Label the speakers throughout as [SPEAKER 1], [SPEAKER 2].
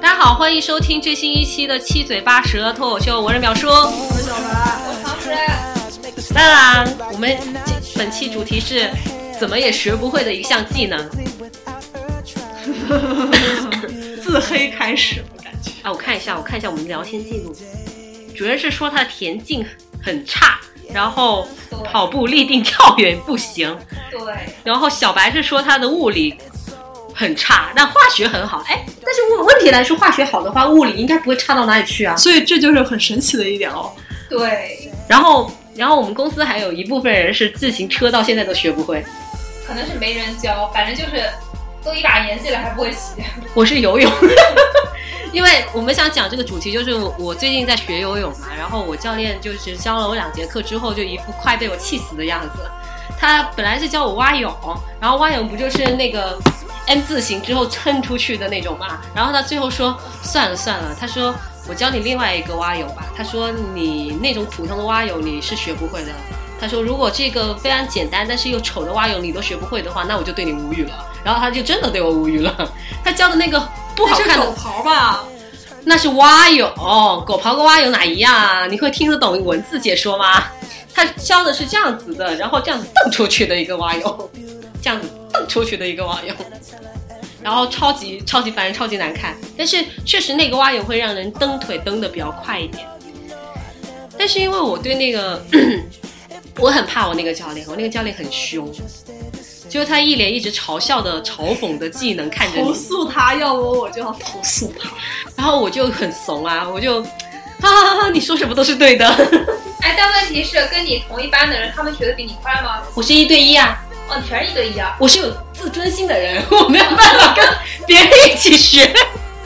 [SPEAKER 1] 大家好，欢迎收听最新一期的《七嘴八舌脱口秀》，我是淼叔，我是小白，我是当然，我们这本期主题是怎么也学不会的一项技能。
[SPEAKER 2] 自黑开始，我感觉。
[SPEAKER 1] 啊，我看一下，我看一下我们聊天记录，主要是说他的田径很差，然后跑步、立定、跳远不行，
[SPEAKER 2] 对，
[SPEAKER 1] 然后小白是说他的物理很差，但化学很好。哎，但是问问题来说，化学好的话，物理应该不会差到哪里去啊。
[SPEAKER 2] 所以这就是很神奇的一点哦。
[SPEAKER 3] 对，
[SPEAKER 1] 然后，然后我们公司还有一部分人是自行车到现在都学不会。
[SPEAKER 3] 可能是没人教，反正就是都一把年纪了还不会骑。
[SPEAKER 1] 我是游泳，因为我们想讲这个主题，就是我我最近在学游泳嘛，然后我教练就是教了我两节课之后，就一副快被我气死的样子。他本来是教我蛙泳，然后蛙泳不就是那个 M 字形之后撑出去的那种嘛，然后他最后说算了算了，他说我教你另外一个蛙泳吧，他说你那种普通的蛙泳你是学不会的。他说：“如果这个非常简单但是又丑的蛙泳你都学不会的话，那我就对你无语了。”然后他就真的对我无语了。他教的那个不好看
[SPEAKER 2] 这
[SPEAKER 1] 的
[SPEAKER 2] 是狗刨吧？
[SPEAKER 1] 那是蛙泳，狗刨跟蛙泳哪一样啊？你会听得懂文字解说吗？他教的是这样子的，然后这样子蹬出去的一个蛙泳， 这样子蹬出去的一个蛙泳，然后超级超级烦，超级难看。但是确实那个蛙泳会让人蹬腿蹬的比较快一点。但是因为我对那个， 我很怕我那个教练，我那个教练很凶，就是他一脸一直嘲笑的嘲讽的技能看着你
[SPEAKER 2] 投，诉他，要不我就要投诉他。
[SPEAKER 1] 然后我就很怂啊，我就，哈哈哈哈，你说什么都是对的，
[SPEAKER 3] 哎，但问题是跟你同一班的人，他们学的比你快吗？
[SPEAKER 1] 我是一对一啊，
[SPEAKER 3] 哦，全是一对一啊！
[SPEAKER 1] 我是有自尊心的人， 我没有办法跟别人一起学。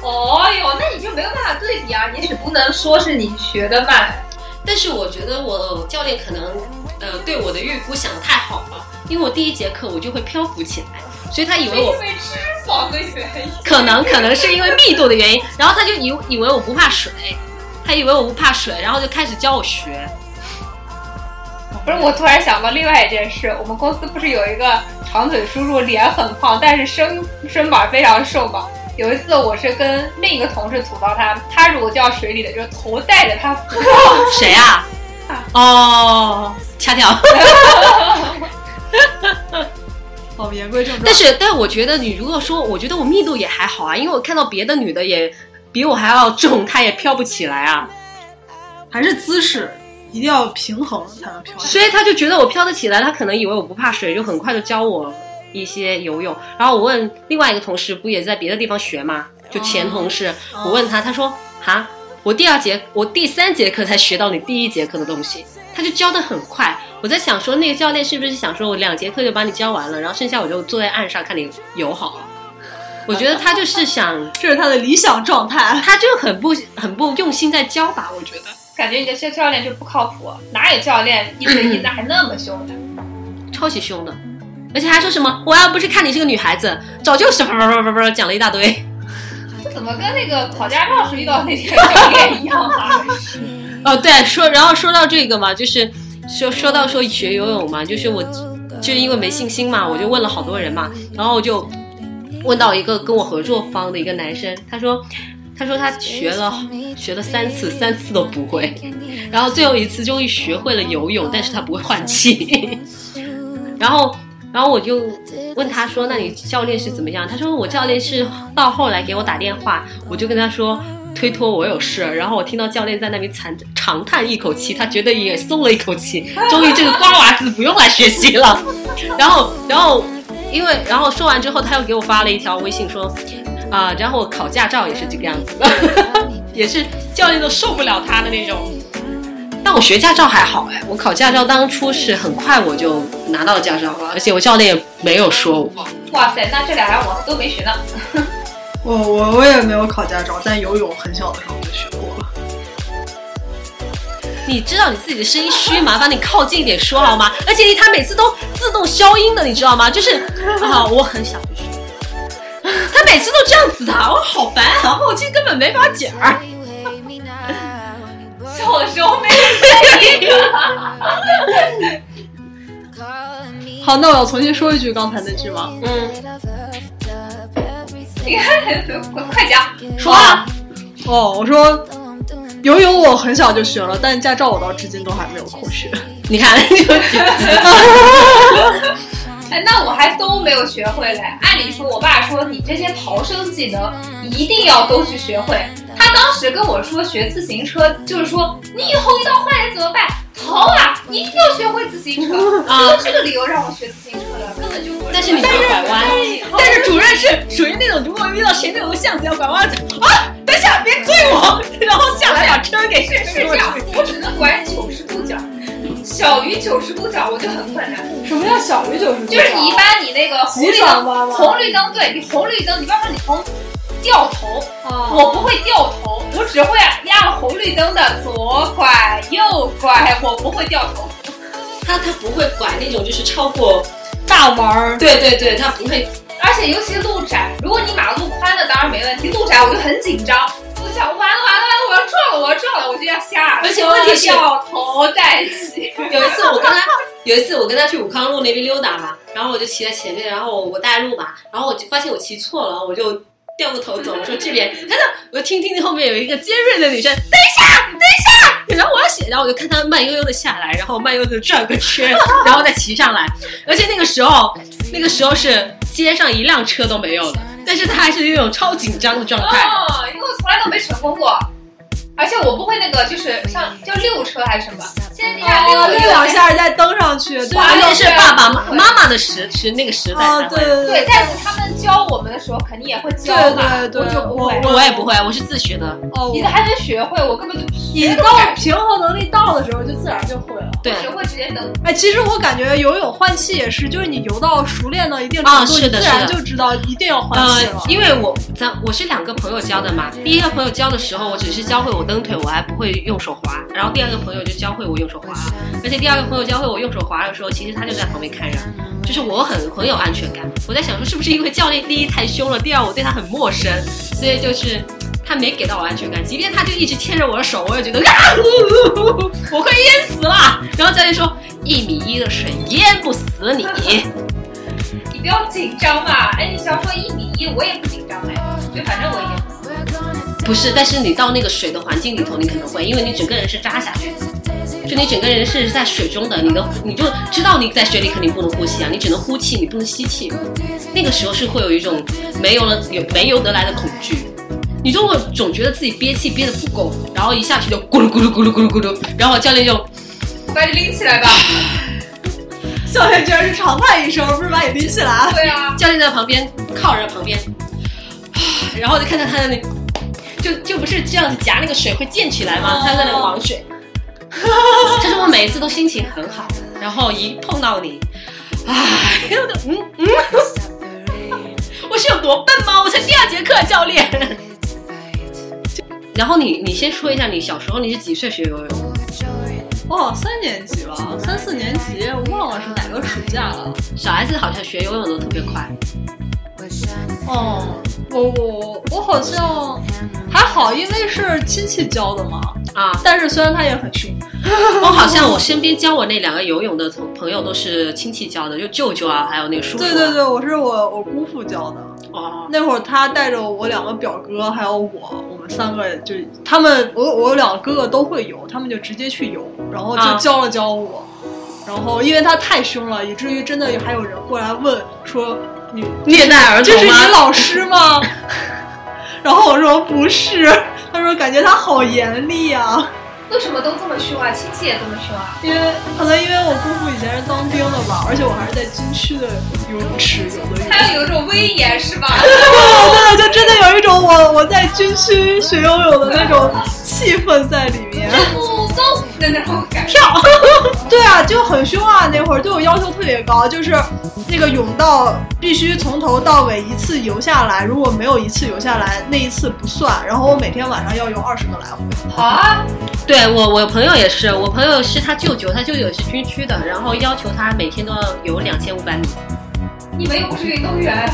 [SPEAKER 3] 哦哟，那你就没有办法对比啊，也许不能说是你学的慢。
[SPEAKER 1] 但是我觉得我教练可能，呃，对我的预估想的太好了，因为我第一节课我就会漂浮起来，所以他以
[SPEAKER 3] 这
[SPEAKER 1] 为我
[SPEAKER 3] 是因为脂肪的原因。
[SPEAKER 1] 可能可能是因为密度的原因，然后他就以以为我不怕水，他以为我不怕水，然后就开始教我学。
[SPEAKER 3] 不是，我突然想到另外一件事，我们公司不是有一个长腿叔叔，脸很胖，但是身身板非常瘦嘛。有一次，我是跟另一个同事吐槽他，他如果掉水里的，就是头带着他浮
[SPEAKER 1] 谁啊？哦，掐掉。
[SPEAKER 2] 好，言归正传。
[SPEAKER 1] 但是，但我觉得你如果说，我觉得我密度也还好啊，因为我看到别的女的也比我还要重，她也飘不起来啊，
[SPEAKER 2] 还是姿势一定要平衡才能漂亮。
[SPEAKER 1] 所以她就觉得我飘得起来，她可能以为我不怕水，就很快就教我一些游泳。然后我问另外一个同事，不也在别的地方学吗？就前同事，
[SPEAKER 2] 哦
[SPEAKER 1] 我问他，他说哈，我第二节，我第三节课才学到你第一节课的东西，他就教的很快。我在想说，那个教练是不是想说我两节课就把你教完了，然后剩下我就坐在岸上看你游好了？我觉得他就是想
[SPEAKER 2] 这是他的理想状态。
[SPEAKER 1] 他就很不很不用心在教吧，我觉得
[SPEAKER 3] 感觉你的教教练就不靠谱，哪有教练一对一那还那么凶的？
[SPEAKER 1] 超级凶的，而且还说什么我要不是看你是个女孩子，早就是叭叭叭叭叭讲了一大堆。
[SPEAKER 3] 这怎么跟那个考驾照时遇到那些教练一样啊？
[SPEAKER 1] 哦，对，说然后说到这个嘛，就是说说到说学游泳嘛，就是我就是因为没信心嘛，我就问了好多人嘛，然后我就问到一个跟我合作方的一个男生，他说他说他学了学了三次，三次都不会。然后最后一次终于学会了游泳，但是他不会换 气。然后，然后我就问他说：“那你教练是怎么样？”他说：“我教练是到后来给我打电话，我就跟他说推脱我有事。”然后我听到教练在那边长长叹一口气，他觉得也松了一口气，终于这个瓜娃子不用来学习了。 然后，然后因为然后说完之后，他又给我发了一条微信说：“啊、然后我考 驾照也是这个样子的，也是教练都受不了他的那种。”但我学驾照还好哎，我考驾照当初是很快我就拿到驾照了，而且我教练也没有说我。
[SPEAKER 3] 哇塞，那这俩人我都没 学呢。
[SPEAKER 2] 我我我也没有考驾照，但游泳很小的时候就学过了。
[SPEAKER 1] 你知道你自己的声音虚吗？麻烦你靠近一点说好吗？而且他每次都自动消音的，你知道吗？就是啊，我很想去 说，他每次都这样子的，我好烦啊！我这根本没法讲。
[SPEAKER 3] 小的时候没人一个。
[SPEAKER 2] 好，那我要重新说一句刚才那句吗？
[SPEAKER 1] 嗯，
[SPEAKER 3] 你看，快快讲，
[SPEAKER 1] 说啊，
[SPEAKER 2] 哦，我说游泳我很小就学了，但驾照我到至今都还没有空 学。
[SPEAKER 1] 你看，就
[SPEAKER 3] 哎，那我还都没有学会嘞。按理说，我爸说你这些逃生技能一定要都去学会。他当时跟我说学自行车，就是说你以后遇到坏人怎么办？逃啊！你一定要学会自行车。就
[SPEAKER 1] 啊
[SPEAKER 3] 用这个理由让我学自行车的，根本就不
[SPEAKER 1] 但是你会拐弯。
[SPEAKER 3] 但是
[SPEAKER 1] 主任是属于那种，如果遇到谁那种巷子要拐弯子啊，等一下别追我， 然后下来把车给
[SPEAKER 3] 是是这样，我只能拐九十度 角，小于九十度角我就很困难。
[SPEAKER 2] 什么叫小于九十度
[SPEAKER 3] 就是你把你那个红绿
[SPEAKER 2] 急转
[SPEAKER 3] 灯，
[SPEAKER 2] 弯吗
[SPEAKER 3] 红绿灯对你红绿灯，你比方说你从掉头，
[SPEAKER 2] 啊
[SPEAKER 3] 我不会掉头，我只会压了红绿灯的左拐右拐，我不会掉头。
[SPEAKER 1] 他他不会拐那种，就是超过
[SPEAKER 2] 大弯儿，
[SPEAKER 1] 对对对，他不会。
[SPEAKER 3] 而且尤其路窄，如果你马路宽的当然没问题，路窄我就很紧张，我就想完了完了完了，我要撞了我要撞了，我就要下来。
[SPEAKER 1] 而且问题是
[SPEAKER 3] 掉头再起，
[SPEAKER 1] 有一次我跟他，有一次我跟他去武康路那边溜达 嘛，然后我就骑在前面，然后我我带路嘛，然后我就发现我骑错了，我就掉过头走，我说这边，他说我听听后面有一个尖锐的女生，等一下，等一下，然后我要写，然后我就看他慢悠悠的下来，然后慢悠悠的转个圈，然后再骑上来， 而且那个时候，那个时候是街上一辆车都没有的，但是他还是那种超紧张的状态。
[SPEAKER 3] 哦，因为我从来都没成功过。而且我不会那个，就是像叫溜车还是什么？现在那下溜
[SPEAKER 2] 哦，
[SPEAKER 3] 溜
[SPEAKER 2] 那两下再登上去，对啊
[SPEAKER 3] 哇
[SPEAKER 1] 而且是爸爸妈妈妈的时时那个时代
[SPEAKER 2] 哦
[SPEAKER 1] 才，会
[SPEAKER 2] 对。对
[SPEAKER 3] 对，但是他们教我们的时候肯定也会教嘛，
[SPEAKER 2] 对对对
[SPEAKER 3] 我就不会。
[SPEAKER 2] 我
[SPEAKER 1] 我也不会，我是自学的。
[SPEAKER 2] 哦，
[SPEAKER 3] 你这
[SPEAKER 2] 我
[SPEAKER 3] 还没学会，我根本就
[SPEAKER 2] 你
[SPEAKER 3] 学都
[SPEAKER 2] 到
[SPEAKER 3] 不敢，
[SPEAKER 2] 平衡能力到的时候，就自然就会了。
[SPEAKER 1] 对，
[SPEAKER 3] 只会直接蹬。
[SPEAKER 2] 哎，其实我感觉游泳换气也是，就是你游到熟练到一定
[SPEAKER 1] 啊
[SPEAKER 2] 程度，
[SPEAKER 1] 是
[SPEAKER 2] 你
[SPEAKER 1] 的
[SPEAKER 2] 自
[SPEAKER 1] 是的
[SPEAKER 2] 然就知道一定要换
[SPEAKER 1] 呃
[SPEAKER 2] 气了，。
[SPEAKER 1] 因为我咱我是两个朋友教的嘛，
[SPEAKER 2] 嗯
[SPEAKER 1] 第一个朋友教的时候，我只是教会我蹬腿，我还不会用手滑，然后第二个朋友就教会我用手滑，而且第二个朋友教会我用手滑的时候，其实他就在旁边看着，就是我很很有安全感。我在想说，是不是因为教练第一太凶了，第二我对他很陌生，所以就是。他没给到我安全感，即便他就一直牵着我的手，我也觉得啊，呜呜呜我快淹死了。然后教练说，一米一的水淹不死你。
[SPEAKER 3] 你不要紧张嘛，哎，你只要说一比一，我也不紧张哎，就反正我也
[SPEAKER 1] 不是，但是你到那个水的环境里头，你可能会，因为你整个人是扎下去的，就你整个人是在水中的，你的你就知道你在水里肯定不能呼吸啊，你只能呼气，你不能吸气。那个时候是会有一种没有了有没由得来的恐惧，你就会总觉得自己憋气憋得不够，然后一下去就咕噜咕噜咕噜咕噜咕噜，然后教练就
[SPEAKER 3] 我把你拎起来 吧。
[SPEAKER 2] 教练居然是长叹一声，不是把你拎起来了。
[SPEAKER 3] 对啊，
[SPEAKER 1] 教练在旁边靠着旁边，唉然后就看到他在那里，就就不是这样子夹那个水会溅起来吗？他在那里玩水。他说我每一次都心情很好，然后一碰到你，唉，然后就嗯嗯，我是有多笨吗？我才第二节课，教练。然后你你先说一下，你小时候你是几岁学游泳？
[SPEAKER 2] 我好像哦三年级吧，三四年级，我忘了是哪个暑假了。
[SPEAKER 1] 小孩子好像学游泳都特别快，
[SPEAKER 2] 哦，我我我好像
[SPEAKER 1] 哦
[SPEAKER 2] 还好，因为是亲戚教的嘛。
[SPEAKER 1] 啊，
[SPEAKER 2] 但是虽然他也很凶，
[SPEAKER 1] 我好像我身边教我那两个游泳的同朋友都是亲戚教的，就舅舅啊，还有那个叔叔、啊。
[SPEAKER 2] 对对对，我是我我姑父教的。
[SPEAKER 1] 哦，
[SPEAKER 2] 那会儿他带着我两个表哥还有我，我们三个就他们我我有两个哥哥都会游，他们就直接去游，然后
[SPEAKER 1] 啊
[SPEAKER 2] 就教了教我。然后因为他太凶了，以至于真的还有人过来问说你
[SPEAKER 1] 虐待儿
[SPEAKER 2] 这是
[SPEAKER 1] 童啊
[SPEAKER 2] 你
[SPEAKER 1] 吗？
[SPEAKER 2] 老师吗？ 然后我说不是，他说感觉他好严厉啊，
[SPEAKER 3] 为什么都这么凶啊？亲戚也这么凶啊？
[SPEAKER 2] 因为可能因为我姑父以前是当兵的吧，而且我还是在军区的游泳池游的泳。
[SPEAKER 3] 他要有一种威严是吧？
[SPEAKER 2] 对对，就真的有一种 我我在军区学游泳的那种气氛在里面。
[SPEAKER 3] 武功的那种感觉。
[SPEAKER 2] 跳。 对啊，就很凶啊，那会儿对我要求特别高，就是那个泳道必须从头到尾一次游下来，如果没有一次游下来，那一次不算。然后我每天晚上要游二十个来回。
[SPEAKER 3] 啊，
[SPEAKER 1] 对我，我朋友也是，我朋友是他舅舅，他舅舅也是军区的，然后要求他每天都要游两千五百米。
[SPEAKER 3] 你们又不是运动员，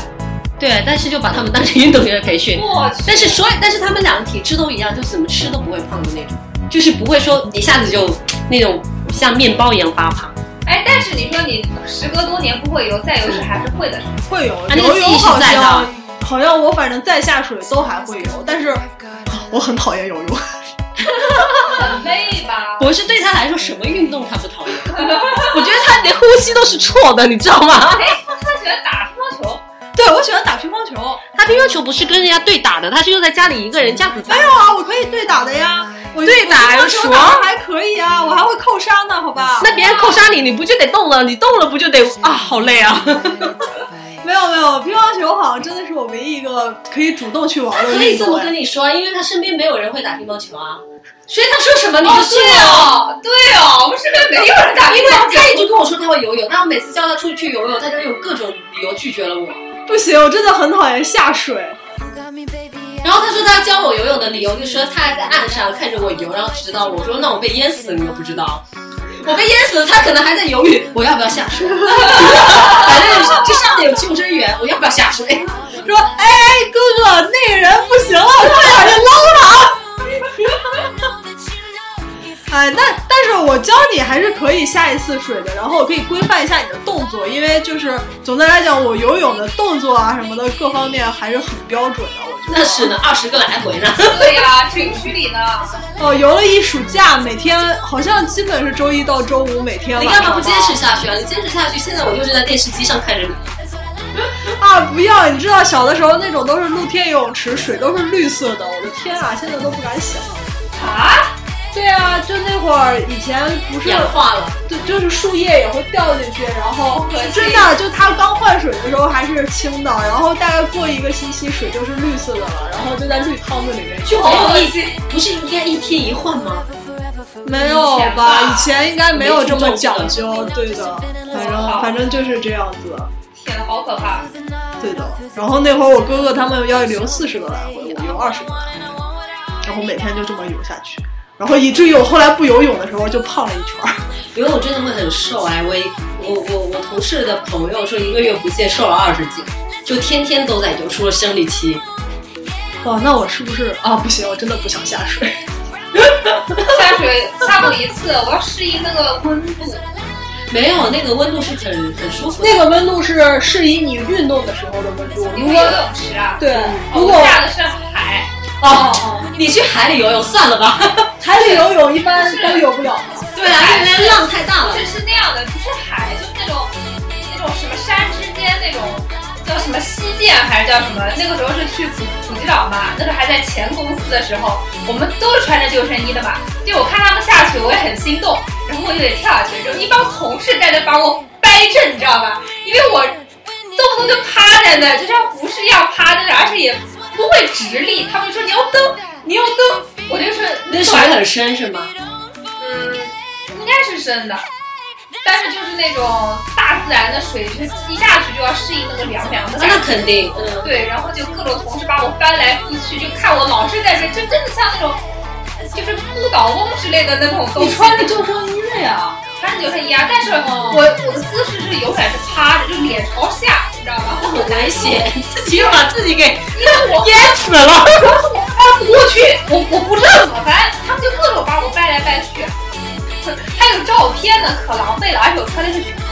[SPEAKER 1] 对，但是就把他们当成运动员培训。
[SPEAKER 3] 我去。
[SPEAKER 1] 但是所以，但是他们两个体质都一样，就怎么吃都不会胖的那种，就是不会说一下子就那种像面包一样发胖。
[SPEAKER 3] 哎，但是你说你时隔多年不会游，再游水还是会的。
[SPEAKER 2] 会游，
[SPEAKER 1] 啊那个
[SPEAKER 2] 游
[SPEAKER 1] 记忆
[SPEAKER 2] 泳
[SPEAKER 1] 是
[SPEAKER 2] 好
[SPEAKER 1] 在的
[SPEAKER 2] 像好像我反正再下水都还会游，但是我很讨厌游泳。
[SPEAKER 3] 很累吧？
[SPEAKER 1] 我是对他来说，什么运动他不讨厌？ 我觉得他连呼吸都是错的，你知道吗？
[SPEAKER 3] 哎，他喜欢打乒乓球，
[SPEAKER 2] 对我喜欢打乒乓球
[SPEAKER 1] 他乒乓球不是跟人家对打的，他是又在家里一个人这样子打。哎呦，
[SPEAKER 2] 啊，我可以对打的呀，我
[SPEAKER 1] 对打
[SPEAKER 2] 我乒乓球打
[SPEAKER 1] 爽
[SPEAKER 2] 的还可以啊，我还会扣杀呢，好吧？
[SPEAKER 1] 那别人扣杀你，你不就得动了？你动了不就得啊？好累啊！
[SPEAKER 2] 没有没有，乒乓球好像真的是我唯一一个可以主动去玩的
[SPEAKER 1] 可以
[SPEAKER 2] 运
[SPEAKER 1] 这
[SPEAKER 2] 动
[SPEAKER 1] 么
[SPEAKER 2] 哎。
[SPEAKER 1] 跟你说啊，因为他身边没有人会打乒乓球啊，所以他说啊什么你就信
[SPEAKER 3] 对
[SPEAKER 1] 了。
[SPEAKER 3] 哦，对哦，我们身边没有人打
[SPEAKER 1] 哦因
[SPEAKER 3] 乒
[SPEAKER 1] 为
[SPEAKER 3] 乓球。
[SPEAKER 1] 他一直跟我说他会游泳，但我每次叫他出去游泳，他就有各种理由拒绝了我。
[SPEAKER 2] 不行，我真的很讨厌下水。
[SPEAKER 1] 然后他说他教我游泳的理由，就说他还在岸上看着我游，然后直到我说那我被淹死了，你又不知道。我被淹死了，他可能还在犹豫我要不要下水，反正这上面有救生员，我要不要下水？
[SPEAKER 2] 说，哎哎，哥哥，那个人不行啊了，快点去捞他。哎，那但是我教你还是可以下一次水的，然后我可以规范一下你的动作，因为就是总的来讲，我游泳的动作啊什么的各方面还是很标准的。我觉得
[SPEAKER 1] 那是呢，二十个来 回呢。
[SPEAKER 3] 对呀、军区里呢，
[SPEAKER 2] 哦，游了一暑假，每天好像基本是周一到周五每天晚
[SPEAKER 1] 你
[SPEAKER 2] 上。
[SPEAKER 1] 干嘛不坚持下去啊？你坚持下去，现在我就是在电视机上看着你。
[SPEAKER 2] 啊？不要，你知道小的时候那种都是露天游泳池，水都是绿色的，我的天啊，现在都不敢想。
[SPEAKER 3] 啊，
[SPEAKER 2] 对啊，就那会儿以前不是
[SPEAKER 1] 氧化了，
[SPEAKER 2] 对，就是树叶也会掉进去，然后
[SPEAKER 3] 可惜
[SPEAKER 2] 真的就它刚换水的时候还是青的，然后大概过一个星期水就是绿色的了，然后就在绿汤子里面。
[SPEAKER 1] 就没
[SPEAKER 3] 好
[SPEAKER 1] 有
[SPEAKER 3] 恶
[SPEAKER 1] 一
[SPEAKER 3] 心。
[SPEAKER 1] 哎不是应该一天一换吗？
[SPEAKER 2] 没有
[SPEAKER 3] 以前
[SPEAKER 2] 吧？
[SPEAKER 3] 吧
[SPEAKER 2] 以前应该没有这么讲究，对的，反正反正就是这样子，
[SPEAKER 3] 天呐，好可怕！
[SPEAKER 2] 对的。然后那会儿我哥哥他们要留四十个来回，我留二十个来回，然后每天就这么游下去，然后以至于我后来不游泳的时候就胖了一圈 儿。
[SPEAKER 1] 游泳真的会很瘦哎，我我我我同事的朋友说一个月不见瘦了二十斤，就天天都在游，除了生理期。
[SPEAKER 2] 哇，哦那我是不是啊？不行，我真的不想下水。
[SPEAKER 3] 下水下过一次，我要适应那个温度。
[SPEAKER 1] 没有那个温度是很很舒服的。
[SPEAKER 2] 那个温度是适宜你运动的时候的温度。
[SPEAKER 3] 你
[SPEAKER 2] 如
[SPEAKER 3] 会
[SPEAKER 2] 果
[SPEAKER 3] 游泳池啊？
[SPEAKER 2] 对，
[SPEAKER 3] 哦，
[SPEAKER 2] 如果
[SPEAKER 3] 我下的是海。
[SPEAKER 1] 哦，你去海里游泳算了 吧。
[SPEAKER 2] 海里游泳一般都游不了的。
[SPEAKER 1] 对啊，因为浪太大了。
[SPEAKER 3] 这是那样的，不是海，就是那种那种什么山之间那种叫什么西涧还是叫什么？那个时候是去普普吉岛嘛，那时候还在前公司的时候，我们都是穿着救生衣的嘛。就我看他们下去，我也很心动，然后我就得跳下去。然后一帮同事在那把我掰正，你知道吧？因为我动不动就趴在那，就像不是要趴在那，而且也不会直立。他们就说你要蹬，你要蹬，我 就是
[SPEAKER 1] 那水很深是吗？
[SPEAKER 3] 嗯，应该是深的，但是就是那种大自然的水，就是一下去就要适应那个凉凉的
[SPEAKER 1] 啊
[SPEAKER 3] 感
[SPEAKER 1] 那
[SPEAKER 3] 觉。
[SPEAKER 1] 肯定，嗯。
[SPEAKER 3] 对，然后就各种同事把我翻来覆去，就看我老是在这，就真的像那种就是不倒翁之类的那种东西。
[SPEAKER 2] 救生衣的呀？
[SPEAKER 1] 啊
[SPEAKER 3] 穿着就是一样，但是我我的姿势是永远是趴着，就脸朝下，你知道吗？
[SPEAKER 1] 那很危险， 自己又把自己给
[SPEAKER 3] 因为我
[SPEAKER 1] 淹死了。
[SPEAKER 3] 我翻不过去，我我不知道怎么翻，他们就各种把我掰来掰去，还有照片呢，可狼狈了，而且我穿的是裙子。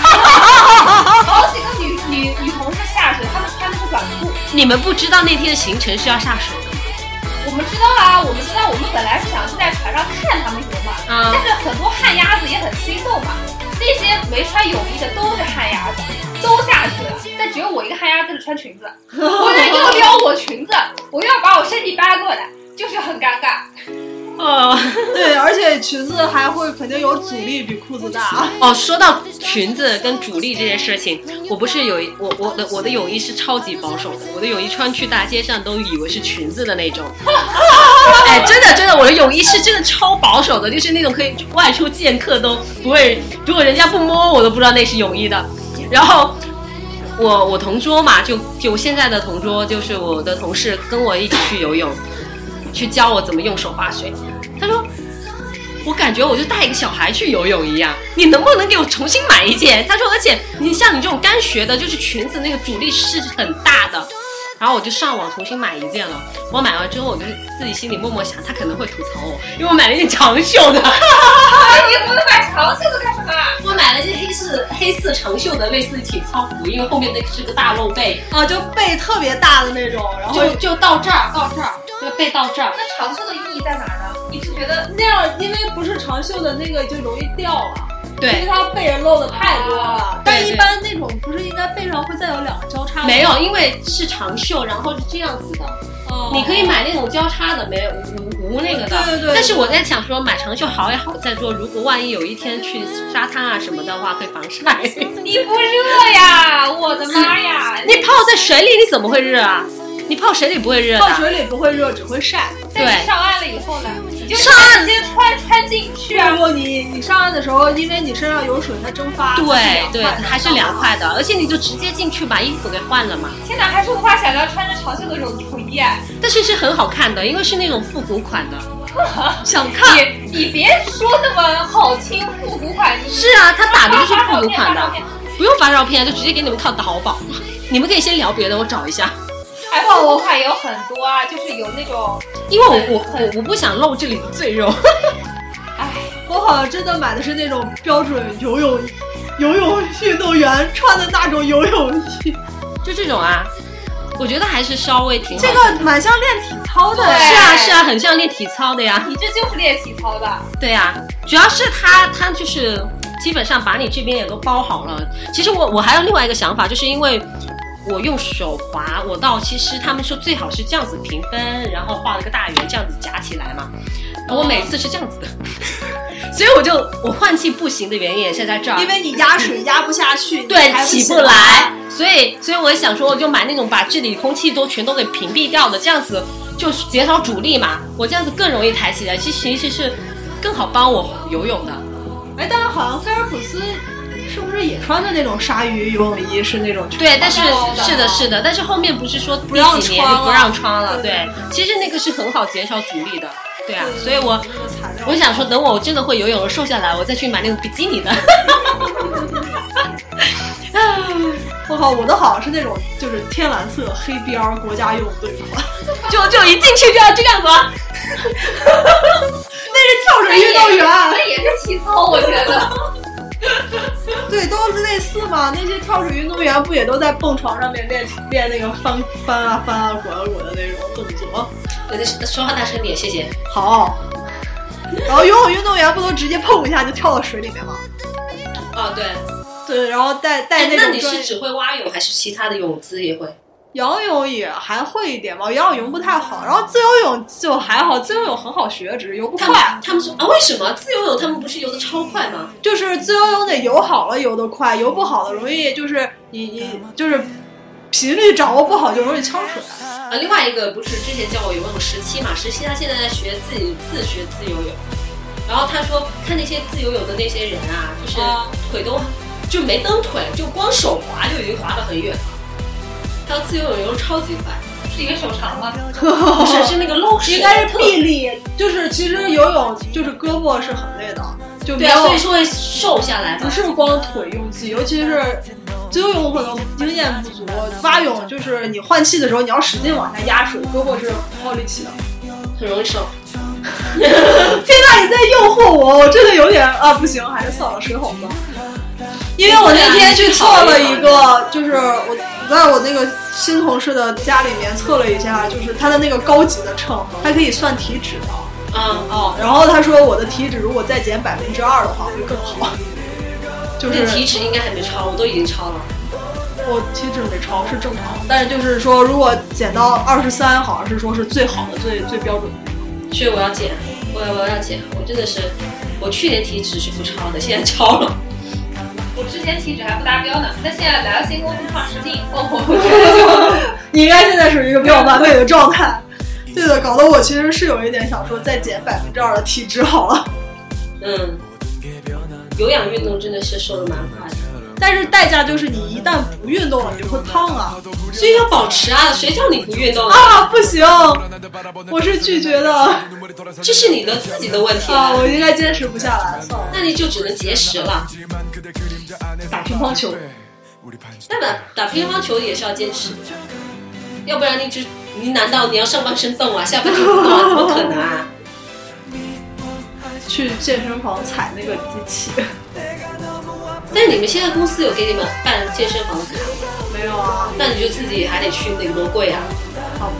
[SPEAKER 3] 好几个女女女同事下水，她们穿的是短裤。
[SPEAKER 1] 你们不知道那天的行程是要下水的
[SPEAKER 3] 我们知道啊，我们知道，我们本来是想是在船上看他们游嘛，
[SPEAKER 1] 啊
[SPEAKER 3] 但是很多旱鸭子也很心动嘛。那些没穿泳衣的都是旱鸭子，都下去了，但只有我一个旱鸭子是穿裙子，我在又撩我裙子，我又要把我身体扒过来，就是很尴尬。
[SPEAKER 1] 哦
[SPEAKER 2] 对，而且裙子还会肯定有阻力，比裤子大。啊
[SPEAKER 1] 哦，说到裙子跟主力这件事情，我不是有一我我的我的泳衣是超级保守的，我的泳衣穿去大街上都以为是裙子的那种，哎，真的真的，我的泳衣是真的超保守的，就是那种可以外出见客都不会，如果人家不摸我都不知道那是泳衣的。然后我我同桌嘛，就就我现在的同桌，就是我的同事跟我一起去游泳，去教我怎么用手划水。他说。我感觉我就带一个小孩去游泳一样，你能不能给我重新买一件？他说，而且你像你这种干学的，就是裙子那个阻力是很大的。然后我就上网重新买一件了。我买完之后，我就自己心里默默想，他可能会吐槽我，因为我买了一件长袖的，
[SPEAKER 3] 你不能买长袖的干什么？
[SPEAKER 1] 我买了一件黑色黑色长袖的，类似于体操服，因为后面那个是个大露背，
[SPEAKER 2] 啊，就背特别大的那种，然后
[SPEAKER 1] 就就到这儿到这儿，就背到这儿。
[SPEAKER 3] 那长袖的意义在哪呢？你是觉得
[SPEAKER 2] 那样，因为不是长袖的那个就容易掉了。因为
[SPEAKER 1] 对，
[SPEAKER 2] 它被人露的太多了
[SPEAKER 3] 啊。
[SPEAKER 2] 但
[SPEAKER 1] 对
[SPEAKER 2] 一
[SPEAKER 1] 对
[SPEAKER 2] 般那种不是应该背上会再有两个交叉吗？
[SPEAKER 1] 没有，因为是长袖，然后是这样子的。
[SPEAKER 2] 哦，
[SPEAKER 1] 你可以买那种交叉的，没有无无那个的。
[SPEAKER 2] 对对对
[SPEAKER 1] 但是我在想说，买长袖好也好在说，如果万一有一天去沙滩啊什么的话，可以防 晒。
[SPEAKER 3] 你不热呀？我的妈呀！
[SPEAKER 1] 你泡在水里，你怎么会热啊？你泡水里不会热
[SPEAKER 2] 泡
[SPEAKER 1] 的。
[SPEAKER 2] 水里不会热，只会晒。
[SPEAKER 3] 但
[SPEAKER 1] 对
[SPEAKER 3] 你上岸了以后呢？你就
[SPEAKER 1] 上
[SPEAKER 3] 直接穿穿进去啊
[SPEAKER 2] 如！果你你上岸的时候，因为你身上有水，它蒸发，
[SPEAKER 1] 对对，还
[SPEAKER 2] 还
[SPEAKER 1] 是凉。快的，而且你就直接进去把衣服给换了嘛。
[SPEAKER 3] 天哪，还是无法想象穿着长袖的泳裤衣啊！
[SPEAKER 1] 但是是很好看的，因为是那种复古款的。
[SPEAKER 2] 想看，
[SPEAKER 3] 你你别说那么好听复古款，你
[SPEAKER 1] 是啊，它打的就是复古款
[SPEAKER 3] 发照
[SPEAKER 1] 的
[SPEAKER 3] 片，
[SPEAKER 1] 不用发照片，就直接给你们看淘宝。 你们可以先聊别的，我找一下，
[SPEAKER 3] 还复古款有很多啊，就是有那种，
[SPEAKER 1] 因为我我我我不想露这里的赘肉。
[SPEAKER 3] 哎，
[SPEAKER 2] 我好像真的买的是那种标准游泳游泳运动员穿的那种游泳衣，
[SPEAKER 1] 就这种啊，我觉得还是稍微挺好
[SPEAKER 2] 这
[SPEAKER 1] 的。
[SPEAKER 2] 个蛮像练体操的。
[SPEAKER 3] 对
[SPEAKER 1] 是啊是啊，很像练体操的呀。
[SPEAKER 3] 你这就是练体操的，
[SPEAKER 1] 对呀、主要是他他就是基本上把你这边也都包好了。其实我我还有另外一个想法，就是因为我用手滑，我到其实他们说最好是这样子平分，然后画了个大圆，这样子夹起来嘛。
[SPEAKER 2] 哦
[SPEAKER 1] 我每次是这样子的， 所以我就我换气不行的原因也是在这儿，
[SPEAKER 2] 因为你压水压不下去，你
[SPEAKER 1] 对
[SPEAKER 2] 抬
[SPEAKER 1] 起
[SPEAKER 2] 不
[SPEAKER 1] 不来，，所以所以我也想说，我就买那种把这里空气都全都给屏蔽掉的，这样子就是减少阻力嘛，我这样子更容易抬起来，其实其实是更好帮我游泳的。
[SPEAKER 2] 哎，但是好像菲尔普斯是不是也穿的那种鲨鱼游泳衣？是那种
[SPEAKER 1] 对，但是
[SPEAKER 3] 好的
[SPEAKER 1] 哦是的，是的，但是后面不是说不
[SPEAKER 2] 让
[SPEAKER 1] 几年
[SPEAKER 2] 穿
[SPEAKER 1] 就不
[SPEAKER 2] 了
[SPEAKER 1] 让穿了，
[SPEAKER 2] 对
[SPEAKER 1] 对，其实那个是很好减少阻力的，对啊，所以我
[SPEAKER 2] 这个材料
[SPEAKER 1] 我想说，等我真的会游泳了，瘦下来，我再去买那种比基尼的。
[SPEAKER 2] 我靠，我的好像是那种就是天蓝色黑边儿国家游泳队 款，
[SPEAKER 1] 就就一进去就要这样子啊，
[SPEAKER 2] 那是跳水啊运动员，
[SPEAKER 3] 那也是体操，我觉得。
[SPEAKER 2] 对，都是类似嘛。那些跳水运动员不也都在蹦床上面练练那个翻翻啊翻啊滚啊滚的那种动作？
[SPEAKER 1] 有的说话大声点，谢谢。
[SPEAKER 2] 好。然后游泳运动员不都直接碰一下就跳到水里面吗？
[SPEAKER 1] 哦，对，
[SPEAKER 2] 对，然后带带
[SPEAKER 1] 哎，
[SPEAKER 2] 那种
[SPEAKER 1] 那你
[SPEAKER 2] 专
[SPEAKER 1] 是
[SPEAKER 2] 业
[SPEAKER 1] 只会蛙泳还是其他的泳姿也会？
[SPEAKER 2] 仰泳也还会一点吧，仰泳不太好，然后自由泳就还好，自由泳很好学，只是游不
[SPEAKER 1] 他们
[SPEAKER 2] 快，
[SPEAKER 1] 他们说啊，为什么自由泳他们不是游的超快吗？
[SPEAKER 2] 就是自由泳得游好了游得快，游不好的容易就是你你就是频率掌握不好就容易呛水。
[SPEAKER 1] 啊，另外一个不是之前教我游泳十七嘛，十七他现在在学自己自学自由泳，然后他说看那些自由泳的那些人啊，就是
[SPEAKER 2] 啊
[SPEAKER 1] 腿都就没蹬腿，就光手滑就已经滑得很远了。他自由泳游得超级快，
[SPEAKER 3] 是因为手长吗？
[SPEAKER 1] 不是是那个漏水，
[SPEAKER 2] 应该是臂力，就是其实游泳就是胳膊是很累的，就没
[SPEAKER 1] 对啊，
[SPEAKER 2] 有
[SPEAKER 1] 所以说会瘦下来
[SPEAKER 2] 不
[SPEAKER 1] 嘛。
[SPEAKER 2] 是光腿用力，尤其是自由泳可能经验不足，蛙泳就是你换气的时候你要使劲往下压水，胳膊是耗力气的。
[SPEAKER 1] 很容易瘦。
[SPEAKER 2] 天呐，你在诱惑我，我真的有点啊，不行，还是算了，水桶吧。因为我那
[SPEAKER 1] 啊
[SPEAKER 2] 天去测了一个，就是我我在我那个新同事的家里面测了一下，就是他的那个高级的秤，它可以算体脂的。
[SPEAKER 1] 嗯，
[SPEAKER 2] 哦，然后他说我的体脂如果再减百分之二的话会更 好，就
[SPEAKER 1] 那
[SPEAKER 2] 是
[SPEAKER 1] 体脂应该还没超，我都已经超了。
[SPEAKER 2] 我体脂没超是正常，但是就是说如果减到二十三，好像是说是最好的、最最标准的。
[SPEAKER 1] 所以我要减，我我要减，我真的是，我去年体脂是不超的，现在超了。
[SPEAKER 3] 我之前体脂还不达标呢，那现在来到新 公司上十斤以后，我觉得就
[SPEAKER 2] 你应该现在属于一个比较完美的状态。对的，搞得我其实是有一点想说再减百分之二的体脂好了，
[SPEAKER 1] 嗯，有氧运动真的是瘦的蛮快的，
[SPEAKER 2] 但是代价就是你一旦不运动了，你就会胖啊
[SPEAKER 1] 所以要保持啊，谁叫你不运动啊？
[SPEAKER 2] 啊！不行，我是拒绝的啊！
[SPEAKER 1] 这是你的自己的问题啊，
[SPEAKER 2] 我应该坚持不下来，算了。
[SPEAKER 1] 那你就只能节食了。
[SPEAKER 2] 打乒乓球，
[SPEAKER 1] 那打打乒乓球也是要坚持，要不然你就你难道你要上半身动啊，下半身不动啊？怎么可能啊？
[SPEAKER 2] 去健身房踩那个机器，
[SPEAKER 1] 但是你们现在公司有给你们办健身房的卡，
[SPEAKER 2] 没有啊？
[SPEAKER 1] 那你就自己还得去那个罗柜啊。
[SPEAKER 2] 好，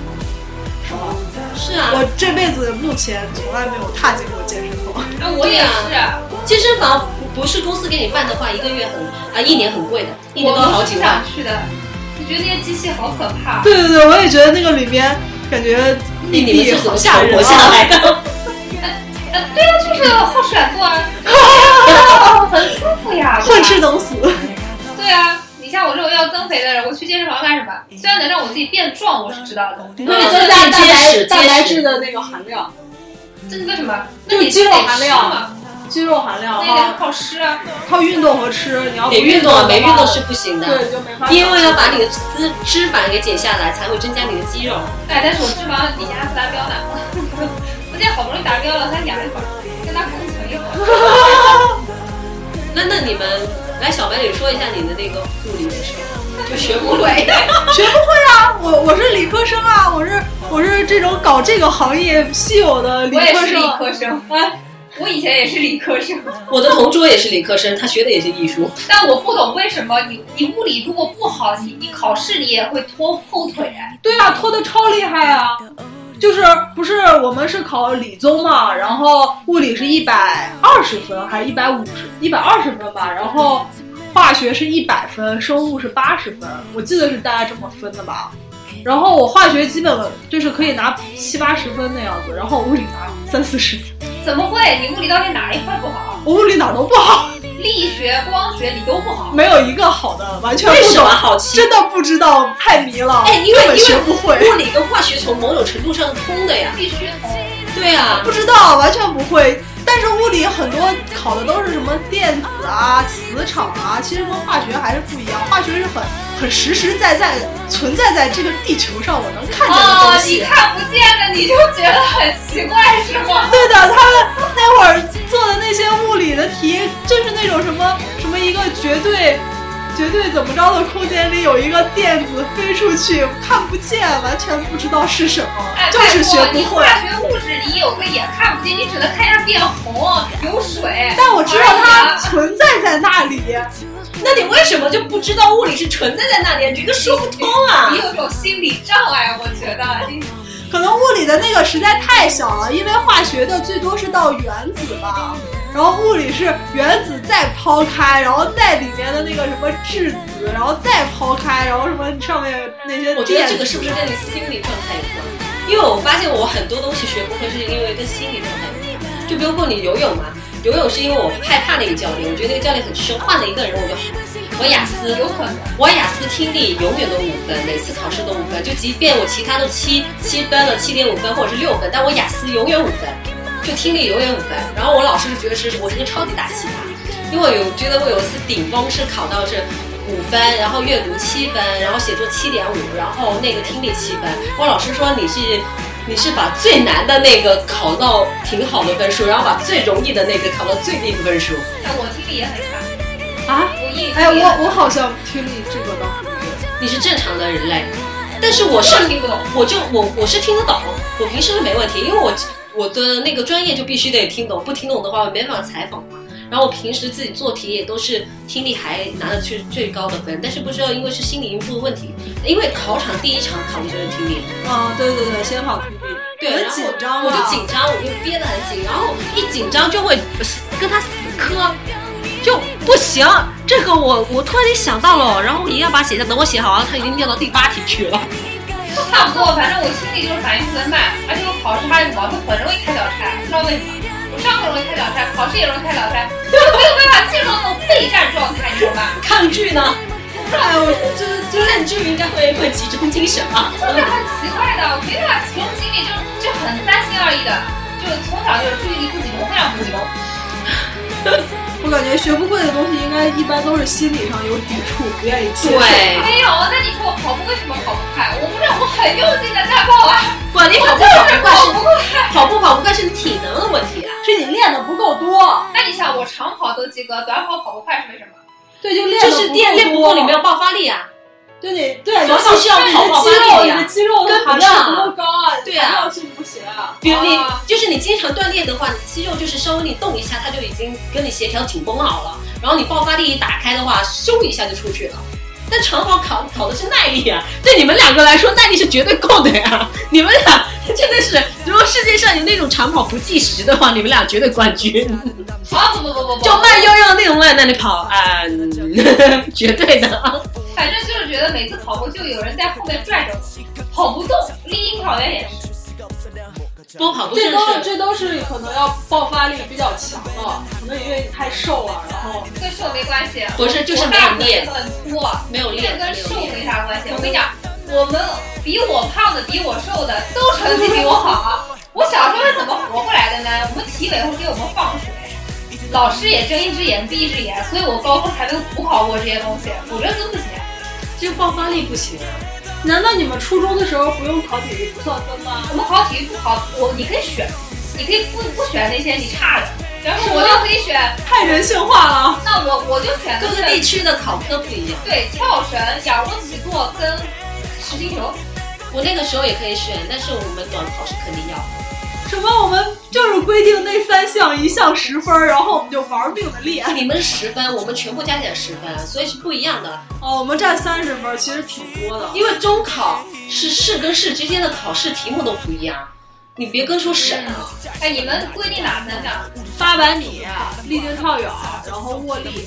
[SPEAKER 1] 是啊，
[SPEAKER 2] 我这辈子目前从来没有踏进过健身房。
[SPEAKER 3] 那我也是啊，
[SPEAKER 1] 健身房不不是公司给你办的话，一个月很啊，一年很贵的，一年
[SPEAKER 3] 我
[SPEAKER 1] 都要好几
[SPEAKER 3] 不
[SPEAKER 1] 万
[SPEAKER 3] 想。去的，就觉得那些机器好可怕。
[SPEAKER 2] 对对对，我也觉得那个里面感觉
[SPEAKER 1] 你
[SPEAKER 2] 密
[SPEAKER 1] 你们
[SPEAKER 2] 闭
[SPEAKER 1] 是怎
[SPEAKER 2] 好
[SPEAKER 1] 么下
[SPEAKER 2] 吓人啊
[SPEAKER 1] 活下来的？
[SPEAKER 3] 呃，对啊，就是好懒惰啊，很舒服呀，对吧
[SPEAKER 2] 混吃等死。
[SPEAKER 3] 对啊，你像我这种要增肥的人，我去健身房干什么？虽然能让我自己变壮，我是知道的，
[SPEAKER 2] 你
[SPEAKER 1] 看嗯增加蛋白 蛋白质
[SPEAKER 2] 的那个含量，
[SPEAKER 3] 这是个什么？
[SPEAKER 2] 就
[SPEAKER 3] 那你
[SPEAKER 2] 肌
[SPEAKER 3] 是
[SPEAKER 2] 肉
[SPEAKER 3] 得
[SPEAKER 2] 含
[SPEAKER 3] 吃
[SPEAKER 2] 量
[SPEAKER 3] 嘛，
[SPEAKER 2] 肌肉含量
[SPEAKER 3] 那也得，靠吃啊。
[SPEAKER 2] 靠运动和吃，你要不
[SPEAKER 1] 得运动啊，
[SPEAKER 2] 的话
[SPEAKER 1] 没运动是不行
[SPEAKER 2] 对
[SPEAKER 1] 的，
[SPEAKER 2] 你就没法。
[SPEAKER 1] 因为要把你的脂脂肪给减下来，才会增加你的肌肉。
[SPEAKER 3] 哎，但是我脂肪以前还不达标呢， 我现在好不容易达标了，它养一会儿，跟它共存一会儿。
[SPEAKER 1] 那那你们来小白领说一下你的那个物理的事儿，就学
[SPEAKER 3] 不
[SPEAKER 1] 物理。
[SPEAKER 3] 会，
[SPEAKER 2] 学不会啊，我我是理科生啊，我是我是这种搞这个行业稀有的理
[SPEAKER 3] 我也
[SPEAKER 2] 科
[SPEAKER 3] 是
[SPEAKER 2] 生
[SPEAKER 3] 理
[SPEAKER 2] 啊。
[SPEAKER 3] 科生， 哎我以前也是理科生，
[SPEAKER 1] 我的同桌也是理科生，他学的也是艺术。
[SPEAKER 3] 但我不懂为什么你你物理如果不好，你你考试你也会拖后腿。
[SPEAKER 2] 对啊，拖的超厉害啊！就是不是我们是考理综嘛，然后物理是一百二十分还是一百五十一百二十分吧，然后化学是一百分，生物是八十分，我记得是大概这么分的吧。然后我化学基本就是可以拿七八十分那样子，然后物理拿三四十分，
[SPEAKER 3] 怎么会？你物理到底哪一块不好？
[SPEAKER 2] 我物理哪儿都不好，
[SPEAKER 3] 力学、光学你都不好。
[SPEAKER 2] 没有一个好的，完全
[SPEAKER 1] 为
[SPEAKER 2] 不
[SPEAKER 1] 什么
[SPEAKER 2] 懂，
[SPEAKER 1] 好奇？
[SPEAKER 2] 真的不知道，太迷了，
[SPEAKER 1] 哎，因
[SPEAKER 2] 根
[SPEAKER 1] 为
[SPEAKER 2] 本
[SPEAKER 1] 因
[SPEAKER 2] 学
[SPEAKER 1] 为
[SPEAKER 2] 不会。
[SPEAKER 1] 物理跟化学从某种程度上通的呀。
[SPEAKER 3] 必须同
[SPEAKER 1] 对啊
[SPEAKER 2] 不，知道，完全不会。但是物理很多考的都是什么电子啊、磁场啊，其实跟化学还是不一样。化学是很很实实在在存在在这个地球上，我能看见的
[SPEAKER 3] 哦
[SPEAKER 2] 东，
[SPEAKER 3] 你
[SPEAKER 2] 西。
[SPEAKER 3] 看不见的你就觉得很奇怪是吗？
[SPEAKER 2] 对的，他们那会儿做的那些物理的题，就是那种什么什么一个绝对。绝对怎么着的空间里有一个电子飞出去，看不见，完全不知道是什么，
[SPEAKER 3] 哎，
[SPEAKER 2] 就是学
[SPEAKER 3] 拜托
[SPEAKER 2] 不
[SPEAKER 3] 哎你
[SPEAKER 2] 会。
[SPEAKER 3] 化学物质你有个也看不见，你只能看它变红、有水。
[SPEAKER 2] 但我知道它存在在那里。
[SPEAKER 1] 哎那你为什么就不知道物理是存在在那里？你这个说不通啊
[SPEAKER 3] 你！有种心理障碍，我觉得你
[SPEAKER 2] 可能物理的那个实在太小了，因为化学的最多是到原子吧，然后物理是原子再抛开，然后在里面的那个什么质子，然后再抛开，然后什么上面那些
[SPEAKER 1] 我觉
[SPEAKER 2] 电
[SPEAKER 1] 得
[SPEAKER 2] 子
[SPEAKER 1] 这个是不是跟你心理状态有关？因为我发现我很多东西学不会，是因为跟心理状态有关。就包括你游泳嘛，游泳是因为我害怕那个教练，我觉得那个教练很凶，换了一个人我就好。我雅思
[SPEAKER 3] 有可能。
[SPEAKER 1] 我雅思听力永远都五分，每次考试都五分，就即便我其他都七七分了，七点五分或者是六分，但我雅思永远五分，就听力永远五分。然后我老师就觉得是我是个超级大奇葩，因为我有觉得我有一次顶峰是考到是五分，然后阅读七分，然后写作七点五，然后那个听力七分。我老师说你是。你是把最难的那个考到挺好的分数，然后把最容易的那个考到最低的分数。
[SPEAKER 3] 但我听力也很差，
[SPEAKER 2] 啊，
[SPEAKER 3] 我英语
[SPEAKER 2] 哎，
[SPEAKER 3] 听力也很
[SPEAKER 2] 我我好像听力这个倒是没有
[SPEAKER 1] 你是正常的人类，但是我是
[SPEAKER 3] 差我听不懂。
[SPEAKER 1] 我就我我是听得懂，我平时是没问题，因为我我的那个专业就必须得听懂，不听懂的话我没办法采访嘛。然后我平时自己做题也都是听力还拿的去最高的分，但是不知道因为是心理因素的问题，因为考场第一场考的就是听力，
[SPEAKER 2] 啊，对对对，先好听力，
[SPEAKER 1] 对，
[SPEAKER 2] 很
[SPEAKER 1] 然后
[SPEAKER 2] 紧张啊，
[SPEAKER 1] 我就紧张，我就憋得很紧，然后一紧张就会跟他死磕，就不行。这个我我突然间想到了，然后我一定要把它写下，等我写好了，他已经念到第八题去了。
[SPEAKER 3] 差不多，反正我听力就是反应特别慢，而且我考试发现我很容易开小差，不知道为什么。我上课容易开小差， 考试也容易开小差，就没有办法进入那种备战状态，你懂吧？
[SPEAKER 1] 抗拒呢？
[SPEAKER 2] 哎，我这这
[SPEAKER 1] 那你就应该会会集中精神嘛。
[SPEAKER 3] 就是很奇怪的，我没办法集中精力，就就很三心二意的，就从小就是注意力不集中，非常不集中。
[SPEAKER 2] 我感觉学不会的东西，应该一般都是心理上有抵触，不愿意接受。
[SPEAKER 1] 对，
[SPEAKER 3] 没有，啊那你说我跑步为什么跑不快？我不是我很用劲的在跑啊，
[SPEAKER 1] 不，你跑
[SPEAKER 3] 我
[SPEAKER 1] 步
[SPEAKER 3] 就
[SPEAKER 1] 跑
[SPEAKER 3] 是
[SPEAKER 1] 不快
[SPEAKER 3] 跑不
[SPEAKER 1] 是
[SPEAKER 3] 快。
[SPEAKER 1] 跑步跑不快是你体能的问题啊。
[SPEAKER 2] 是你练的不够多，
[SPEAKER 3] 那你想，我长跑都及格，短跑跑不快是为什么？
[SPEAKER 2] 对，就练
[SPEAKER 1] 就
[SPEAKER 2] 得
[SPEAKER 1] 是
[SPEAKER 2] 不
[SPEAKER 1] 练
[SPEAKER 2] 够
[SPEAKER 1] 练不
[SPEAKER 2] 多
[SPEAKER 1] 过，你没有爆发力啊。
[SPEAKER 2] 对你对，
[SPEAKER 1] 主要是需要
[SPEAKER 2] 你
[SPEAKER 1] 跑
[SPEAKER 2] 的
[SPEAKER 1] 跑
[SPEAKER 2] 肌
[SPEAKER 1] 发
[SPEAKER 2] 肉，
[SPEAKER 1] 力
[SPEAKER 2] 你
[SPEAKER 1] 啊
[SPEAKER 2] 的肌肉
[SPEAKER 1] 跟不
[SPEAKER 2] 含量
[SPEAKER 1] 上
[SPEAKER 2] 不够高啊，
[SPEAKER 1] 对啊
[SPEAKER 2] 含量是不行啊。
[SPEAKER 1] 比如你
[SPEAKER 3] 啊
[SPEAKER 1] 就是你经常锻炼的话，你肌肉就是稍微你动一下，它就已经跟你协调紧绷好了。然后你爆发力一打开的话，咻一下就出去了。但长跑考考的是耐力啊，对你们两个来说，耐力是绝对够的呀。你们俩真的是，如果世界上有那种长跑不计时的话，你们俩绝对冠军。
[SPEAKER 3] 啊不不不不不，
[SPEAKER 1] 就慢悠悠那种慢在那里跑啊、嗯 绝对的啊。
[SPEAKER 3] 反正就是觉得每次跑步就有人在后面拽着我，跑不动。丽英跑员也是，
[SPEAKER 1] 多跑步
[SPEAKER 2] 这
[SPEAKER 1] 真的
[SPEAKER 2] 都是
[SPEAKER 1] 是，
[SPEAKER 2] 这都是可能要爆发力比较强了，可能因为你太瘦了，然后
[SPEAKER 3] 跟瘦没关系。啊
[SPEAKER 1] 不是就是
[SPEAKER 3] 我
[SPEAKER 1] 没有
[SPEAKER 3] 大腿
[SPEAKER 1] 练，
[SPEAKER 3] 很粗啊，
[SPEAKER 1] 没有
[SPEAKER 3] 这
[SPEAKER 1] 练，
[SPEAKER 3] 跟
[SPEAKER 1] 没有
[SPEAKER 3] 瘦
[SPEAKER 1] 练。
[SPEAKER 3] 没啥关系。我跟你讲，我们比我胖的、比我瘦的都成绩比我好。啊我小时候是怎么活过来的呢？我们体委会给我们放水，老师也睁一只眼闭一只眼，所以我高中才能补考过这些东西，否则真不行。
[SPEAKER 1] 这个爆发力不行啊。
[SPEAKER 2] 难道你们初中的时候不用考体育不算分吗？
[SPEAKER 3] 我们考体育不考，我你可以选，你可以不不选那些你差的，然后我就可以选，
[SPEAKER 2] 太人性化了。
[SPEAKER 3] 那我我就选
[SPEAKER 1] 各个地区的考科不一样。
[SPEAKER 3] 对跳绳、仰卧起坐跟实心球。
[SPEAKER 1] 我那个时候也可以选，但是我们短跑是肯定要的。
[SPEAKER 2] 什么？我们就是规定那三项一项十分儿，然后我们就玩命的练。
[SPEAKER 1] 你们十分，我们全部加起来十分，啊所以是不一样的。
[SPEAKER 2] 哦，我们占三十分儿，其实挺多的。
[SPEAKER 1] 因为中考是市跟市之间的考试题目都不一样，你别跟说省啊。
[SPEAKER 3] 哎，你们规定哪三项？
[SPEAKER 2] 八百米、立定跳远，然后握力，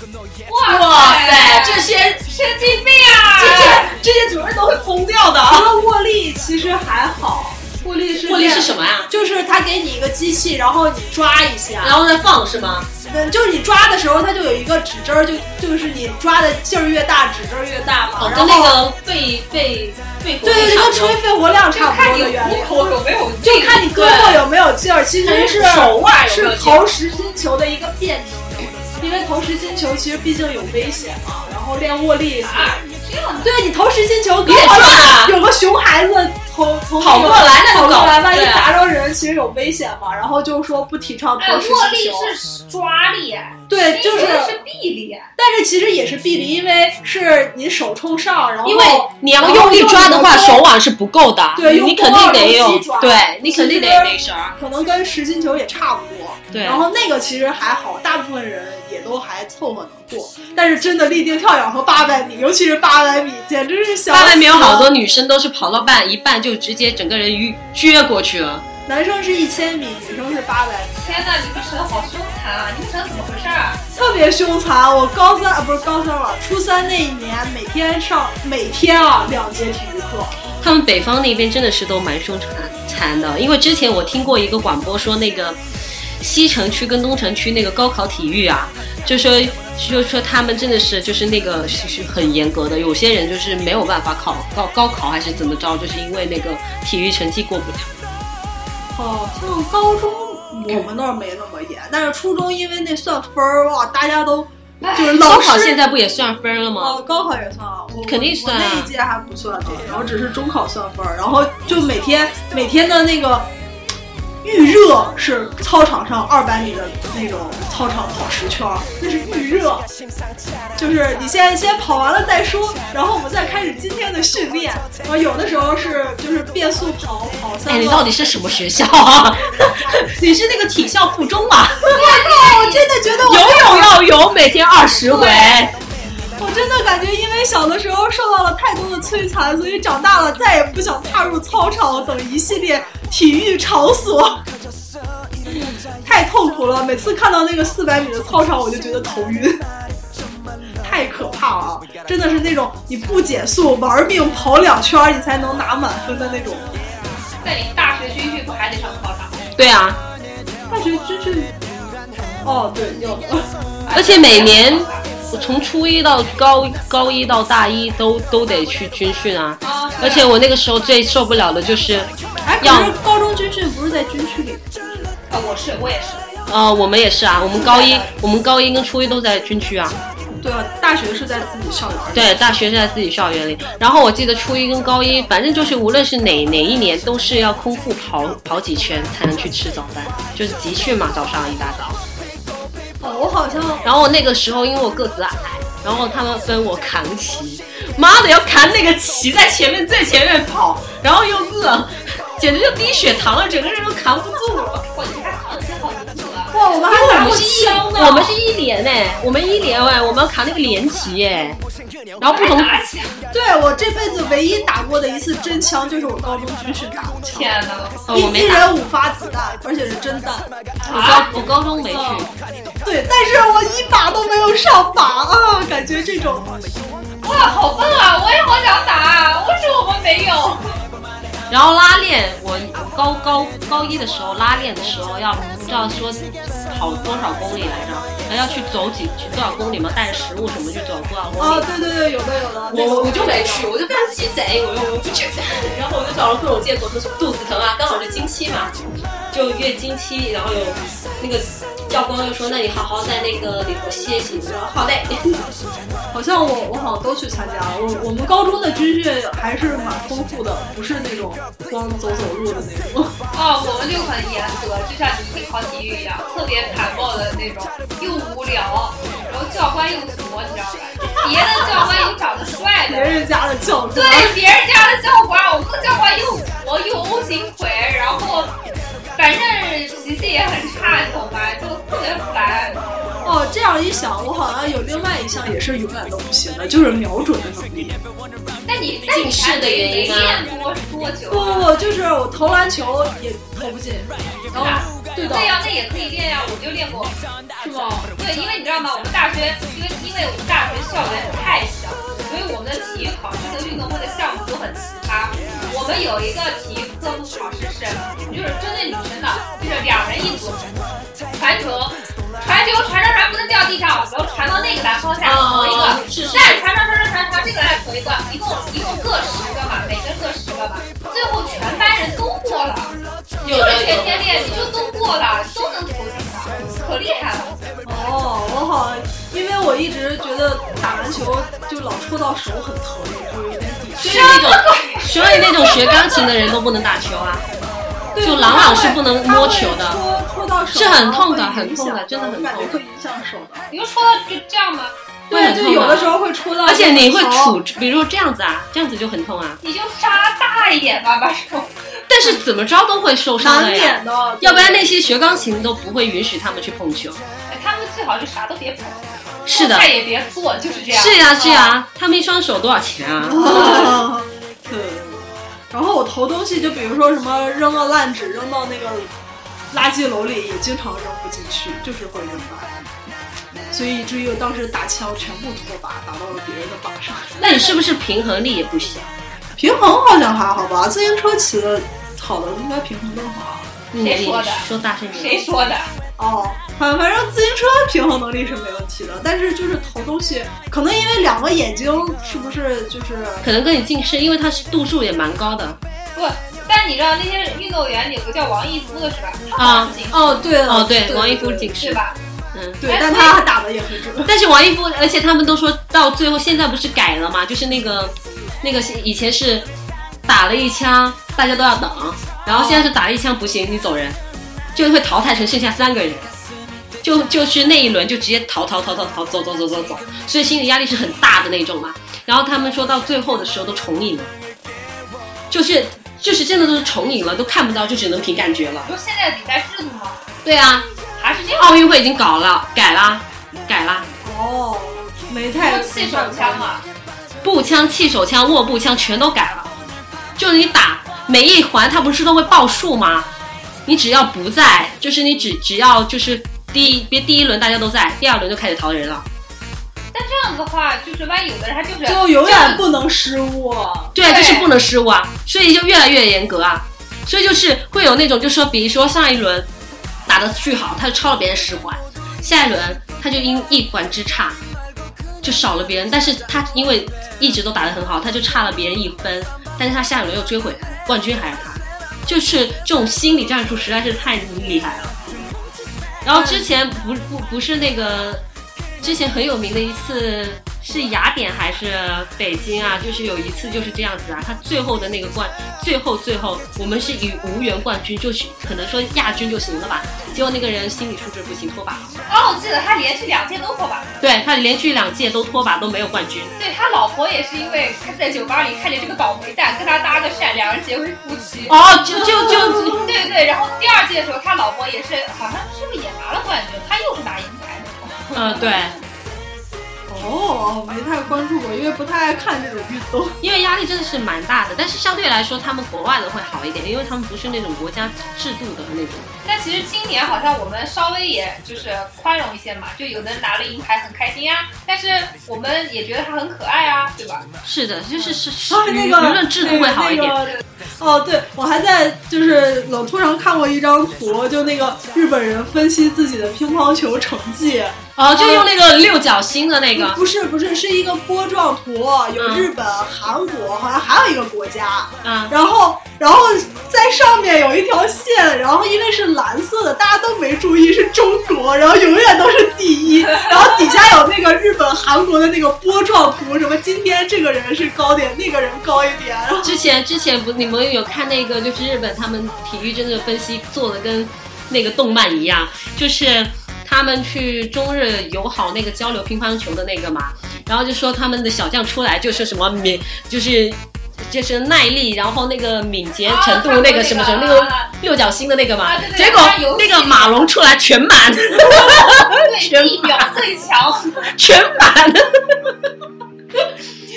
[SPEAKER 3] 哇
[SPEAKER 1] 哇塞，这些
[SPEAKER 3] 神经病啊！
[SPEAKER 1] 这些主任都会疯掉的。
[SPEAKER 2] 除了握力其实还好。握力是
[SPEAKER 1] 握力是
[SPEAKER 2] 么？
[SPEAKER 1] 什么呀、
[SPEAKER 2] 就是他给你一个机器，然后你抓一下，
[SPEAKER 1] 然后再放是吗？
[SPEAKER 2] 嗯，就是你抓的时候，它就有一个指针儿，就就是你抓的劲儿越大，指针儿越大嘛。
[SPEAKER 1] 哦，
[SPEAKER 2] 然后
[SPEAKER 1] 跟那个肺肺肺活
[SPEAKER 2] 对对
[SPEAKER 1] 量
[SPEAKER 2] 对，跟
[SPEAKER 1] 差
[SPEAKER 2] 吹肺活量
[SPEAKER 3] 就
[SPEAKER 2] 差不
[SPEAKER 3] 看
[SPEAKER 2] 多
[SPEAKER 3] 你
[SPEAKER 2] 的原理
[SPEAKER 3] 虎。口有没有劲，
[SPEAKER 2] 就看你胳膊有没有劲儿，其实是
[SPEAKER 1] 手腕有没有劲
[SPEAKER 2] 是投实心球的一个变体，因为投实心球其实毕竟有危险嘛，然后练握力。
[SPEAKER 1] 哎
[SPEAKER 3] 啊，这样
[SPEAKER 2] 对你投实心球，
[SPEAKER 1] 你得
[SPEAKER 2] 搞不好
[SPEAKER 1] 转啊
[SPEAKER 2] 有个熊孩子投从
[SPEAKER 1] 跑过来那就
[SPEAKER 2] 跑过来，
[SPEAKER 1] 搞
[SPEAKER 2] 万一
[SPEAKER 1] 对啊
[SPEAKER 2] 砸着人，其实有危险嘛。然后就说不提倡
[SPEAKER 3] 哎，
[SPEAKER 2] 投实
[SPEAKER 3] 握
[SPEAKER 2] 心
[SPEAKER 3] 力
[SPEAKER 2] 球。
[SPEAKER 3] 是抓啊力，
[SPEAKER 2] 对，就是是，
[SPEAKER 3] 是臂力。
[SPEAKER 2] 但是其实也是臂力，因为是你手冲上，然后
[SPEAKER 1] 因为你要用力抓的话，
[SPEAKER 2] 然后用力抓
[SPEAKER 1] 手腕是不够的，
[SPEAKER 2] 对用
[SPEAKER 1] 你肯定得
[SPEAKER 2] 肱二头
[SPEAKER 1] 有
[SPEAKER 2] 肌抓，
[SPEAKER 1] 对你肯定得
[SPEAKER 2] 其实
[SPEAKER 1] 那啥，
[SPEAKER 2] 可能跟实心球也差不多。
[SPEAKER 1] 对。
[SPEAKER 2] 然后那个其实还好，大部分人也都还凑合能过。但是真的立定跳远和八百米，尤其是八百米，简直是 想
[SPEAKER 1] 八百米有
[SPEAKER 2] 死了
[SPEAKER 1] 好多女生都是跑到半一半就直接整个人晕撅过去了。
[SPEAKER 2] 男生是一千米，女生是八百米，
[SPEAKER 3] 天哪，你们神好凶残啊！你们神怎么回事啊？
[SPEAKER 2] 特别凶残。我高三啊，不是高三了，初三那一年，每天上每天啊两节体育课。
[SPEAKER 1] 他们北方那边真的是都蛮凶残残的，因为之前我听过一个广播说，那个西城区跟东城区那个高考体育啊，就说就说他们真的是就是那个是是很严格的，有些人就是没有办法考高高考还是怎么着，就是因为那个体育成绩过不了。
[SPEAKER 2] 哦，像高中我们那儿没那么严，但是初中因为那算分儿哇，大家都就是
[SPEAKER 1] 哎高
[SPEAKER 2] 老师
[SPEAKER 1] 考现在不也算分了吗？
[SPEAKER 2] 哦，高考也算啊，我
[SPEAKER 1] 肯定算啊
[SPEAKER 2] 我那一届还不算呢，然后只是中考算分儿，然后就每天每天的那个预热是操场上二百米的那种操场跑十圈儿，那是预热，就是你先先跑完了再说，然后我们再开始今天的训练。然后有的时候是就是变速跑跑三
[SPEAKER 1] 哎，
[SPEAKER 2] 个，
[SPEAKER 1] 你到底是什么学校啊？ 你是那个体校附中吧？
[SPEAKER 2] 啊我真的觉得我
[SPEAKER 1] 游泳要游，每天二十回。
[SPEAKER 2] 我真的感觉，因为小的时候受到了太多的摧残，所以长大了再也不想踏入操场等一系列体育场所。太痛苦了，每次看到那个四百米的操场，我就觉得头晕，太可怕了啊！真的是那种你不减速，玩命跑两圈儿，你才能拿满分的那种。
[SPEAKER 3] 在你大学军训不还得上操场？
[SPEAKER 1] 对啊，
[SPEAKER 2] 大学军训，哦，对，有的。
[SPEAKER 1] 而且每年我从初一到高高一到大一都都得去军训啊。
[SPEAKER 3] 啊，
[SPEAKER 1] 而且我那个时候最受不了的就是，
[SPEAKER 2] 哎，可
[SPEAKER 1] 要
[SPEAKER 2] 是高中军训不是在军区里，
[SPEAKER 3] 啊，我是我也是，
[SPEAKER 1] 呃，我们也是啊，我们高一我们高一跟初一都在军区啊。
[SPEAKER 2] 对啊，大学是在自己校园。
[SPEAKER 1] 对，大学是在自己校园里。然后我记得初一跟高一，反正就是无论是哪哪一年，都是要空腹跑跑几圈才能去吃早饭，就是集训嘛，早上一大早。
[SPEAKER 2] 哦，我好像
[SPEAKER 1] 然后那个时候因为我个子矮，然后他们分我扛旗，妈的要扛那个旗在前面最前面跑，然后又饿， 简直就低血糖了，整个人都扛不住了。
[SPEAKER 3] 我你还好些好辛苦啊。
[SPEAKER 2] 哇，我们还
[SPEAKER 1] 我
[SPEAKER 2] 打
[SPEAKER 1] 们
[SPEAKER 2] 过
[SPEAKER 1] 是一
[SPEAKER 2] 枪呢。
[SPEAKER 1] 我们是一连哎，我们一连哎，我们要扛那个连旗哎，然后不同
[SPEAKER 3] 打起来
[SPEAKER 2] 对我这辈子唯一打过的一次真枪，就是我高中军训打的枪，
[SPEAKER 3] 天哪！
[SPEAKER 1] 哦
[SPEAKER 2] 一
[SPEAKER 1] 我没
[SPEAKER 2] 一
[SPEAKER 1] 打，
[SPEAKER 2] 人五发子弹，而且是真弹。
[SPEAKER 1] 我高我高中没去。
[SPEAKER 2] 对，但是我一把都没有上靶啊，感觉这种
[SPEAKER 3] 哇，好棒啊！我也好想打啊，为什么我们没有？
[SPEAKER 1] 然后拉练，我高高高一的时候拉练的时候要不知道说跑多少公里来着，然后要去走几去多少公里嘛，带着食物什么去走多少公
[SPEAKER 2] 啊，
[SPEAKER 1] 里。
[SPEAKER 2] 对对对，有的有的。那
[SPEAKER 1] 我
[SPEAKER 2] 个
[SPEAKER 1] 我就没去，我就非常鸡贼，我就我不去。然后我就找了各种借口，说是肚子疼啊，刚好是经期嘛，就月经期，然后有那个教官就说，那你好好在那个里头歇息。我说好 嘞。
[SPEAKER 2] 好像我 我好像都去参加了，我我们高中的军训还是蛮丰富的，不是那种光走走路的那种。
[SPEAKER 3] 啊，我们就很严格，就像你考体育一样，特别残暴的那种，又无聊，然后教官又矬，你知道吧？别的教官有长得帅
[SPEAKER 2] 别
[SPEAKER 3] 的，
[SPEAKER 2] 人家的教官，
[SPEAKER 3] 对别人家的教官，我们的教官又矬又 O 型腿，然后反正脾气也很差，你懂吧？就特别烦。
[SPEAKER 2] 哦，这样一想，我好像有另外一项也是永远都不行的，就是瞄准的能力。
[SPEAKER 3] 那你那你
[SPEAKER 1] 近视的原因啊
[SPEAKER 3] 还没练多多久
[SPEAKER 2] 不不
[SPEAKER 3] 啊？
[SPEAKER 2] 不，就是我投篮球也投不进，然
[SPEAKER 1] 啊哦
[SPEAKER 2] 后对的
[SPEAKER 3] 对，呀、那也可以练呀、我就练过。
[SPEAKER 2] 是吗？
[SPEAKER 3] 对，因为你知道吗？我们大学，因为因为我们大学校园太小，所以我们的体育考试跟运动会的项目都很奇葩。我们有一个体育科目考试是，就是针对女生的，就是两人一组，传球，传球传传传不能掉地上，然后传到那个篮筐下投一个，
[SPEAKER 1] 哦是是
[SPEAKER 3] 再传传传传传传这个篮投一个，一共一共各十个嘛，每个人各十个嘛，最后全班人都过了，
[SPEAKER 1] 有
[SPEAKER 3] 就是
[SPEAKER 1] 的有
[SPEAKER 3] 全天
[SPEAKER 1] 的。
[SPEAKER 3] 练，就都过了，都能投进的，可厉害了。
[SPEAKER 2] 哦，我好像，因为我一直觉得打篮球就老戳到手很疼，就有点抵触。
[SPEAKER 1] 所以那种，所以那种学钢琴的人都不能打球 啊，
[SPEAKER 2] 对
[SPEAKER 1] 就朗朗是不能摸球的
[SPEAKER 2] 它会戳戳到手
[SPEAKER 1] 是很痛的
[SPEAKER 2] 然后会
[SPEAKER 1] 很痛的真的很痛
[SPEAKER 2] 影响感觉会影响手的。
[SPEAKER 3] 你就戳到就这样吗？
[SPEAKER 1] 会很
[SPEAKER 2] 对，
[SPEAKER 1] 痛啊
[SPEAKER 2] 就有的时候会戳到，
[SPEAKER 1] 而且你会杵，比如说这样子啊，这样子就很痛啊。
[SPEAKER 3] 你就扎大一点吧，把手。
[SPEAKER 1] 但是怎么着都会受伤
[SPEAKER 2] 难
[SPEAKER 1] 的呀，
[SPEAKER 2] 免的，
[SPEAKER 1] 要不然那些学钢琴都不会允许他们去碰球。
[SPEAKER 3] 哎他们最好就啥都别碰，
[SPEAKER 1] 是的
[SPEAKER 3] 菜，也别做，就是这样。
[SPEAKER 1] 是呀、是呀、他们一双手多少钱啊？
[SPEAKER 2] 啊对。然后我投东西，就比如说什么扔个烂纸，扔到那个垃圾篓里，也经常扔不进去，就是会扔歪。所以以至于我当时打枪全部脱靶，打到了别人的靶上。
[SPEAKER 1] 那你是不是平衡力也不行？
[SPEAKER 2] 平衡好像还好吧，自行车骑的好的应该平衡更好。
[SPEAKER 3] 谁说的
[SPEAKER 1] 你说大声
[SPEAKER 3] 嗯谁
[SPEAKER 1] 点。
[SPEAKER 3] 说的？
[SPEAKER 2] 哦，反反正自行车平衡能力是没问题的，但是就是投东西，可能因为两个眼睛是不是就是
[SPEAKER 1] 可能跟你近视，因为他是度数也蛮高的。
[SPEAKER 3] 不，但你知道那些运动员有个叫王逸夫的是吧？
[SPEAKER 1] 啊
[SPEAKER 3] 他不行
[SPEAKER 2] 哦对了
[SPEAKER 1] 哦，对，王一夫近
[SPEAKER 3] 对
[SPEAKER 1] 视，
[SPEAKER 3] 吧？
[SPEAKER 1] 嗯。
[SPEAKER 2] 对，
[SPEAKER 3] 哎
[SPEAKER 2] 但
[SPEAKER 3] 所以
[SPEAKER 2] 他打的也很准。
[SPEAKER 1] 但是王一夫，而且他们都说到最后，现在不是改了吗？就是那个，那个以前是打了一枪，大家都要等，然后现在是打了一枪不行，你走人，就会淘汰成剩下三个人，就就是那一轮就直接逃逃逃逃逃走走走走走，所以心理压力是很大的那种嘛。然后他们说到最后的时候都重影了，就是就是真的都是重影了，都看不到，就只能凭感觉了。
[SPEAKER 3] 你说现在的比赛制度吗？
[SPEAKER 1] 对啊，
[SPEAKER 3] 还是这样？
[SPEAKER 1] 奥运会已经搞了，改啦，改啦。
[SPEAKER 2] 哦，没太
[SPEAKER 3] 用气手枪啊！
[SPEAKER 1] 步枪、气手枪、握步枪全都改了，就是你打每一环，它不是都会报数吗？你只要不在，就是你只只要就是第一，别第一轮大家都在，第二轮就开始逃人了。
[SPEAKER 3] 但这样子的话，就是万一有的人他就是
[SPEAKER 2] 就永远不能失误。
[SPEAKER 1] 对，
[SPEAKER 3] 对
[SPEAKER 1] 就是不能失误啊，所以就越来越严格啊，所以就是会有那种，就说比如说上一轮打的巨好，他就超了别人十环，下一轮他就因一环之差，就少了别人，但是他因为一直都打得很好，他就差了别人一分，但是他下一轮又追回来，冠军还是他，就是这种心理战术实在是太厉害了。然后之前不不不是那个，之前很有名的一次是雅典还是北京啊？就是有一次就是这样子啊，他最后的那个冠，最后最后我们是以无缘冠军，就是可能说亚军就行了吧。结果那个人心理素质不行，脱靶了。
[SPEAKER 3] 哦，我记得他连续两届都破百，
[SPEAKER 1] 对他连续两届都脱靶都没有冠军。
[SPEAKER 3] 对他老婆也是因为他在酒吧里看见这个倒霉蛋，跟他搭个讪，两人结为夫妻。
[SPEAKER 1] 哦，就就就就
[SPEAKER 3] 对对，然后第二届的时候，他老婆也是好像是不是也拿了冠军？他又是拿银牌的。
[SPEAKER 1] 呃对，
[SPEAKER 2] 哦，没太关注过，因为不太爱看这种运动。
[SPEAKER 1] 因为压力真的是蛮大的，但是相对来说他们国外的会好一点，因为他们不是那种国家制度的那种。
[SPEAKER 3] 但其实今年好像我们稍微也就是宽容一些嘛，就有的人拿了银牌很开心啊，但是我们也觉得他很可爱啊，对吧？
[SPEAKER 1] 是的，就是是是
[SPEAKER 2] 啊，那个
[SPEAKER 1] 舆论制度会好一点。
[SPEAKER 2] 那个那个哦，对，我还在就是冷图上看过一张图，就那个日本人分析自己的乒乓球成绩，
[SPEAKER 1] 哦，就用那个六角星的那个，
[SPEAKER 2] 不是不是，是一个波状图，有
[SPEAKER 1] 嗯
[SPEAKER 2] 日本、韩国，好像还有一个国家，
[SPEAKER 1] 嗯，
[SPEAKER 2] 然后然后在上面有一条线，然后因为是蓝色的，大家都没注意是中国，然后永远都是第一，然后底下有那个日本、韩国的那个波状图，什么今天这个人是高点，那个人高一点，然后
[SPEAKER 1] 之前之前不你们有看那个就是日本他们体育真的分析做的跟那个动漫一样，就是他们去中日友好那个交流乒乓球的那个嘛，然后就说他们的小将出来就是什么敏，就是就是耐力，然后那个敏捷程度、
[SPEAKER 3] 啊
[SPEAKER 1] 那个什么什么那个六角星的那个嘛，
[SPEAKER 3] 啊对对
[SPEAKER 1] 结果
[SPEAKER 3] 他游
[SPEAKER 1] 那
[SPEAKER 3] 戏
[SPEAKER 1] 个马龙出来全满
[SPEAKER 3] 对，一秒最强。
[SPEAKER 1] 全满。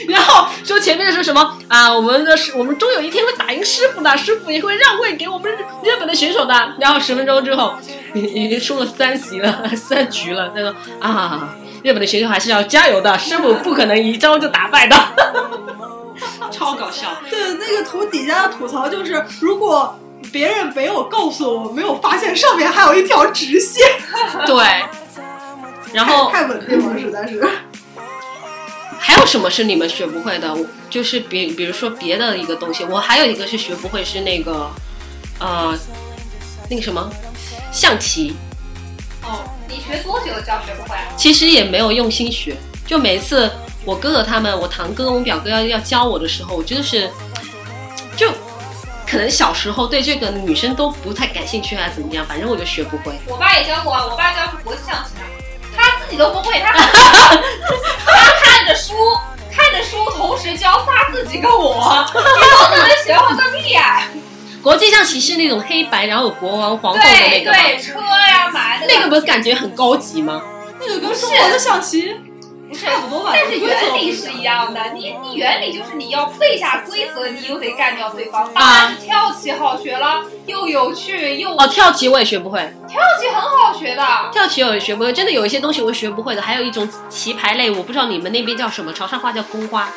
[SPEAKER 1] 然后说前面说什么啊？我们的师，我们终有一天会打赢师傅的，师傅也会让位给我们日日本的选手的。然后十分钟之后，已已经输了三局了， 三局了。他说啊，日本的选手还是要加油的，师傅不可能一招就打败的， 超搞笑。
[SPEAKER 2] 对，那个图底下的吐槽就是，如果别人没有告诉我，没有发现上面还有一条直线，
[SPEAKER 1] 对，然后
[SPEAKER 2] 太稳定了，实在是。
[SPEAKER 1] 还有什么是你们学不会的？我就是比比如说别的一个东西，我还有一个是学不会是那个，呃，那个什么象棋，
[SPEAKER 3] 哦，你学多久教学不会啊？
[SPEAKER 1] 其实也没有用心学。就每次我哥哥他们，我堂哥、我表哥要要教我的时候，我就是就可能小时候对这个女生都不太感兴趣，还是怎么样，反正我就学不会。
[SPEAKER 3] 我爸也教过啊，我爸教是国际象棋的，他自己都不会，他他看着书，看着书，同时教他自己跟我，你都能学会个屁呀、
[SPEAKER 1] 国际象棋是那种黑白，然后有国王、皇后的那
[SPEAKER 3] 对
[SPEAKER 1] 个吗，
[SPEAKER 3] 对，车呀、马呀，
[SPEAKER 1] 那个不是感觉很高级吗？
[SPEAKER 2] 那个跟中国的象 棋
[SPEAKER 3] 不是。
[SPEAKER 2] 差不多吧？
[SPEAKER 3] 但是
[SPEAKER 2] 规
[SPEAKER 3] 原
[SPEAKER 2] 则
[SPEAKER 3] 理是一样的，你你原理就是你要背下规则，你又得干掉对
[SPEAKER 2] 啊
[SPEAKER 3] 方。当然是跳棋好学了，又有趣又
[SPEAKER 1] 哦，跳棋我也学不会。
[SPEAKER 3] 跳棋很好学的。
[SPEAKER 1] 跳棋我也学不会，真的有一些东西我学不会的。还有一种棋牌类，我不知道你们那边叫什么，潮汕话叫宫花，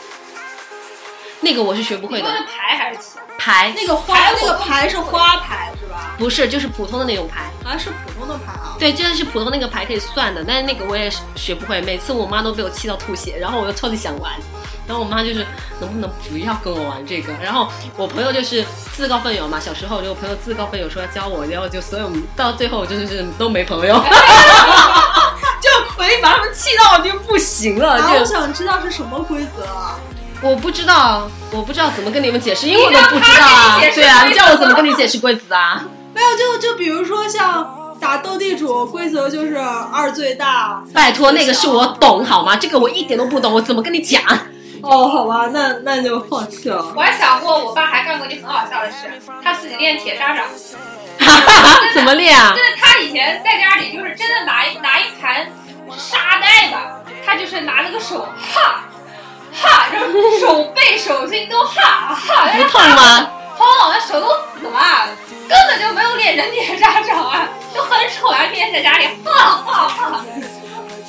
[SPEAKER 1] 那个我是学不
[SPEAKER 3] 你
[SPEAKER 1] 会
[SPEAKER 3] 说
[SPEAKER 1] 的
[SPEAKER 3] 是。牌还是棋？
[SPEAKER 1] 牌
[SPEAKER 2] 那个花，那个牌是花牌是吧？
[SPEAKER 1] 不是，就是普通的那种牌。
[SPEAKER 2] 啊，是普通的牌啊。
[SPEAKER 1] 对，真的是普通那个牌可以算的，但是那个我也学不会。每次我妈都被我气到吐血，然后我又超级想玩，然后我妈就是能不能不要跟我玩这个？然后我朋友就是自告奋勇嘛，小时候就我朋友自告奋勇说要教我，然后就所以我们到最后我就是都没朋友， 就我一把他们气到我就不行了，
[SPEAKER 2] 然后啊我
[SPEAKER 1] 就
[SPEAKER 2] 想知道是什么规则啊？
[SPEAKER 1] 我不知道，我不知道怎么跟你们解释，因为我都
[SPEAKER 3] 让
[SPEAKER 1] 不
[SPEAKER 3] 他
[SPEAKER 1] 知道啊
[SPEAKER 3] 给你解，释
[SPEAKER 1] 对啊，
[SPEAKER 3] 规
[SPEAKER 1] 你
[SPEAKER 3] 则
[SPEAKER 1] 叫我怎么跟你解释规则啊？
[SPEAKER 2] 没有，就就比如说像打斗地主，规则就是二最大。
[SPEAKER 1] 拜托，那个是我懂好吗？这个我一点都不懂，我怎么跟你讲？
[SPEAKER 2] 哦，好吧，那那就放弃了。
[SPEAKER 3] 我还想过，我爸还干过一件很好笑的事，他自己练铁砂掌。
[SPEAKER 1] 怎么练啊？
[SPEAKER 3] 真的，他以前在家里就是真的拿一拿一盘沙袋吧，他就是拿那个手哈哈，就是手背手心都哈哈，
[SPEAKER 1] 不痛吗？
[SPEAKER 3] 痛，那手都紫了，根本就没有练人体沙掌啊，就很丑啊，练在家里哈哈哈。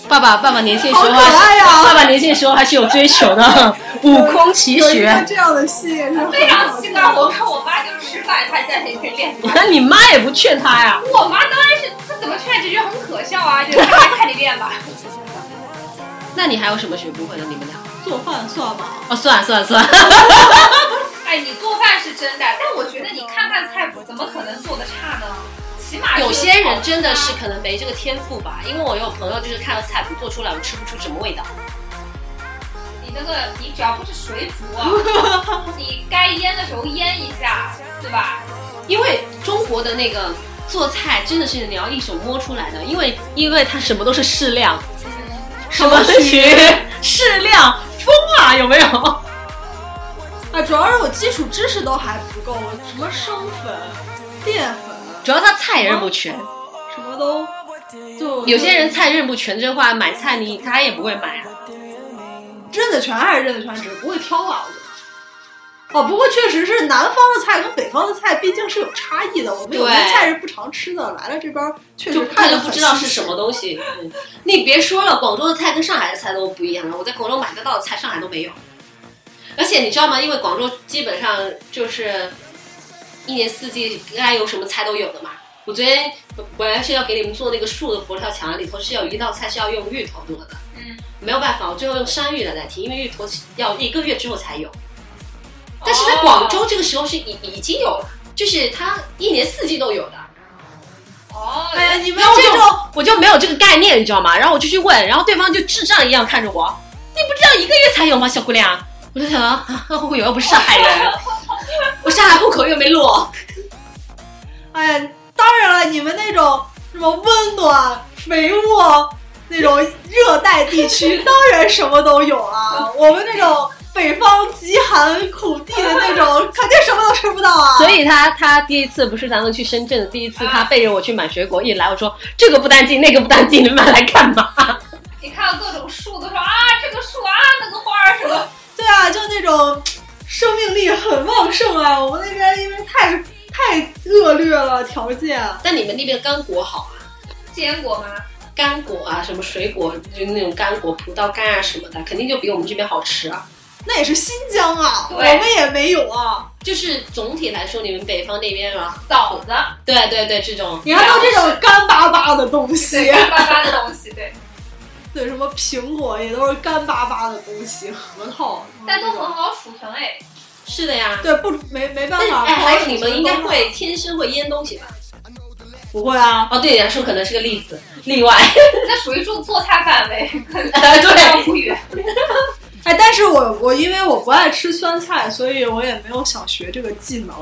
[SPEAKER 1] 爸爸，爸爸年轻时候
[SPEAKER 2] 好可爱啊呀
[SPEAKER 1] 爸爸年轻时候还是有追求 的，悟空奇
[SPEAKER 2] 有一个
[SPEAKER 1] 学。
[SPEAKER 2] 这样的戏也是很好
[SPEAKER 3] 非常奇怪，
[SPEAKER 2] 笑
[SPEAKER 3] 我看我妈就吃饭，她在那边练。
[SPEAKER 1] 那你妈也不劝他呀？
[SPEAKER 3] 我妈当然是，这怎么劝？这就很可笑啊！就是她看你练吧。
[SPEAKER 1] 那你还有什么学不会的？你们俩？
[SPEAKER 2] 做饭算吗？
[SPEAKER 1] 哦，算了算了算了，
[SPEAKER 3] 哎，你做饭是真的，但我觉得你看看菜谱，怎么可能做的差呢？起码
[SPEAKER 1] 有些人真的是可能没这个天赋吧，因为我有朋友就是看到菜谱做出来，我吃不出什么味道。
[SPEAKER 3] 啊你那个，你只要不是水 煮啊，你该腌的时候腌一下，对吧？
[SPEAKER 1] 因为中国的那个做菜真的是你要一手摸出来的，因为因为它什么都是适量，什么 群适量，疯了有没有？
[SPEAKER 2] 啊，主要是我基础知识都还不够，什么生粉、淀粉，
[SPEAKER 1] 主要他菜也认不全，
[SPEAKER 2] 什么都就
[SPEAKER 1] 哦有些人菜认不全的话，买菜你他也不会买啊。
[SPEAKER 2] 认得全还是认得全，只是不会挑吧，我觉得。哦，不过确实是南方的菜跟北方的菜毕竟是有差异的，我们有些
[SPEAKER 1] 对
[SPEAKER 2] 菜是不常吃的，来了这边儿确
[SPEAKER 1] 就
[SPEAKER 2] 实
[SPEAKER 1] 看
[SPEAKER 2] 看
[SPEAKER 1] 着
[SPEAKER 2] 着
[SPEAKER 1] 不知道是什么东西。嗯，你别说了，广州的菜跟上海的菜都不一样了。我在广州买得到的菜，上海都没有。而且你知道吗？因为广州基本上就是一年四季该有什么菜都有的嘛。我昨天本来是要给你们做那个树的佛跳墙，里头是有一道菜是要用芋头做的，
[SPEAKER 3] 嗯，
[SPEAKER 1] 没有办法，我最后用山芋来代替，因为芋头要一个月之后才有。但是在广州这个时候是已已经有了，就是它一年四季都有的。
[SPEAKER 3] 哦，
[SPEAKER 2] 哎呀，你们
[SPEAKER 1] 然后
[SPEAKER 2] 这
[SPEAKER 1] 这
[SPEAKER 2] 种
[SPEAKER 1] 种我就没有这个概念，你知道吗？然后我就去问，然后对方就智障一样看着我，你不知道一个月才有吗，小姑娘？我就想到啊，我又不是上海 人，我上海户口又没落，
[SPEAKER 2] 哎呀，当然了，你们那种什么温暖、肥沃那种热带地区，当然什么都 有啊。我们那种北方极寒苦地的那种，肯定什么都吃不到 啊。
[SPEAKER 1] 所以他他第一次不是咱们去深圳的第一次，他背着我去买水果，一来我说这个不干净，那个不干净，你买来干嘛？
[SPEAKER 3] 你看到各种树都说啊，这个树啊，那个花儿什么，
[SPEAKER 2] 对啊，就那种生命力很旺盛啊。我们那边因为太太恶劣了条件，
[SPEAKER 1] 但你们那边干果好啊，
[SPEAKER 3] 坚果吗？
[SPEAKER 1] 干果啊，什么水果就那种干果，葡萄干啊什么的，肯定就比我们这边好吃啊。
[SPEAKER 2] 那也是新疆啊，
[SPEAKER 3] 对
[SPEAKER 2] 我们也没有啊。
[SPEAKER 1] 就是总体来说，你们北方那边啊，
[SPEAKER 3] 枣子，
[SPEAKER 1] 对对对，这种
[SPEAKER 2] 你还有这种干巴巴的东西
[SPEAKER 3] 对，，干巴巴的东西，对，
[SPEAKER 2] 对什么苹果也都是干巴巴的东西，核桃，
[SPEAKER 3] 但都很好储存哎。
[SPEAKER 1] 是的呀，
[SPEAKER 2] 对，不没没办
[SPEAKER 1] 但是
[SPEAKER 2] 法。
[SPEAKER 1] 哎，
[SPEAKER 2] 不好
[SPEAKER 1] 还有
[SPEAKER 2] 使
[SPEAKER 1] 你们应该会天生会腌东西吧？
[SPEAKER 2] 不会啊？
[SPEAKER 1] 哦，对你来说可能是个例子，例 外。
[SPEAKER 3] 那属于做做菜范围，跟
[SPEAKER 1] 对
[SPEAKER 3] 无语。
[SPEAKER 2] 哎，但是我我因为我不爱吃酸菜，所以我也没有想学这个技能。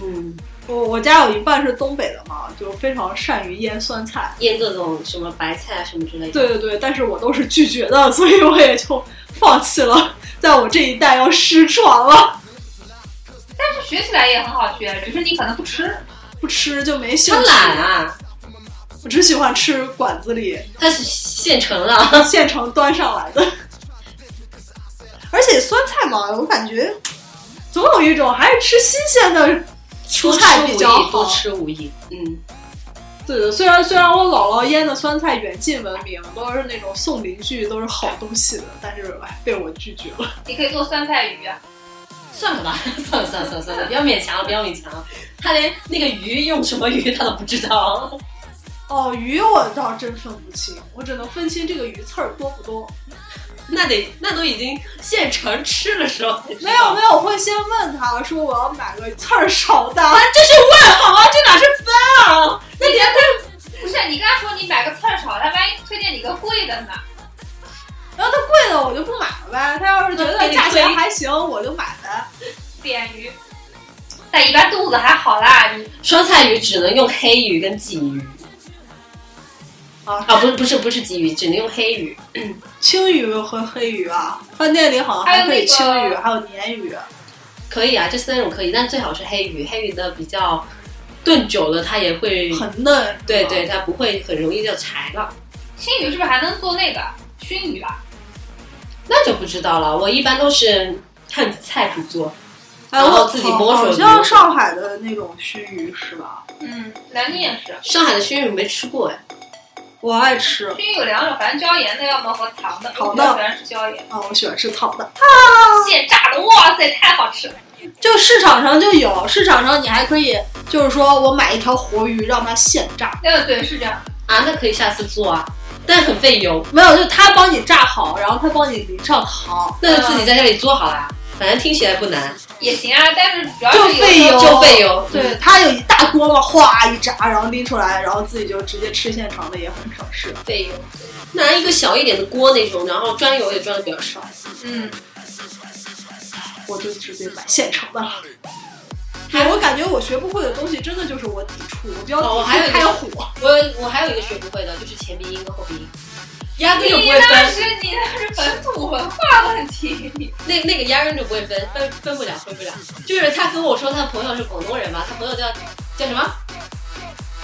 [SPEAKER 1] 嗯，
[SPEAKER 2] 我我家有一半是东北的嘛，就非常善于腌酸菜。
[SPEAKER 1] 腌各种什么白菜啊什么之类的。
[SPEAKER 2] 对对对，但是我都是拒绝的，所以我也就放弃了，在我这一代要失传了，
[SPEAKER 3] 但是学起来也很好学，只是你可能不吃。
[SPEAKER 2] 不吃就没兴
[SPEAKER 1] 他
[SPEAKER 2] 趣。
[SPEAKER 1] 懒啊，
[SPEAKER 2] 我只喜欢吃馆子里
[SPEAKER 1] 他是现成的。
[SPEAKER 2] 现成端上来的。而且酸菜嘛，我感觉总有一种还是吃新鲜的蔬菜比较好。
[SPEAKER 1] 多吃无益。嗯，
[SPEAKER 2] 对的，虽然虽然我姥姥腌的酸菜远近闻名，都是那种送邻居都是好东西的，但是哎被我拒绝了。
[SPEAKER 3] 你可以做酸菜鱼，啊
[SPEAKER 1] 算了吧， 算了算了算了算了，不要勉强了，不要勉强了。他连那个鱼用什么鱼他都不知道。
[SPEAKER 2] 哦，鱼我倒真分不清，我只能分清这个鱼刺儿多不多。
[SPEAKER 1] 那得那都已经现成吃的时候才知道
[SPEAKER 2] 没有没有，我会先问他说我要买个刺儿少的。
[SPEAKER 1] 啊，这是问好吗？这哪是分啊？那你还
[SPEAKER 3] 不是你刚才说你买个刺儿少，他万一推荐你个贵的呢？
[SPEAKER 2] 然后他贵的我就不买了呗，他要是觉得价钱还行，我就买呗。
[SPEAKER 3] 扁鱼，但一般肚子还好啦。你
[SPEAKER 1] 酸菜鱼只能用黑鱼跟鲫鱼
[SPEAKER 2] 啊，
[SPEAKER 1] 啊，不是不是不是鲫鱼，只能用黑鱼。
[SPEAKER 2] 青鱼和黑鱼啊，饭店里好像还可以青
[SPEAKER 3] 还有
[SPEAKER 2] 鱼，
[SPEAKER 3] 那个
[SPEAKER 2] 还有鲶鱼。
[SPEAKER 1] 可以啊，这三种可以，但最好是黑鱼，黑鱼的比较炖久了它也会，
[SPEAKER 2] 很嫩，是吧
[SPEAKER 1] 对对，，它不会很容易就柴了。
[SPEAKER 3] 青鱼是不是还能做那个熏鱼吧？
[SPEAKER 1] 那就不知道了，我一般都是看菜谱做。
[SPEAKER 2] 哎，
[SPEAKER 1] 然后
[SPEAKER 2] 我
[SPEAKER 1] 自己摸索
[SPEAKER 2] 好
[SPEAKER 1] 摸索
[SPEAKER 2] 像上海的那种熏鱼是吧？
[SPEAKER 3] 嗯，南京也是。
[SPEAKER 1] 上海的熏鱼没吃过哎，
[SPEAKER 2] 我爱吃
[SPEAKER 3] 熏鱼有两种，反正椒盐的，要么和糖的。
[SPEAKER 2] 糖的
[SPEAKER 3] 我比较喜欢吃椒盐，
[SPEAKER 2] 啊，我喜欢吃草的。
[SPEAKER 3] 现炸的，哇塞，太好吃了。
[SPEAKER 2] 就市场上就有，市场上你还可以，就是说我买一条活鱼，让它现炸。
[SPEAKER 3] 嗯，对，是这样。
[SPEAKER 1] 啊，那可以下次做啊。但很费油。
[SPEAKER 2] 没有，就他帮你炸好，然后他帮你淋上糖，
[SPEAKER 1] 那就自己在家里做好啦，反正听起来不难，
[SPEAKER 3] 也行啊，但是主要
[SPEAKER 2] 就是
[SPEAKER 3] 有
[SPEAKER 2] 费
[SPEAKER 3] 时
[SPEAKER 2] 油，嗯
[SPEAKER 3] 候
[SPEAKER 1] 就费油
[SPEAKER 2] 对，他有一大锅嘛，哗一炸，然后拎出来，然后自己就直接吃现成的，也很省事。
[SPEAKER 3] 费油。
[SPEAKER 1] 拿一个小一点的锅那种，然后装油也装的比较少。
[SPEAKER 3] 嗯，
[SPEAKER 2] 我就直接买现成的了。哎，我感觉我学不会的东西，真的就是我抵触，我比较
[SPEAKER 1] 哦我还
[SPEAKER 2] 抵
[SPEAKER 1] 有一
[SPEAKER 2] 触
[SPEAKER 1] 个
[SPEAKER 2] 开火。
[SPEAKER 1] 我有我还有一个学不会的，就是前鼻音跟后鼻音，压根就不
[SPEAKER 3] 你
[SPEAKER 1] 会
[SPEAKER 3] 那
[SPEAKER 1] 分，
[SPEAKER 3] 是你那是本土文化问题。
[SPEAKER 1] 那那个压根就不会分，分分不了，分不了。就是他跟我说他朋友是广东人嘛，他朋友叫叫什么？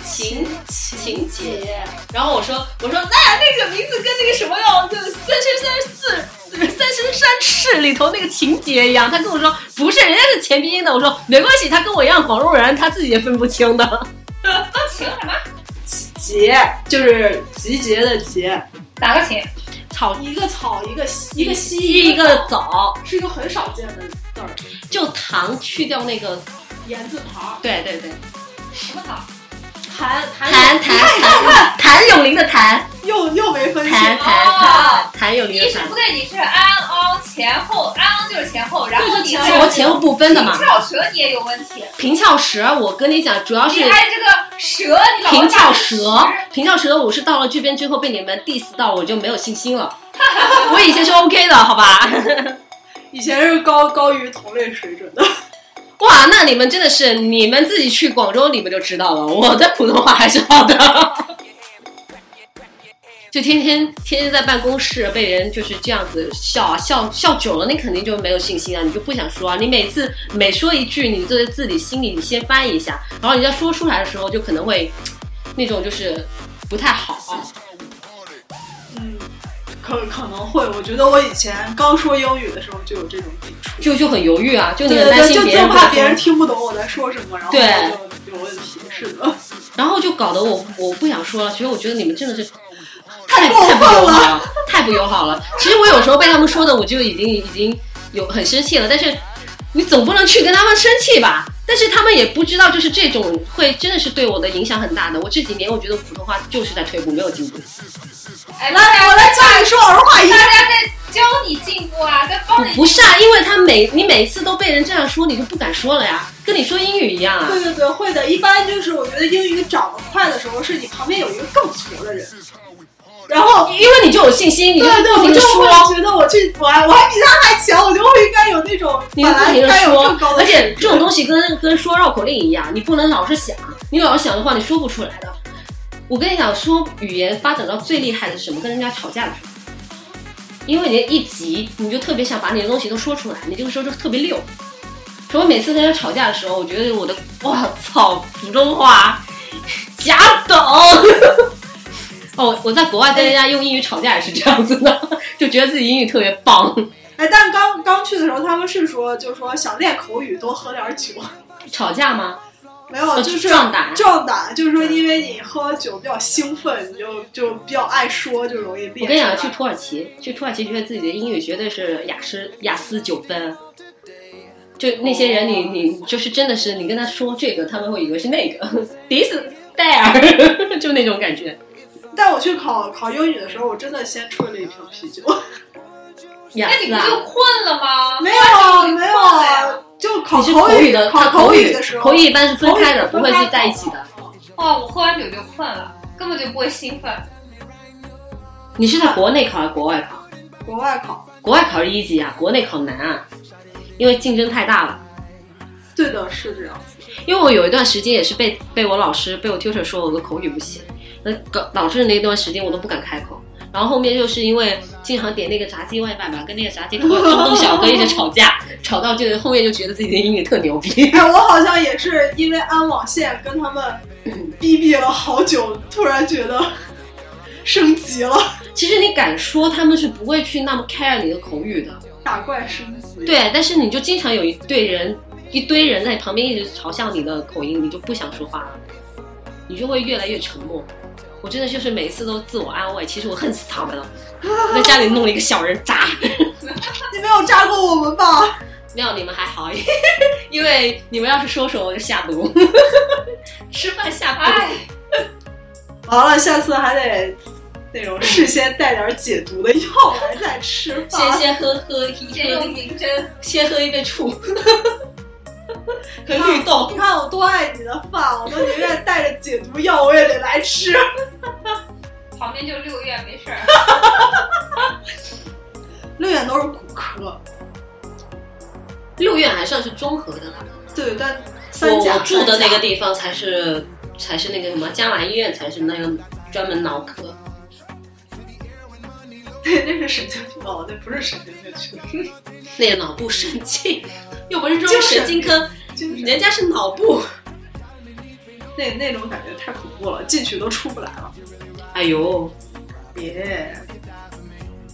[SPEAKER 1] 秦秦姐，然后我说我说那那个名字跟那个什么哟，就三生三世四三生三世里头那个情节一样，他跟我说不是，人家是前鼻音的，我说没关系，他跟我一样广东人，他自己也分不清的。
[SPEAKER 3] 行什么？
[SPEAKER 2] 节就是集结的节，
[SPEAKER 3] 哪个秦？
[SPEAKER 1] 草
[SPEAKER 2] 一个草一个
[SPEAKER 1] 一
[SPEAKER 2] 一
[SPEAKER 1] 个西
[SPEAKER 2] 个西
[SPEAKER 1] 一个枣，
[SPEAKER 2] 是一个很少见的字儿，
[SPEAKER 1] 就糖去掉那个，
[SPEAKER 2] 言字旁，
[SPEAKER 1] 对对对，
[SPEAKER 3] 什么好？
[SPEAKER 2] 谭谭
[SPEAKER 1] 谭谭谭谭咏麟的谭，
[SPEAKER 2] 又又没 分
[SPEAKER 1] 谭谭
[SPEAKER 2] 清。
[SPEAKER 1] 谭谭咏麟
[SPEAKER 3] 你
[SPEAKER 1] 的
[SPEAKER 3] 是
[SPEAKER 1] 谭
[SPEAKER 3] 不，对，你是安凹前后，安凹就是前后，然后你
[SPEAKER 1] 前后前后不分的嘛。
[SPEAKER 3] 翘舌你也有问题，
[SPEAKER 1] 平翘舌，我跟你讲，主要是
[SPEAKER 3] 你还这个舌，你老
[SPEAKER 1] 平翘舌
[SPEAKER 3] 舌，
[SPEAKER 1] 平翘舌，我是到了这边之后被你们 diss 到，我就没有信心 了。我以前是 OK 的，好吧？
[SPEAKER 2] 以前是高高于同类水准的，
[SPEAKER 1] 哇，那你们真的是，你们自己去广州你们就知道了，我的普通话还是好的。就天天天天在办公室被人就是这样子笑啊笑笑久了，你肯定就没有信心啊，你就不想说啊。你每次每说一句，你就在自己心里你先翻译一下，然后你要说出来的时候，就可能会那种就是不太好啊。
[SPEAKER 2] 嗯， 可可能会。我觉得我以前刚说英语的时候就有这种抵触，
[SPEAKER 1] 就就很犹豫啊，就你
[SPEAKER 2] 对
[SPEAKER 1] 很担
[SPEAKER 2] 对，
[SPEAKER 1] 心
[SPEAKER 2] 就
[SPEAKER 1] 别
[SPEAKER 2] 就
[SPEAKER 1] 人
[SPEAKER 2] 怕
[SPEAKER 1] 不
[SPEAKER 2] 别人
[SPEAKER 1] 说
[SPEAKER 2] 听不懂我在说什么，然后
[SPEAKER 1] 对
[SPEAKER 2] 就有问题。是的，
[SPEAKER 1] 然后就搞得我我不想说了。其实我觉得你们真的是太
[SPEAKER 2] 太过
[SPEAKER 1] 太
[SPEAKER 2] 分
[SPEAKER 1] 不友
[SPEAKER 2] 了
[SPEAKER 1] 好了，太不友好了。其实我有时候被他们说的，我就已经已经有很生气了，但是你总不能去跟他们生气吧？但是他们也不知道，就是这种会真的是对我的影响很大的。我这几年我觉得普通话就是在退步，没有进步。
[SPEAKER 3] 哎，
[SPEAKER 2] 来，我来教你说儿化音
[SPEAKER 3] 大。家在教你进步啊，在帮你
[SPEAKER 1] 不是啊，因为他每你每次都被人这样说，你就不敢说了呀，跟你说英语一样啊。
[SPEAKER 2] 对对对，会的。一般就是我觉得英语长得快的时候，是你旁边有一个更矬的人，然后。
[SPEAKER 1] 因为你就有信心，你
[SPEAKER 2] 对
[SPEAKER 1] 就
[SPEAKER 2] 对，
[SPEAKER 1] 不
[SPEAKER 2] 我
[SPEAKER 1] 停
[SPEAKER 2] 就
[SPEAKER 1] 的说。
[SPEAKER 2] 会觉得我去，我还我还比他还强，我就会应该有那种
[SPEAKER 1] 你
[SPEAKER 2] 本
[SPEAKER 1] 就不
[SPEAKER 2] 来
[SPEAKER 1] 停
[SPEAKER 2] 应
[SPEAKER 1] 的
[SPEAKER 2] 该有
[SPEAKER 1] 说
[SPEAKER 2] 更高，的
[SPEAKER 1] 而且这种东西跟跟说绕口令一样，你不能老是想，你老是想的话，你说不出来的。我跟你讲，说语言发展到最厉害的是什么？跟人家吵架的时候，因为你一急，你就特别想把你的东西都说出来，你这个时候就特别溜。所以我每次跟人吵架的时候，我觉得我的哇操，普通话假懂。哦，我在国外跟人家用英语吵架也是这样子的，就觉得自己英语特别棒。
[SPEAKER 2] 哎，但刚刚去的时候，他们是说，就是说想练口语，多喝点酒。
[SPEAKER 1] 吵架吗？
[SPEAKER 2] 没有，
[SPEAKER 1] 呃
[SPEAKER 2] 就是
[SPEAKER 1] 壮胆
[SPEAKER 2] 壮胆，就是说，因为你喝酒比较兴奋，你就就比较爱说，就容易练。
[SPEAKER 1] 我跟你讲，去土耳其，去土耳其觉得自己的英语绝对是雅思雅思九分。就那些人你，你就是真的是，你跟他说这个，他们会以为是那个 this there，就 那种感觉。
[SPEAKER 2] 但我去考考英语的时候，我真的先吹了一瓶啤酒。
[SPEAKER 1] 哦
[SPEAKER 2] 哎
[SPEAKER 1] 雅
[SPEAKER 3] 那你
[SPEAKER 1] 思
[SPEAKER 3] 不
[SPEAKER 1] 啊，
[SPEAKER 3] 就困了吗？
[SPEAKER 2] 没有，
[SPEAKER 3] 你
[SPEAKER 2] 没
[SPEAKER 3] 困了呀
[SPEAKER 2] 有，就考
[SPEAKER 1] 你是
[SPEAKER 2] 口
[SPEAKER 1] 语的，
[SPEAKER 2] 考
[SPEAKER 1] 考口
[SPEAKER 2] 语的时候，
[SPEAKER 1] 口语一般是分开的，不
[SPEAKER 2] 口语
[SPEAKER 1] 会
[SPEAKER 2] 分开
[SPEAKER 1] 是在一起的。
[SPEAKER 3] 哇，我喝完酒就困了，根本就不会兴奋。
[SPEAKER 1] 你是在国内考还是国外考？
[SPEAKER 2] 国外考。
[SPEAKER 1] 国外考是一级啊，国内考难啊，因为竞争太大了。
[SPEAKER 2] 对的，是这样子。
[SPEAKER 1] 因为我有一段时间也是被被我老师被我 tutor 说我的口语不行，那搞导致那段时间我都不敢开口。然后后面就是因为经常点那个炸鸡外卖嘛，跟那个炸鸡中东小哥一直吵架， 吵到就后面就觉得自己的英语特牛逼。
[SPEAKER 2] 哎，我好像也是因为安网线跟他们逼逼了好久，突然觉得 升级了，
[SPEAKER 1] 其实你敢说他们是不会去那么 care 你的口语的，
[SPEAKER 2] 打怪升级。
[SPEAKER 1] 对，但是你就经常有一堆人一堆人在旁边一直嘲笑你的口音，你就不想说话了，你就会越来越沉默。我真的就是每一次都自我安慰，其实我恨死他们 了，在家里弄了一个小人渣。
[SPEAKER 2] 你没有扎过我们吧？
[SPEAKER 1] 没有，你们还好，因为你们要是说说我就下毒， 吃饭下毒。
[SPEAKER 3] 哎，
[SPEAKER 2] 完了，下次还得那种事先带点解毒的药来再吃
[SPEAKER 1] 先
[SPEAKER 2] 饭。
[SPEAKER 1] 先喝喝一
[SPEAKER 3] 先
[SPEAKER 1] 喝
[SPEAKER 3] 用明针，
[SPEAKER 1] 先喝一杯醋 和绿豆
[SPEAKER 2] 你。看我多爱你的饭，我都宁愿带着解毒药我也得来吃。
[SPEAKER 3] 旁边就六月没事儿。
[SPEAKER 2] 六眼都是骨科，
[SPEAKER 1] 六院还算是综合的啦，
[SPEAKER 2] 对，但
[SPEAKER 1] 我
[SPEAKER 2] 三甲
[SPEAKER 1] 我住的那个
[SPEAKER 2] 三甲
[SPEAKER 1] 地方才是才是那个什么江南医院，才是那个专门脑科。
[SPEAKER 2] 对，那是神经病哦，那不是神经病去的，
[SPEAKER 1] 那个脑部神经，又不是中医神经科，
[SPEAKER 2] 就是
[SPEAKER 1] 人家是脑部。
[SPEAKER 2] 那那种感觉太恐怖了，进去都出不来了。
[SPEAKER 1] 哎呦，
[SPEAKER 2] 耶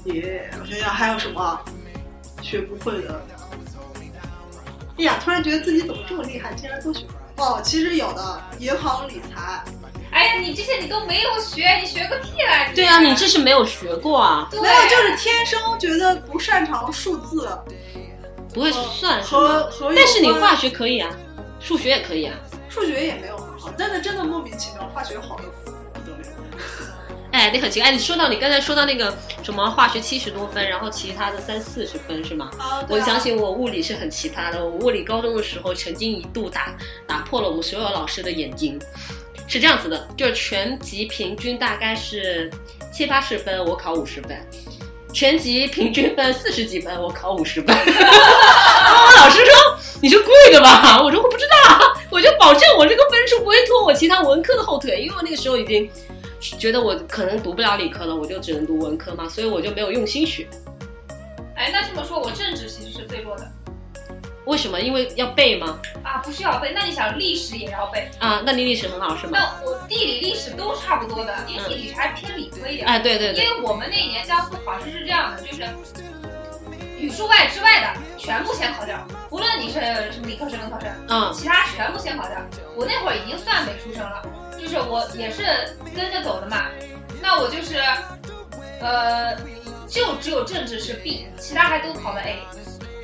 [SPEAKER 2] 耶，我想想还有什么啊学不会的？哎呀，突然觉得自己怎么这么厉害，竟然都学不会。哦，其实有的银行理财，
[SPEAKER 3] 哎呀，你这些你都没有学，你学个屁啦！
[SPEAKER 1] 对啊，你这是没有学过啊，
[SPEAKER 3] 对
[SPEAKER 2] 没有就是天生觉得不擅长数字
[SPEAKER 1] 不会算是吗？
[SPEAKER 2] 和和有关，
[SPEAKER 1] 但是你化学可以啊，数学也可以啊。
[SPEAKER 2] 数学也没有很好，但是真的莫名其妙，化学好的不得了。
[SPEAKER 1] 哎，你很奇怪。哎，你说到你刚才说到那个什么化学七十多分，然后其他的三四十分是吗？
[SPEAKER 2] 啊，对
[SPEAKER 1] 我
[SPEAKER 2] 啊
[SPEAKER 1] 相信我物理是很奇葩的，我物理高中的时候曾经一度打打破了我们所有老师的眼睛。是这样子的，就是全级平均大概是七八十分，我考五十分；全级平均分四十几分，我考五十分。然后我老师说：“你是故意的吧？”我说：“我不知道啊，我就保证我这个分数不会拖我其他文科的后腿，因为我那个时候已经觉得我可能读不了理科了，我就只能读文科嘛，所以我就没有用心学。
[SPEAKER 3] 哎，那这么说，我政治其实是最弱的
[SPEAKER 1] 为什么？因为要背吗？
[SPEAKER 3] 啊，不需要背。那你想历史也要背？
[SPEAKER 1] 啊，那你历史很好是吗？
[SPEAKER 3] 那我地理、历史都差不多的，因为地理还偏理科一点。
[SPEAKER 1] 哎，对对
[SPEAKER 3] 因
[SPEAKER 1] 对，
[SPEAKER 3] 为我们那一年江苏考试是这样的，就是语数外之外的全部先考掉，无论你是什么理科生、文科生，
[SPEAKER 1] 嗯
[SPEAKER 3] 其他全部先考掉。我那会儿已经算没出生了，就是我也是跟着走的嘛。那我就是，呃，就只有政治是 B，其他还都考了 A。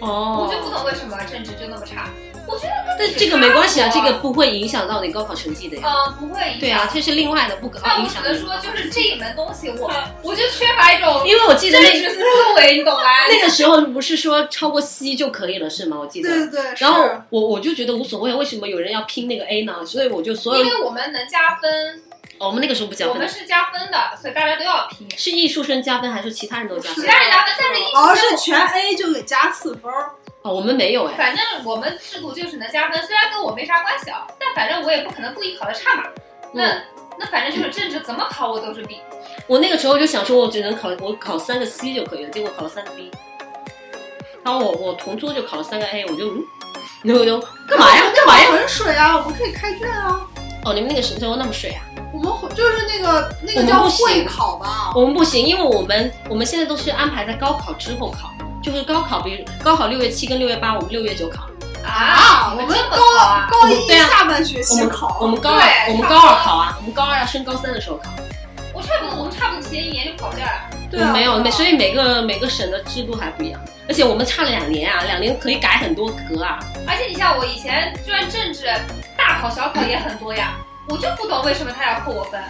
[SPEAKER 1] 哦
[SPEAKER 3] 我就不懂为什么政治就那么差，我觉得
[SPEAKER 1] 但
[SPEAKER 3] 跟
[SPEAKER 1] 这个没关系啊，这个
[SPEAKER 3] 嗯、
[SPEAKER 1] 不会影响到你高考成绩的呀。
[SPEAKER 3] 呃、不会影响。
[SPEAKER 1] 对啊，这是另外的，不可
[SPEAKER 3] 那
[SPEAKER 1] 影
[SPEAKER 3] 我只
[SPEAKER 1] 响。
[SPEAKER 3] 能说，就是这一门东西我，我就缺乏一种
[SPEAKER 1] 因为我记得
[SPEAKER 3] 政
[SPEAKER 1] 那
[SPEAKER 3] 治思维，你懂吗？
[SPEAKER 1] 那个时候不是说超过 C 就可以了是吗？我记
[SPEAKER 2] 对对
[SPEAKER 1] 得。
[SPEAKER 2] 对，
[SPEAKER 1] 然
[SPEAKER 2] 是
[SPEAKER 1] 后我我就觉得无所谓，为什么有人要拼那个 A 呢？所以我就所有
[SPEAKER 3] 因为我们能加分，
[SPEAKER 1] 哦我们那个时候不加
[SPEAKER 3] 我
[SPEAKER 1] 分
[SPEAKER 3] 们
[SPEAKER 1] 的，
[SPEAKER 3] 是加分的，所以大家都要拼。
[SPEAKER 1] 是艺术生加分还是其他人都加
[SPEAKER 3] 其
[SPEAKER 1] 分？
[SPEAKER 3] 他人加分，但是一
[SPEAKER 2] 好像是全 A 就给加四分儿。
[SPEAKER 1] 哦，我们没有哎。
[SPEAKER 3] 反正我们制度就是能加分，虽然跟我没啥关系啊，但反正我也不可能故意考的差嘛。那、
[SPEAKER 1] 嗯，
[SPEAKER 3] 那反正就是政治怎么考我都是 B。
[SPEAKER 1] 我那个时候就想说，我只能考我考三个 C 就可以了，结果考了三个 B。然后我我同桌就考了三个 A，我就嗯，然后我就干嘛呀干嘛呀？
[SPEAKER 2] 浑水啊，我们可以开卷啊，
[SPEAKER 1] 哦，你们那个时候那么水啊？
[SPEAKER 2] 我们混就是那个那
[SPEAKER 1] 我
[SPEAKER 2] 个
[SPEAKER 1] 们
[SPEAKER 2] 叫
[SPEAKER 1] 不行
[SPEAKER 2] 会考吧。
[SPEAKER 1] 我们不行，因为我们我们现在都是安排在高考之后考，就是高考，比如高考六月七跟六月八，我们六月九考。
[SPEAKER 3] 啊，
[SPEAKER 2] 我
[SPEAKER 3] 你
[SPEAKER 2] 们
[SPEAKER 3] 们这么
[SPEAKER 2] 高
[SPEAKER 3] 考啊？
[SPEAKER 2] 高一
[SPEAKER 1] 对啊
[SPEAKER 2] 下半学
[SPEAKER 1] 我
[SPEAKER 2] 期
[SPEAKER 1] 们
[SPEAKER 2] 考，
[SPEAKER 1] 我们高二，
[SPEAKER 3] 对
[SPEAKER 1] 我们
[SPEAKER 3] 差
[SPEAKER 1] 高
[SPEAKER 3] 不多
[SPEAKER 1] 二考啊，我们高二要升高三的时候考。
[SPEAKER 3] 我差不多，我们差不多前一年就考掉了。
[SPEAKER 2] 对
[SPEAKER 1] 我
[SPEAKER 2] 啊
[SPEAKER 1] 们没有，每所
[SPEAKER 2] 对啊
[SPEAKER 1] 以每个每个省的制度还不一样，而且我们差了两年啊，两年可以改很多格啊。
[SPEAKER 3] 而且你像我以前居然政治大考小考也很多呀，我就不懂为什么他要扣我分。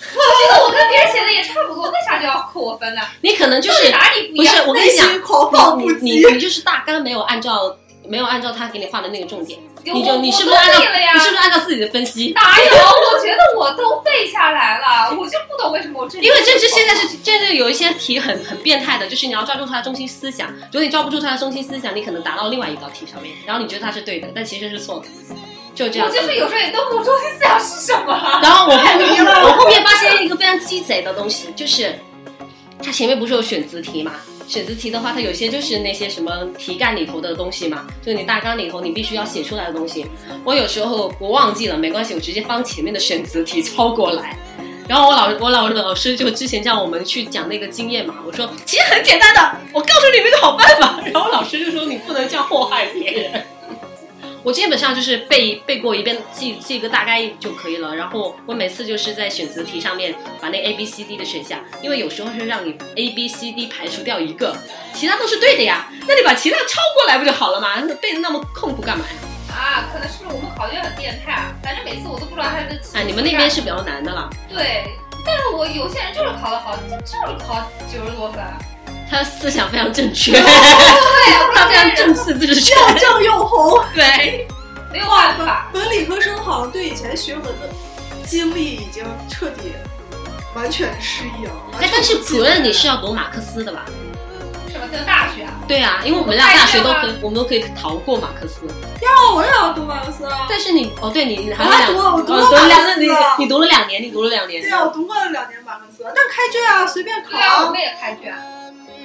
[SPEAKER 3] 我觉得我跟别人写的也差不多，为啥就要扣我分呢？
[SPEAKER 1] 你可能就
[SPEAKER 3] 到底
[SPEAKER 1] 是
[SPEAKER 3] 哪里不一
[SPEAKER 1] 不
[SPEAKER 3] 样？
[SPEAKER 1] 是我跟
[SPEAKER 2] 内
[SPEAKER 1] 你讲，
[SPEAKER 2] 心狂放不
[SPEAKER 1] 你
[SPEAKER 2] 羁
[SPEAKER 1] 你，你就是大纲没有按照没有按照他给你画的那个重点，你
[SPEAKER 3] 我
[SPEAKER 1] 就
[SPEAKER 3] 我
[SPEAKER 1] 你是不
[SPEAKER 3] 都
[SPEAKER 1] 是按照
[SPEAKER 3] 背了呀
[SPEAKER 1] 你？是不是按照自己的分析？
[SPEAKER 3] 哪有？我觉得我都背下来了，我就不懂为什 么我政治。
[SPEAKER 1] 因为政治现在是政治有一些题很很变态的，就是你要抓住它的中心思想。如果你抓不住它的中心思想，你可能答到另外一道题上面，然后你觉得它是对的，但其实是错的，就这样
[SPEAKER 3] 我。就是有时候也弄不懂你想是什么。
[SPEAKER 1] 然后我后面我后面发现一个非常鸡贼的东西，就是它前面不是有选择题嘛？选择题的话，它有些就是那些什么题干里头的东西嘛，就是你大纲里头你必须要写出来的东西。我有时候我忘记了，没关系，我直接翻前面的选择题抄过来。然后我老我老老师就之前叫我们去讲那个经验嘛，我说其实很简单的，我告诉你们一个好办法。然后老师就说你不能这样祸害别人。我基本上就是背背过一遍，记记个大概就可以了。然后我每次就是在选择题上面把那 A B C D 的选项，因为有时候是让你 A B C D 排除掉一个，其他都是对的呀。那你把其他抄过来不就好了嘛？那背的那么痛苦干嘛呀？
[SPEAKER 3] 啊，可能是不是我们考卷很变态啊？反正每次我都不知道他的。
[SPEAKER 1] 哎，你们那边是比较难的啦。
[SPEAKER 3] 对，但是我有些人就是考得好，他就是考九十多分。啊
[SPEAKER 1] 他思想非常正 确，
[SPEAKER 3] 对啊呀、我
[SPEAKER 1] 哦他非常
[SPEAKER 3] 真
[SPEAKER 1] 正视自己，
[SPEAKER 2] 又正又红，
[SPEAKER 1] 对，哎
[SPEAKER 3] 没有办法。
[SPEAKER 2] 文理科生好像对以前学文的经历已经彻底完全失忆了。完
[SPEAKER 1] 哎，
[SPEAKER 2] 全
[SPEAKER 1] 但是
[SPEAKER 2] 不记
[SPEAKER 1] 主
[SPEAKER 2] 得
[SPEAKER 1] 任你
[SPEAKER 2] 了
[SPEAKER 1] 是要读马克思的吧？
[SPEAKER 3] 什么叫大学啊？
[SPEAKER 1] 对啊，因为我们俩大学都可以，我们都可以逃过马克思。
[SPEAKER 2] 哦，我也要读马克思啊。
[SPEAKER 1] 但是你哦，对你还有
[SPEAKER 2] 我还
[SPEAKER 1] 两，
[SPEAKER 2] 啊读了我读
[SPEAKER 1] 哦
[SPEAKER 2] 了
[SPEAKER 1] 读了
[SPEAKER 2] 马
[SPEAKER 1] 两
[SPEAKER 2] 克思
[SPEAKER 1] 你
[SPEAKER 2] 啊
[SPEAKER 1] 你读了两年，你读了两年
[SPEAKER 2] 对。啊，我读过了两年马克思，但开卷啊，随便考
[SPEAKER 3] 对啊，我
[SPEAKER 2] 啊
[SPEAKER 3] 们，也开卷。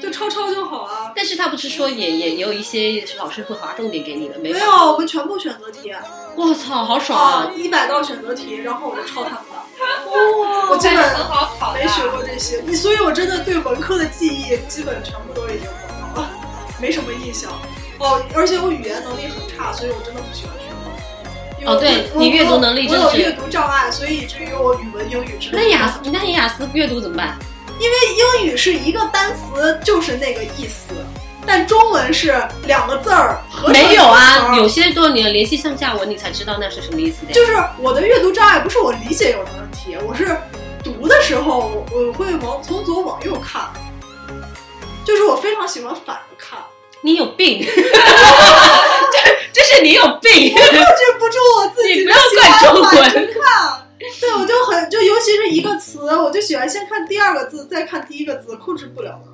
[SPEAKER 2] 就抄抄就好啊。
[SPEAKER 1] 但是他不是说也也也有一些老师会划重点给你的，没
[SPEAKER 2] 没
[SPEAKER 1] 有？
[SPEAKER 2] 有，我们全部选择题
[SPEAKER 1] 我操，好爽
[SPEAKER 2] 啊
[SPEAKER 1] 啊！，
[SPEAKER 2] 一百道选择题，然后我就抄他们的。我基
[SPEAKER 3] 但是
[SPEAKER 2] 本
[SPEAKER 3] 很好考的啊
[SPEAKER 2] 没。学过这些，你所以我真的对文科的记忆基本全部都已经忘光了，没什么印象。哦，而且我语言能力很差，所以我真的不喜欢学文。因为
[SPEAKER 1] 哦对
[SPEAKER 2] 我
[SPEAKER 1] 你阅读
[SPEAKER 2] 我
[SPEAKER 1] 能力真
[SPEAKER 2] 我
[SPEAKER 1] 是
[SPEAKER 2] 有阅读障碍，所以以至于我语文、英语之类
[SPEAKER 1] 那
[SPEAKER 2] 的
[SPEAKER 1] 雅思，那你雅思阅读怎么办？
[SPEAKER 2] 英语是一个单词，就是那个意思，但中文是两个字儿合成一个
[SPEAKER 1] 没有啊，
[SPEAKER 2] 词儿
[SPEAKER 1] 有些都你要联系上下文，你才知道那是什么意思的呀。
[SPEAKER 2] 就是我的阅读障碍不是我理解有问题，我是读的时候我我会往从左往右看，就是我非常喜欢反着看，
[SPEAKER 1] 你有病， 这这是你有病，
[SPEAKER 2] 控制不住我自己
[SPEAKER 1] 你
[SPEAKER 2] 的
[SPEAKER 1] 不要怪中
[SPEAKER 2] 喜欢反
[SPEAKER 1] 文
[SPEAKER 2] 着。看。对，我就很就尤其是一个词，我就喜欢先看第二个字，再看第一个字，控制不了了。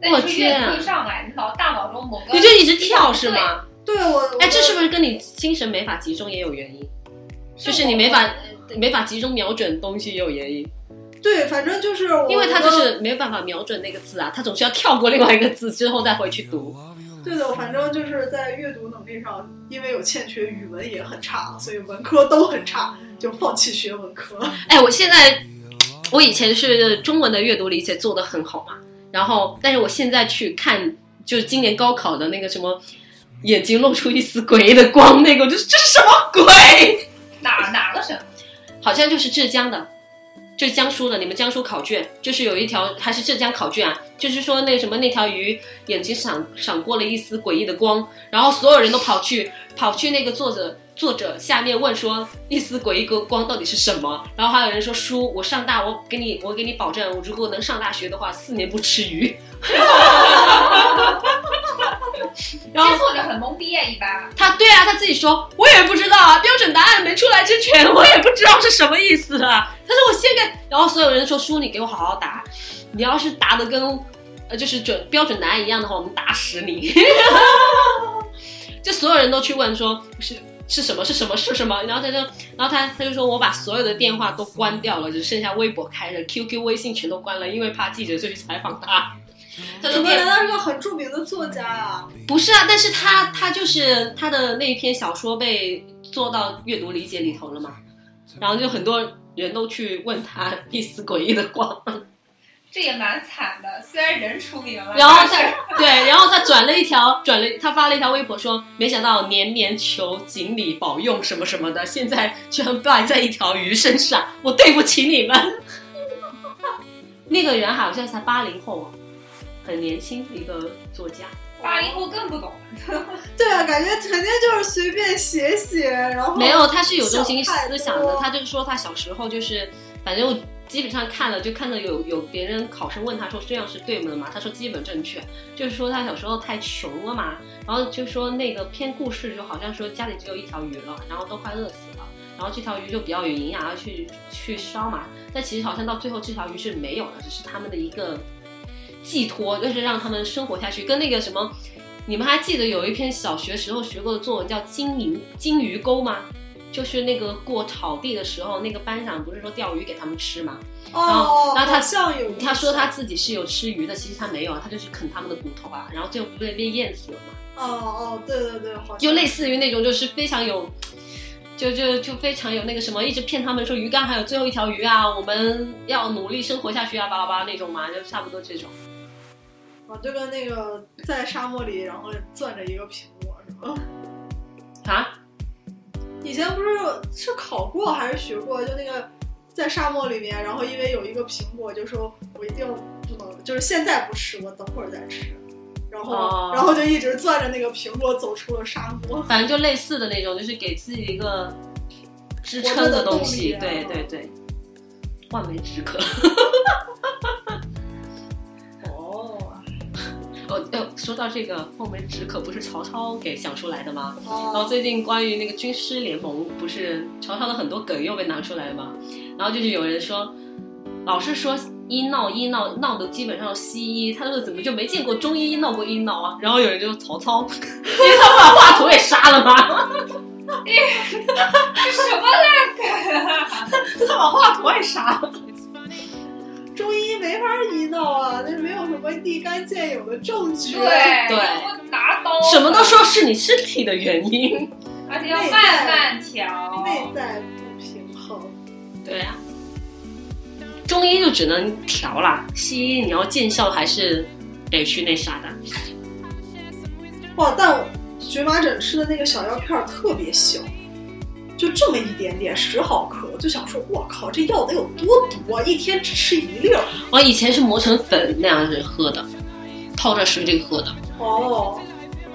[SPEAKER 3] 那你
[SPEAKER 1] 我
[SPEAKER 3] 是
[SPEAKER 1] 天啊
[SPEAKER 3] 阅读上来，你脑大脑中某个
[SPEAKER 1] 你就一直跳是吗？
[SPEAKER 2] 对我，
[SPEAKER 1] 哎，这是不
[SPEAKER 2] 是
[SPEAKER 1] 是跟你精神没法集中也有原因？
[SPEAKER 3] 对
[SPEAKER 1] 就是你没法没法集中瞄准东西也有原因，
[SPEAKER 2] 对？反正就是我，
[SPEAKER 1] 因为他就是没有办法瞄准那个字啊，他总是要跳过另外一个字之后再回去读。
[SPEAKER 2] 对的，我反正就是在阅读能力上，因为有欠缺，语文也很差，所以文科都很差，就放弃学文科。
[SPEAKER 1] 哎，我现在我以前是中文的阅读理解做得很好嘛，然后但是我现在去看，就是今年高考的那个什么。眼睛露出一丝诡异的光，那个我就是这是什么鬼？
[SPEAKER 3] 哪哪个省？
[SPEAKER 1] 好像就是浙江的，就是江苏的。你们江苏考卷就是有一条，还是浙江考卷啊？就是说那什么那条鱼眼睛闪闪过了一丝诡异的光，然后所有人都跑去跑去那个作者作者下面问说一丝诡异的光到底是什么？然后还有人说叔，我上大我给你我给你保证，我如果能上大学的话，四年不吃鱼。 然后
[SPEAKER 3] 其实作者很懵逼啊，一般。
[SPEAKER 1] 他对啊，他自己说，我也不知道啊，标准答案没出来之前，我也不知道是什么意思啊。他说我现在，然后所有人说叔，你给我好好答，你要是答的跟呃就是准标准答案一样的话，我们打死你。 就所有人都去问说是是什么是什么是什么，然后他就然后他他就说我把所有的电话都关掉了，只剩下微博开着，QQ、微信全都关了，因为怕记者就去采访他。他
[SPEAKER 2] 什
[SPEAKER 1] 说
[SPEAKER 2] 么？
[SPEAKER 1] 电
[SPEAKER 2] 难道是个很著名的作家啊？
[SPEAKER 1] 不是啊，但是他他就是他的那一篇小说被做到阅读理解里头了嘛，然后就很多人都去问他一丝诡异的 光，
[SPEAKER 3] 这也蛮惨的，虽然人出名了，
[SPEAKER 1] 然后
[SPEAKER 3] 但是
[SPEAKER 1] 他对，然后他转了一条转了，他发了一条微博说，没想到年年求锦鲤保佑什么什么的，现在居然败在一条鱼身上，我对不起你们。 那个人好像才八零后啊，很年轻的一个作家。
[SPEAKER 3] 八零后更不懂。
[SPEAKER 2] 对啊，感觉肯定就是随便写写，然后
[SPEAKER 1] 没有，他是有中心思
[SPEAKER 2] 想
[SPEAKER 1] 想
[SPEAKER 2] 太
[SPEAKER 1] 的
[SPEAKER 2] 多。
[SPEAKER 1] 他就是说他小时候就是，反正我基本上看了就看到有有别人考生问他说这样是对的吗？他说基本正确，就是说他小时候太穷了嘛，然后就说那个编故事就好像说家里只有一条鱼了，然后都快饿死了。然后这条鱼就比较有营养，要去去烧嘛。但其实好像到最后这条鱼是没有了，只是他们的一个寄托，就是让他们生活下去。跟那个什么，你们还记得有一篇小学时候学过的作文叫《金鱼金鱼钩》吗？就是那个过草地的时候，那个班长不是说钓鱼给他们吃吗？
[SPEAKER 2] 哦，
[SPEAKER 1] 然后嗯他
[SPEAKER 2] 好像有，
[SPEAKER 1] 他说他自己是有吃鱼的，其实他没有，啊，他就去啃他们的骨头啊，然后最后不被被淹死了嘛。
[SPEAKER 2] 哦哦，对对对，好像
[SPEAKER 1] 就类似于那种就是非常有，就就就非常有那个什么，一直骗他们说鱼竿还有最后一条鱼啊，我们要努力生活下去啊，巴拉巴拉那种嘛，就差不多这种。
[SPEAKER 2] 啊，就跟那个在沙漠里，然后攥着一个苹果是吧？
[SPEAKER 1] 啊，
[SPEAKER 2] 以前不是是考过还是学过，就那个在沙漠里面，然后因为有一个苹果，就说我一定不能，就是现在不吃，我等会儿再吃。然后，
[SPEAKER 1] 哦
[SPEAKER 2] 然后就一直攥着那个苹果走出了沙漠。
[SPEAKER 1] 反正就类似的那种，就是给自己一个支
[SPEAKER 2] 活
[SPEAKER 1] 撑
[SPEAKER 2] 着的
[SPEAKER 1] 东
[SPEAKER 2] 动力
[SPEAKER 1] 西。
[SPEAKER 2] 啊
[SPEAKER 1] 对对对，望梅止渴。
[SPEAKER 3] 哦，
[SPEAKER 1] 哦，呃，说到这个望梅止渴，不是曹操给想出来的吗？然后
[SPEAKER 3] 哦，
[SPEAKER 1] 最近关于那个军师联盟，不是曹操的很多梗又被拿出来嘛？然后就是有人说，老是说医闹医闹闹的基本上西医，他说怎么就没见过中医闹过医闹啊？然后有人就说曹操， 因为他不把华佗给杀了吗？
[SPEAKER 3] 这什么烂梗啊！
[SPEAKER 1] 他把华佗给杀了，
[SPEAKER 2] 中医没法医闹啊，那没有什么立竿见影的证据。
[SPEAKER 3] 对
[SPEAKER 1] 对
[SPEAKER 3] 我拿刀，
[SPEAKER 1] 什么都，说是你身体的原因。
[SPEAKER 3] 而且要慢慢调。
[SPEAKER 2] 内在不平衡。
[SPEAKER 1] 对啊，中医就只能调啦，西医你要见效还是得去那啥的。
[SPEAKER 2] 哇，但我荨麻疹吃的那个小药片儿特别小，就这么一点点，十毫克，我就想说，我靠，这药得有多毒啊！一天只吃一粒儿。
[SPEAKER 1] 我哦以前是磨成粉那样子喝的，泡着水里喝的。
[SPEAKER 2] 哦，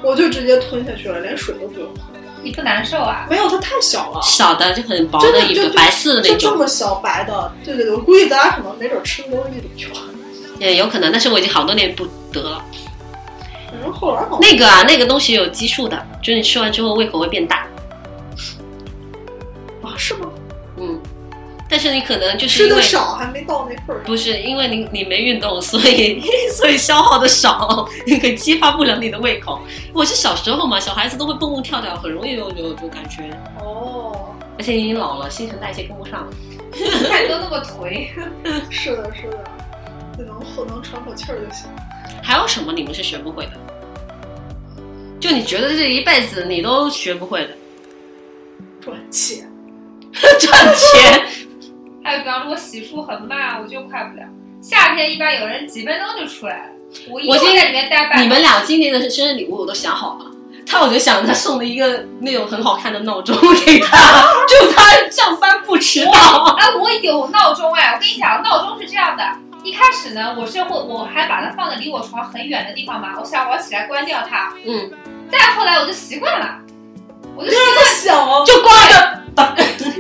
[SPEAKER 2] 我就直接吞下去了，连水都不用喝。
[SPEAKER 3] 你不难受啊？
[SPEAKER 2] 没有，它太小了，
[SPEAKER 1] 小的就很薄
[SPEAKER 2] 真
[SPEAKER 1] 的一
[SPEAKER 2] 就
[SPEAKER 1] 个
[SPEAKER 2] 就
[SPEAKER 1] 白色的哦那
[SPEAKER 2] 就这
[SPEAKER 1] 种，
[SPEAKER 2] 么小白的。对对对，我估计咱俩可能没准吃的都是一种药。
[SPEAKER 1] 也有可能，但是我已经好多年不得了。
[SPEAKER 2] 反正后来好像
[SPEAKER 1] 那个啊，那个东西有激素的，就是你吃完之后胃口会变大，
[SPEAKER 2] 啊，是吗？
[SPEAKER 1] 嗯，但是你可能就是
[SPEAKER 2] 吃
[SPEAKER 1] 因
[SPEAKER 2] 的
[SPEAKER 1] 为
[SPEAKER 2] 少，还没到那份儿上。
[SPEAKER 1] 不是因为你你没运动，所以 所以消耗的少，你可以激发不了你的胃口。我是小时候嘛，小孩子都会蹦蹦跳跳，很容易就就就感觉，
[SPEAKER 2] 哦，
[SPEAKER 1] 而且你已经老了，新陈代谢跟不上。
[SPEAKER 3] 看你都那么颓，
[SPEAKER 2] 是的，是的，就能喝能喘口气儿就行。
[SPEAKER 1] 还有什么你们是学不会的？就你觉得这一辈子你都学不会的，
[SPEAKER 2] 赚钱，
[SPEAKER 1] 赚钱。
[SPEAKER 3] 还有比方说我洗漱很慢，我就快不了。夏天一般有人几分钟就出来了，我一
[SPEAKER 1] 我
[SPEAKER 3] 定
[SPEAKER 1] 今
[SPEAKER 3] 会在里面待半。
[SPEAKER 1] 你们俩今年的生日礼物我都想好了，他我就想他送了一个那种很好看的闹钟给 他，祝他上班不迟到。
[SPEAKER 3] 哎，我有闹钟哎，我跟你讲，闹钟是这样的。一开始呢，我是会，我还把它放在离我床很远的地方嘛，我想我要起来关掉它。
[SPEAKER 1] 嗯，
[SPEAKER 3] 再后来我就习惯了，我就习
[SPEAKER 2] 不小，
[SPEAKER 1] 就挂着。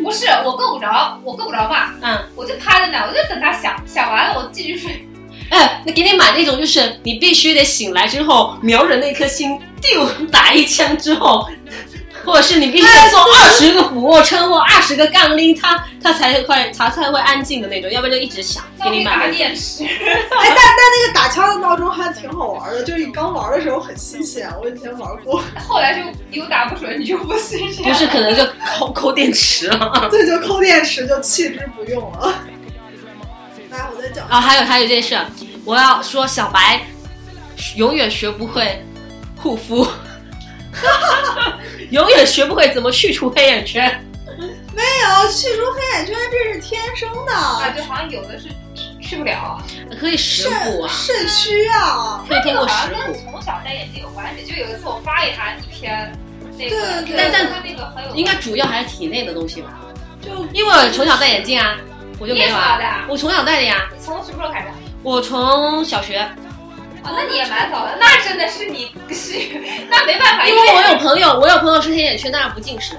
[SPEAKER 3] 不是我够不着，我够不着嘛，
[SPEAKER 1] 嗯，
[SPEAKER 3] 我就趴在那，我就等它响，响完了我继续睡。
[SPEAKER 1] 哎，那给你买那种，就是你必须得醒来之后瞄准那颗心，丢打一枪之后，或者是你必须得做二十个俯卧撑或二十个杠铃，它它才会它才会安静的那种，要不然就一直响。
[SPEAKER 3] 那
[SPEAKER 1] 给
[SPEAKER 3] 我
[SPEAKER 1] 你
[SPEAKER 3] 以
[SPEAKER 1] 买
[SPEAKER 3] 打
[SPEAKER 1] 那种
[SPEAKER 3] 电池，
[SPEAKER 2] 哎，但但那个打枪的闹钟还挺好玩的，就是你刚玩的时候很新鲜，我以前玩过，
[SPEAKER 3] 后来就有打不准，你就不睡觉。
[SPEAKER 1] 不是，可能就抠抠电池啊了。
[SPEAKER 2] 对，就抠电池就弃之不用了。来，我再讲，
[SPEAKER 1] 啊，还有还有一件事，我要说小白永远学不会护 肤，永远学不会怎么去除黑眼圈。
[SPEAKER 2] 没有哎去除黑眼圈，这是天生
[SPEAKER 3] 啊，
[SPEAKER 2] 的，
[SPEAKER 3] 就好像有的是去去不了，
[SPEAKER 1] 可以食补
[SPEAKER 2] 肾
[SPEAKER 1] 啊，
[SPEAKER 2] 肾虚啊。
[SPEAKER 1] 可以通
[SPEAKER 3] 好
[SPEAKER 1] 过
[SPEAKER 3] 像
[SPEAKER 1] 食
[SPEAKER 3] 跟
[SPEAKER 1] 补。
[SPEAKER 3] 从小戴眼镜有关系。就有一次我发给他一篇那个，
[SPEAKER 2] 对对
[SPEAKER 3] 但
[SPEAKER 1] 但
[SPEAKER 3] 他那个很有
[SPEAKER 1] 应该主要还是体内的东西吧，
[SPEAKER 2] 就
[SPEAKER 1] 因为我从小戴眼镜啊，我就
[SPEAKER 3] 你也
[SPEAKER 1] 没
[SPEAKER 3] 是
[SPEAKER 1] 有
[SPEAKER 3] 好
[SPEAKER 1] 啊。
[SPEAKER 3] 的啊，
[SPEAKER 1] 我从小戴的呀，
[SPEAKER 3] 你从什么时候开始？
[SPEAKER 1] 我从小学，
[SPEAKER 3] 啊，那你也蛮早的，那真的是你是， 那没办法，
[SPEAKER 1] 因为我有朋友，我有朋友是黑眼圈，但是不近视，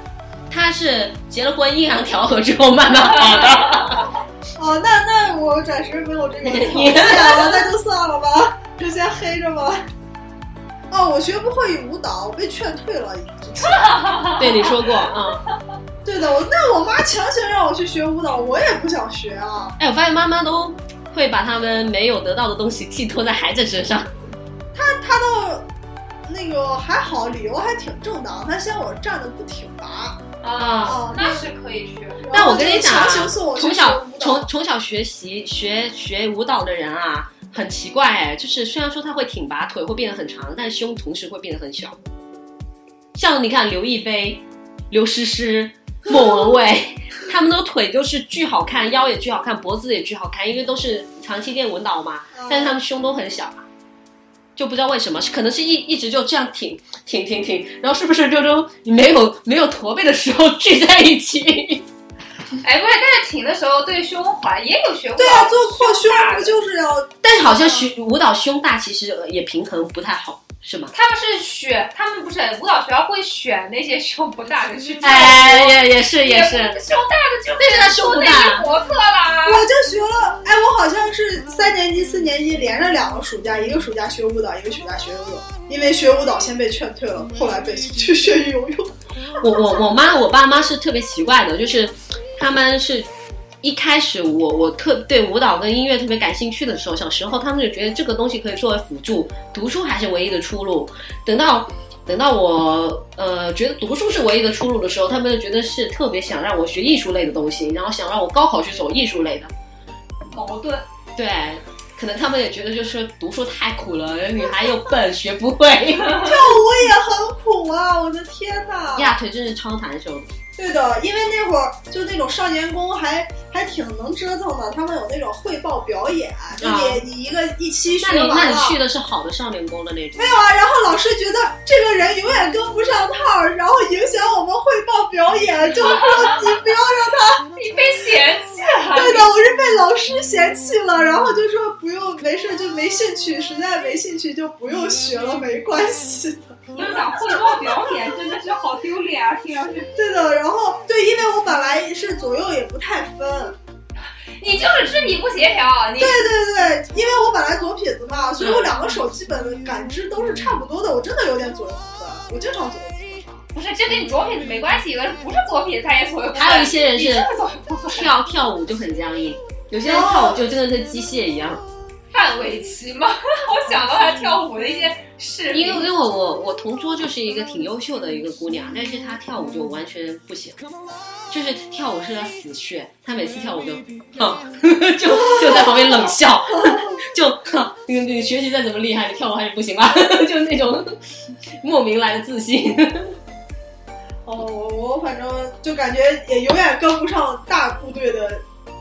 [SPEAKER 1] 他是结了婚阴阳调和之后 慢慢好的。
[SPEAKER 2] 哦，那那我暂时没有这个条件了，那就算了吧，就先黑着吧。哦，我学不会舞蹈，我被劝退了。
[SPEAKER 1] 对你说过啊、嗯
[SPEAKER 2] 对的，我那我妈强行让我去学舞蹈，我也不想学啊。
[SPEAKER 1] 哎，我发现妈妈都会把他们没有得到的东西寄托在孩子身上。
[SPEAKER 2] 他倒那个还好，理由还挺正当，他嫌我站的不挺拔。
[SPEAKER 3] 啊，
[SPEAKER 2] 哦
[SPEAKER 3] 那是可以学的。
[SPEAKER 1] 但我跟你讲啊
[SPEAKER 2] 强行送我去
[SPEAKER 1] 从小
[SPEAKER 2] 学舞蹈
[SPEAKER 1] 从从小学习学学舞蹈的人啊，很奇怪哎，就是虽然说他会挺拔，腿会变得很长，但胸同时会变得很小。像你看刘亦菲、刘诗诗、莫文 蔚，他们的腿就是巨好看，腰也巨好看，脖子也巨好看，因为都是长期练舞蹈嘛。
[SPEAKER 2] 嗯
[SPEAKER 1] 但是他们胸都很小啊，就不知道为什么，是可能是一一直就这样挺挺挺挺，然后是不是就都没有没有驼背的时候聚在一起？
[SPEAKER 3] 哎，不是，但是挺的时候对胸环也有学过。
[SPEAKER 2] 对啊，做扩胸不就是要
[SPEAKER 1] 但是好像胸舞蹈胸大其实也平衡不太好，是吗？
[SPEAKER 3] 他们是选，他们不是舞蹈学校会选那些胸不大的去跳舞，
[SPEAKER 1] 哎，也也是也
[SPEAKER 3] 也
[SPEAKER 1] 是，
[SPEAKER 3] 不胸大的就
[SPEAKER 1] 但是他
[SPEAKER 3] 被
[SPEAKER 1] 胸不
[SPEAKER 3] 说
[SPEAKER 1] 大
[SPEAKER 3] 那一模特啦
[SPEAKER 2] 我。就学了，哎，我好像是三年级、四年级连着两个暑假，一个暑假学舞蹈，一个暑假学游泳。因为学舞蹈先被劝退了，后来被 送去学游泳。
[SPEAKER 1] 我我我妈我爸妈是特别奇怪的，就是他们是一开始我我特对舞蹈跟音乐特别感兴趣的时候，小时候他们就觉得这个东西可以作为辅助，读书还是唯一的出路。等到等到我呃觉得读书是唯一的出路的时候，他们就觉得是特别想让我学艺术类的东西，然后想让我高考去走艺术类的。
[SPEAKER 3] 矛盾，
[SPEAKER 1] 对，可能他们也觉得就是读书太苦了，女孩又笨，学不会。
[SPEAKER 2] 跳舞也很苦啊！我的天呐！
[SPEAKER 1] 压腿真是超难受 的。
[SPEAKER 2] 对的，因为那会儿就那种少年宫还还挺能折腾的，他们有那种汇报表演，就你、
[SPEAKER 1] 啊
[SPEAKER 2] 你一个一期
[SPEAKER 1] 那
[SPEAKER 2] 学
[SPEAKER 1] 你
[SPEAKER 2] 完
[SPEAKER 1] 那
[SPEAKER 2] 了
[SPEAKER 1] 你去的是好的少年宫的那种。
[SPEAKER 2] 啊，然后老师觉得这个人永远跟不上趟儿，然后影响我们汇报表演，就说你不要
[SPEAKER 3] 你被嫌弃了。
[SPEAKER 2] 对的，我是被老师嫌弃了，然后就说不用，没事就没兴趣，实在没兴趣就不用学了，没关系的。
[SPEAKER 3] 我想汇报表演真的是好丢脸啊！听上去，
[SPEAKER 2] 对的，然后对，因为我本来是左右也不太分，
[SPEAKER 3] 你就是肢体不协调，你
[SPEAKER 2] 对对对，因为我本来左撇子嘛，所以我两个手基本的感知都是差不多的，我真的有点左右不分，我经常左右不分。
[SPEAKER 3] 不是这跟你左撇子没关系，有的人不是左撇子他也左右不分。
[SPEAKER 1] 还有一些人是
[SPEAKER 3] 你是左右不分
[SPEAKER 1] 跳跳舞就很僵硬，有些人跳舞就真的跟机械一样。
[SPEAKER 3] 范玮琪吗？ 我想到他跳舞的一些视
[SPEAKER 1] 因为因
[SPEAKER 3] 频，
[SPEAKER 1] 为我我同桌就是一个挺优秀的一个姑娘，但是她跳舞就完全不行，就是跳舞是她死穴，她每次跳舞就，哼 就就在旁边冷笑， 就哼你你学习再怎么厉害，你跳舞还是不行啊， 就那种莫名来的自信。
[SPEAKER 2] 哦，我我反正就感觉也永远跟不上大部队的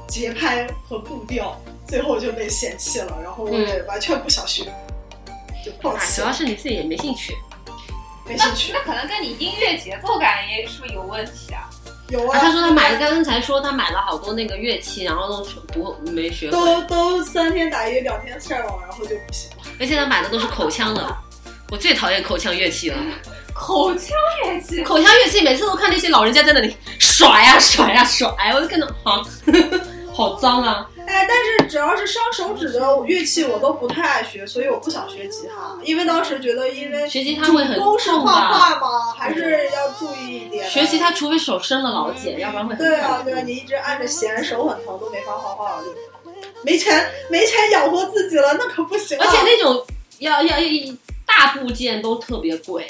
[SPEAKER 2] 节拍和步调，最后就被嫌弃了，然后我也完全不想学，就放弃
[SPEAKER 1] 主
[SPEAKER 2] 了
[SPEAKER 1] 要，是你自己也没兴趣。
[SPEAKER 2] 没
[SPEAKER 3] 那
[SPEAKER 2] 兴趣。
[SPEAKER 3] 那可能跟你音乐节奏感也是不是有问题啊？
[SPEAKER 2] 有
[SPEAKER 1] 啊，
[SPEAKER 2] 啊，
[SPEAKER 1] 她说她买了，刚才说她买了好多那个乐器，然后都不没学会。
[SPEAKER 2] 都都三天打鱼两天晒网，然后就不行了。
[SPEAKER 1] 而且他买的都是口腔的，我最讨厌口腔乐器了。
[SPEAKER 3] 口腔乐器，
[SPEAKER 1] 口腔乐器每次都看那些老人家在那里甩呀、甩呀、甩、我就看到好，好脏啊！
[SPEAKER 2] 哎，但是只要是伤手指的乐器，我都不太爱学，所以我不想学吉他，因为当时觉得因 为。
[SPEAKER 1] 学吉他
[SPEAKER 2] 主
[SPEAKER 1] 会很
[SPEAKER 2] 攻是
[SPEAKER 1] 痛
[SPEAKER 2] 画
[SPEAKER 1] 吧？
[SPEAKER 2] 画吗？还是要注意一点？啊
[SPEAKER 1] 学吉他除非手生了老茧，要不然会很
[SPEAKER 2] 对啊，
[SPEAKER 1] 痛
[SPEAKER 2] 对啊，你一直按着弦，手很疼，都没法画画了，就没钱没钱养活自己了，那可不行啊。
[SPEAKER 1] 而且那种要要一大部件都特别贵，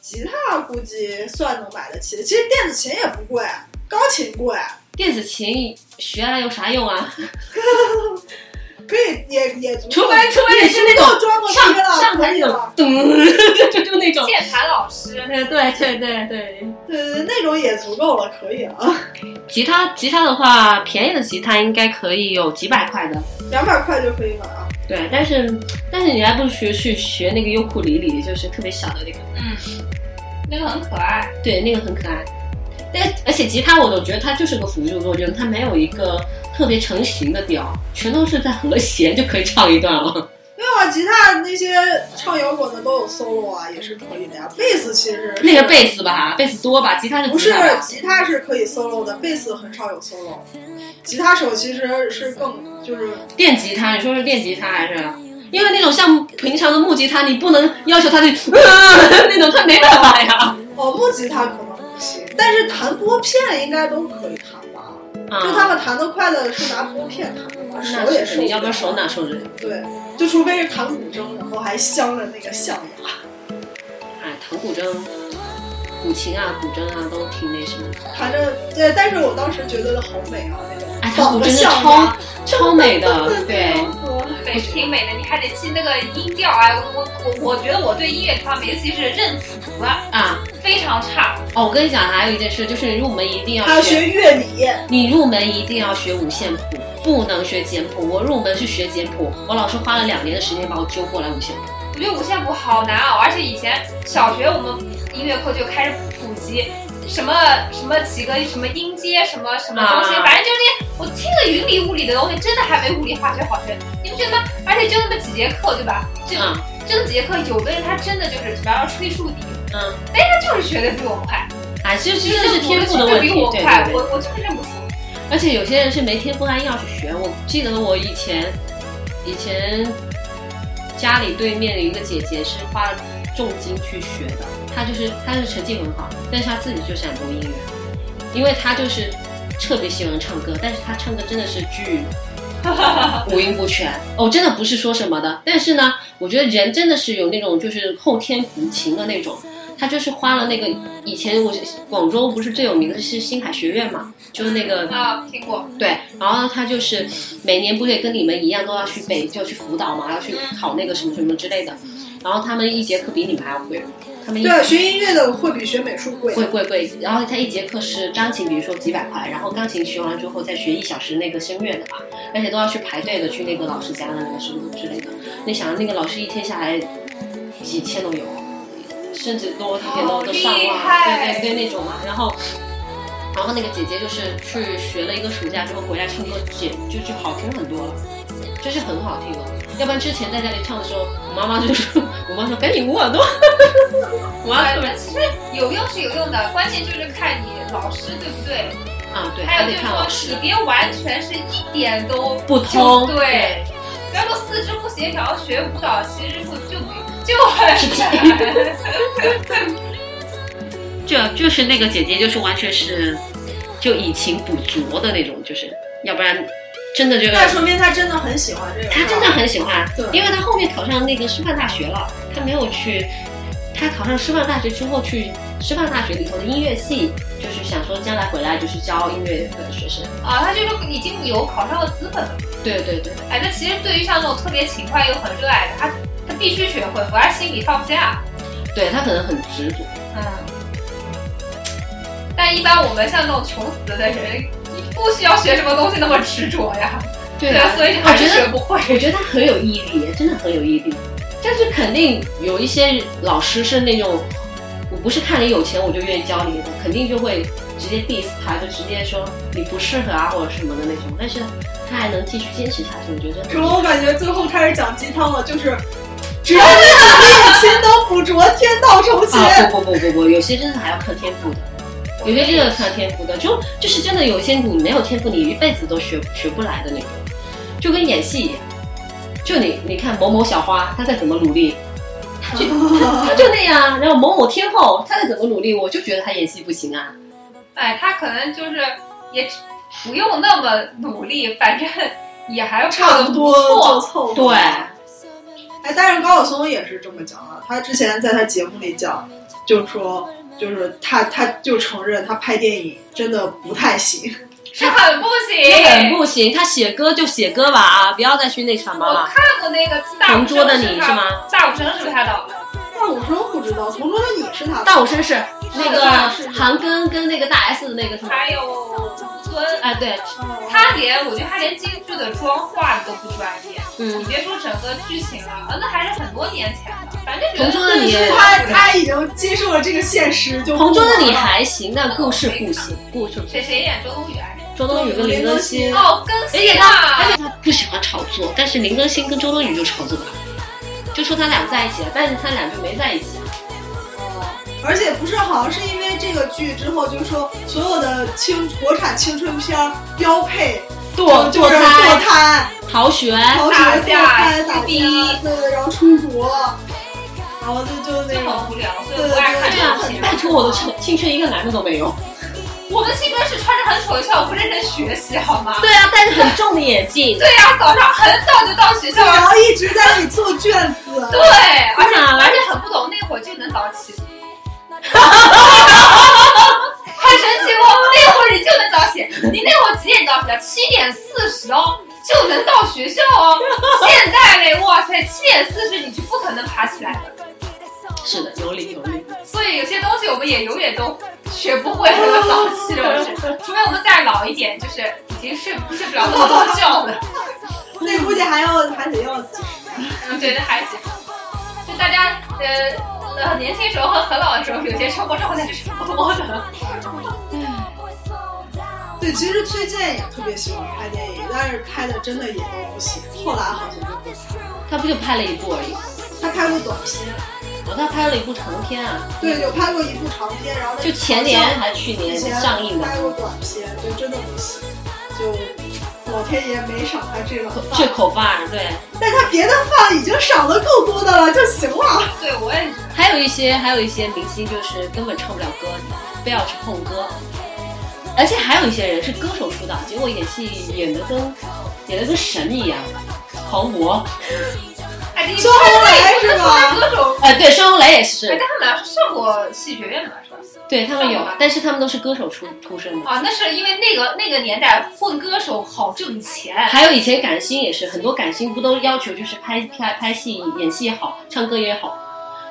[SPEAKER 2] 吉他估计算能买得起，其实电子琴也不贵，钢琴贵，
[SPEAKER 1] 电子琴学来有啥用啊？
[SPEAKER 2] 可以也也足 够。
[SPEAKER 1] 除非除非你是那
[SPEAKER 2] 够
[SPEAKER 1] 种
[SPEAKER 2] 装过逼
[SPEAKER 1] 上
[SPEAKER 2] 了，
[SPEAKER 1] 上
[SPEAKER 2] 可
[SPEAKER 1] 台
[SPEAKER 2] 以
[SPEAKER 1] 那种
[SPEAKER 2] 了。
[SPEAKER 1] 噔， 就就那种。
[SPEAKER 3] 键盘老师，
[SPEAKER 1] 对对对对对，
[SPEAKER 2] 对对，对那种也足够了，可以啊了。
[SPEAKER 1] 吉他吉他的话，便宜的吉他应该可以有几百块的，
[SPEAKER 2] 两百块就可以买啊。
[SPEAKER 1] 对，但是但是你还不如学去学那个优酷里里，就是特别小的那个，
[SPEAKER 3] 嗯，那个很可爱。
[SPEAKER 1] 对，那个很可爱。但而且吉他我总觉得它就是个辅助作用，它没有一个特别成型的调，全都是在和弦就可以唱一段了。
[SPEAKER 2] 没有啊，吉他那些唱摇滚的都有 solo 啊，也是可以的呀。贝斯其实
[SPEAKER 1] 那个贝斯吧，贝斯多吧，吉他是
[SPEAKER 2] 不
[SPEAKER 1] 吉
[SPEAKER 2] 是
[SPEAKER 1] 他吧
[SPEAKER 2] 吉他是可以 solo 的，贝斯很少有 solo。吉他手其实是更就是
[SPEAKER 1] 电吉他，你说是电吉他还是？因为那种像平常的木吉他，你不能要求他去、啊、 那种，他没办法呀。
[SPEAKER 2] 哦，木吉他可能不行，但是弹拨片应该都可以弹吧？就他
[SPEAKER 1] 啊，
[SPEAKER 2] 们弹的快乐是拿拨片弹的吧，手
[SPEAKER 1] 那
[SPEAKER 2] 也
[SPEAKER 1] 是
[SPEAKER 2] 受
[SPEAKER 1] 肯定，要不
[SPEAKER 2] 了
[SPEAKER 1] 然手哪受着？
[SPEAKER 2] 对，就除非是弹古筝，然后还镶着那个象牙。
[SPEAKER 1] 哎，弹古筝、古琴啊、古筝啊，都挺那什么的。
[SPEAKER 2] 弹着对，但是我当时觉得好美啊，那
[SPEAKER 1] 哎
[SPEAKER 2] 种，
[SPEAKER 1] 弹古
[SPEAKER 2] 绑
[SPEAKER 1] 筝
[SPEAKER 2] 着
[SPEAKER 1] 是
[SPEAKER 2] 象
[SPEAKER 1] 超
[SPEAKER 2] 牙，
[SPEAKER 1] 超美的，对，
[SPEAKER 3] 对，挺美的，你还得记那个音调啊！我我我觉得我对音乐方面，尤其是认谱啊，
[SPEAKER 1] 啊。
[SPEAKER 3] 非常差。
[SPEAKER 1] 哦，我跟你讲，还有一件事，就是你入门一定
[SPEAKER 2] 还
[SPEAKER 1] 要
[SPEAKER 2] 要
[SPEAKER 1] 学，
[SPEAKER 2] 学乐理。
[SPEAKER 1] 你入门一定要学五线谱，不能学简谱。我入门是学简谱，我老师花了两年的时间把我揪过来五线谱。
[SPEAKER 3] 我觉得五线谱好难哦，而且以前小学我们音乐课就开始普及什么什么几个什么音阶，什么什么东西，
[SPEAKER 1] 啊
[SPEAKER 3] 反正就是那我听得云里雾里的东西，真的还没物理化学好学。你不觉得吗？而且就那么几节课，对吧？就
[SPEAKER 1] 啊，
[SPEAKER 3] 这节课有的人他真的就是，比方说吹竖笛，
[SPEAKER 1] 嗯，
[SPEAKER 3] 但他就是学的比我快，
[SPEAKER 1] 啊，这这
[SPEAKER 3] 就
[SPEAKER 1] 这是天赋的问题，
[SPEAKER 3] 比我
[SPEAKER 1] 对
[SPEAKER 3] 快，
[SPEAKER 1] 对对。
[SPEAKER 3] 我我就是认不出。
[SPEAKER 1] 而且有些人是没天赋，他硬要去学。我记得我以前以前家里对面的一个姐姐是花了重金去学的，她就是她是成绩很好，但是她自己就是很多音乐，因为她就是特别喜欢唱歌，但是她唱歌真的是巨五音不全哦，真的不是说什么的。但是呢，我觉得人哦真的是有那种就是后天补琴的那种，他就是花了那个以前我广州不是最有名的是星海学院嘛，就是那 个
[SPEAKER 3] 啊，听过，
[SPEAKER 1] 对，然后他就是每年不得跟你们一样都要去北，就去辅导嘛，要去考那个什么什么之类的。然后他们一节课比你们还要贵，他们一
[SPEAKER 2] 对啊，学音乐的会比学美术贵。
[SPEAKER 1] 贵贵贵。然后他一节课是钢琴，比如说几百块，然后钢琴学完之后再学一小时那个声乐的嘛，而且都要去排队的去那个老师家的那个什么之类的。你想那个老师一天下来几千都有，甚至多一点都
[SPEAKER 3] 好
[SPEAKER 1] 都上
[SPEAKER 3] 厉
[SPEAKER 1] 万，
[SPEAKER 3] 害
[SPEAKER 1] 对对对那种嘛。然后，然后那个姐姐就是去学了一个暑假之后回来唱歌，姐就就好听很多了，就是很好听了。要不然之前在家里唱的时候，我妈妈就说，我妈说赶紧捂耳朵， 我妈特别
[SPEAKER 3] 呃对，其实有用是有用的，关键就是看你老师对不对，
[SPEAKER 1] 啊，对，
[SPEAKER 3] 还有
[SPEAKER 1] 得
[SPEAKER 3] 就是
[SPEAKER 1] 看老
[SPEAKER 3] 说
[SPEAKER 1] 师
[SPEAKER 3] 你。别完全是一点都
[SPEAKER 1] 不通，
[SPEAKER 3] 就对，不要说四肢不协调，学舞蹈其实就就就很难。
[SPEAKER 1] 这 就是那个姐姐，就是完全是就以情补拙的那种，就是要不然真的这个
[SPEAKER 2] 那说明他真的很喜欢这个。
[SPEAKER 1] 她真的很喜欢
[SPEAKER 2] 对，
[SPEAKER 1] 因为她后面考上那个师范大学了，她没有去，她考上师范大学之后去师范大学里头的音乐系，就是想说将来回来就是教音乐的学生。
[SPEAKER 3] 啊，他就是已经有考上的资本了。
[SPEAKER 1] 对对对，
[SPEAKER 3] 哎，那其实对于像这种特别勤快又很热爱的，他他必须学会，不然心里放不下。
[SPEAKER 1] 对她可能很执着。
[SPEAKER 3] 嗯。但一般我们像这种穷死的人，不需要学什么东西那么执着呀。对啊，所以
[SPEAKER 1] 我
[SPEAKER 3] 还是
[SPEAKER 1] 觉
[SPEAKER 3] 学
[SPEAKER 1] 得
[SPEAKER 3] 不会。
[SPEAKER 1] 我觉得她很有毅力，真的很有毅力。但是肯定有一些老师是那种，我不是看你有钱我就愿意教你的，肯定就会直接 diss 她，就直接说你不适合啊或者什么的那种。但是她还能继续坚持下去，我觉得很
[SPEAKER 2] 什么？我感觉最后开始讲鸡汤了，就是只 要你努力，勤能补拙，天道酬勤。
[SPEAKER 1] 啊，不不不不不，有些真的还要靠天赋的，啊有些真的靠天赋的，就就是真的有些你没有天赋，你一辈子都学学不来的那种，就跟演戏一样。就你你看某某小花，她再怎么努力，她就她 就那样啊。然后某某天后，她再怎么努力，我就觉得她演戏不行啊。
[SPEAKER 3] 哎，他可能就是也只不用那么努力，反正也还
[SPEAKER 2] 差不多就
[SPEAKER 3] 过得不错。
[SPEAKER 2] 凑合。
[SPEAKER 1] 对，
[SPEAKER 2] 哎，但是高晓松也是这么讲的，他之前在他节目里讲，就是说，就是他他就承认他拍电影真的不太行，
[SPEAKER 3] 是很不
[SPEAKER 1] 那很
[SPEAKER 3] 行。
[SPEAKER 1] 不行，她写歌就写歌吧啊，不要再去那什么
[SPEAKER 3] 我
[SPEAKER 1] 了。
[SPEAKER 3] 看过那个大
[SPEAKER 1] 同
[SPEAKER 3] 武
[SPEAKER 1] 桌的
[SPEAKER 3] 生
[SPEAKER 1] 你
[SPEAKER 3] 他
[SPEAKER 1] 是吗？
[SPEAKER 3] 大武生是不是他导的？
[SPEAKER 2] 大武生不知道，同桌的你是他的
[SPEAKER 1] 大武绅士那个
[SPEAKER 2] 是
[SPEAKER 1] 韩庚跟那个大 S 的那个什么，
[SPEAKER 3] 还有吴尊，
[SPEAKER 1] 哎对，
[SPEAKER 3] 他连我觉得他连京剧的妆化都不专业。你
[SPEAKER 1] 嗯，
[SPEAKER 3] 别说整个剧情了，啊那还是很多年前的，反正觉
[SPEAKER 1] 同
[SPEAKER 3] 得
[SPEAKER 1] 桌的你
[SPEAKER 3] 就是
[SPEAKER 2] 他他已经接受了这个现实，就
[SPEAKER 1] 同桌的你
[SPEAKER 2] 不玩了
[SPEAKER 1] 还行，但故事不行，故事不行
[SPEAKER 3] 谁谁演周冬雨来着？
[SPEAKER 1] 周冬雨跟林更新，而
[SPEAKER 3] 哦，更
[SPEAKER 1] 且
[SPEAKER 3] 新
[SPEAKER 1] 他而
[SPEAKER 3] 啊！
[SPEAKER 1] 且他不喜欢炒作，但是林更新跟周冬雨就炒作了，就说他俩在一起了，但是他俩就没在一起。
[SPEAKER 2] 而且不是，好像是因为这个剧之后，就是说所有的青国产青春片儿标配
[SPEAKER 1] 堕
[SPEAKER 2] 就是
[SPEAKER 1] 堕胎
[SPEAKER 2] 堕胎、
[SPEAKER 1] 逃学，
[SPEAKER 2] 逃学、
[SPEAKER 3] 打
[SPEAKER 2] 堕
[SPEAKER 3] 架
[SPEAKER 2] 胎、打架
[SPEAKER 3] 撕，逼
[SPEAKER 2] 对，然后出国，然后就就那
[SPEAKER 3] 就
[SPEAKER 2] 种
[SPEAKER 3] 很无聊，所以我不爱看
[SPEAKER 1] 对啊
[SPEAKER 3] 这，
[SPEAKER 1] 拜
[SPEAKER 3] 种戏。
[SPEAKER 1] 托我的青青春一个男的都没有。
[SPEAKER 3] 我们青春是穿着很丑的校服认真学习好吗？
[SPEAKER 1] 对啊，戴着很重的眼镜，
[SPEAKER 3] 对呀、早上很早就到学校，
[SPEAKER 2] 然后一直在那里做卷子。
[SPEAKER 3] 对，而且
[SPEAKER 1] 哪来
[SPEAKER 3] 而且很不懂，那会儿就能早起。很神奇哦，那会儿你就能早起，你那会儿几点到学校？七点四十哦，就能到学校哦。现在嘞，哇塞，七点四十你就不可能爬起来的。
[SPEAKER 1] 是的，有理有理。
[SPEAKER 3] 所以有些东西我们也永远都学不会那个早起这种事，除非我们再老一点，就是已经睡不睡不了那么多觉了。
[SPEAKER 2] 那估计还要还得要几
[SPEAKER 3] 嗯，对，那还行。就大家呃呃，年轻时候和很老的时候，有些生活状态是差不多的。
[SPEAKER 2] 对，其实崔健也特别喜欢拍电影，但是拍的真的也都不行。后来好像就不行
[SPEAKER 1] 他不就拍了一部而已，
[SPEAKER 2] 他拍过短片，
[SPEAKER 1] 我他拍了一部长片啊，
[SPEAKER 2] 对，有拍过一部长片，然后那
[SPEAKER 1] 就前年还去
[SPEAKER 2] 以
[SPEAKER 1] 年
[SPEAKER 2] 前
[SPEAKER 1] 上映的
[SPEAKER 2] 拍，过短片，就真的不行，就老天爷没赏他这碗
[SPEAKER 1] 这
[SPEAKER 2] 饭，
[SPEAKER 1] 口饭儿对。
[SPEAKER 2] 但他别的饭已经赏的够多的了，就行了。
[SPEAKER 3] 对，我也觉得
[SPEAKER 1] 还有一些还有一些明星就是根本唱不了歌，非要去碰歌，而且还有一些人是歌手出道，结果演戏演的跟演的跟神一样，狂魔。
[SPEAKER 3] 哎，你
[SPEAKER 2] 周恩来是吧
[SPEAKER 3] 说歌手，
[SPEAKER 1] 哎、对，双红雷也是
[SPEAKER 3] 哎，，但他们俩是上过戏剧学院的吧？是吧？
[SPEAKER 1] 对他们 有，但是他们都是歌手出出身的。
[SPEAKER 3] 啊，那是因为那个那个年代混歌手好挣钱，
[SPEAKER 1] 还有以前港星也是，很多港星不都要求就是拍拍拍戏、演戏也好，唱歌也好，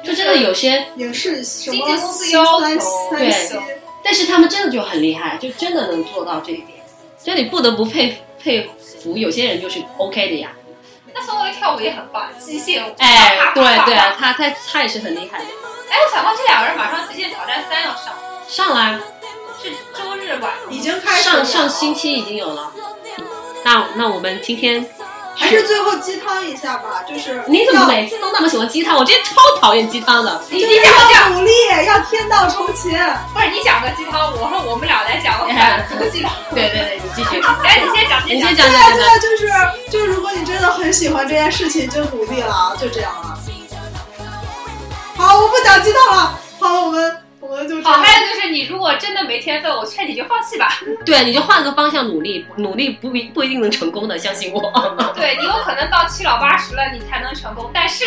[SPEAKER 1] 就真的有些，
[SPEAKER 2] 影视什
[SPEAKER 3] 经
[SPEAKER 2] 么
[SPEAKER 3] 纪公司要求
[SPEAKER 2] 三三星
[SPEAKER 3] 对
[SPEAKER 1] 但是他们真的就很厉害，就真的能做到这一点，就你不得不佩佩服有些人就是 OK 的呀。
[SPEAKER 3] 那宋慧跳舞也很棒，即兴舞。
[SPEAKER 1] 哎，
[SPEAKER 3] 啪啪
[SPEAKER 1] 对
[SPEAKER 3] 啪啪
[SPEAKER 1] 对，他他他也是很厉害的。
[SPEAKER 3] 哎，我想到这两个人马上《极限挑战三》要上，
[SPEAKER 1] 上来，
[SPEAKER 3] 是周日晚上。
[SPEAKER 2] 已经开始
[SPEAKER 1] 上
[SPEAKER 2] 了
[SPEAKER 1] 上星期已经有了。那那我们今天，
[SPEAKER 2] 还是最后鸡汤一下吧，就是
[SPEAKER 1] 你怎么
[SPEAKER 2] 要
[SPEAKER 1] 每次都那么喜欢鸡汤？我真的超讨厌鸡汤的。
[SPEAKER 3] 你
[SPEAKER 2] 就
[SPEAKER 3] 你
[SPEAKER 2] 是
[SPEAKER 3] 讲讲，
[SPEAKER 2] 要努力，要天道酬勤。
[SPEAKER 3] 不是你讲个鸡汤，我说我们俩来讲个反毒鸡汤。
[SPEAKER 1] 对对对，你继续，
[SPEAKER 3] 哎，你先讲，
[SPEAKER 1] 哎你
[SPEAKER 3] 讲
[SPEAKER 1] 先。讲
[SPEAKER 2] 对
[SPEAKER 1] 讲
[SPEAKER 2] 啊，
[SPEAKER 1] 讲
[SPEAKER 2] 对
[SPEAKER 1] 讲。
[SPEAKER 2] 啊，就是就是，如果你真的很喜欢这件事情，就努力了，啊就这样了。好，我不讲鸡汤了。好，我们我们就这
[SPEAKER 3] 好，
[SPEAKER 2] 样。
[SPEAKER 3] 还有就是你如果真的没天分，我劝你就放弃吧。
[SPEAKER 1] 对，你就换个方向努力，努力不一不一定能成功的，相信我。
[SPEAKER 3] 对你有可能到七老八十了，你才能成功。但是，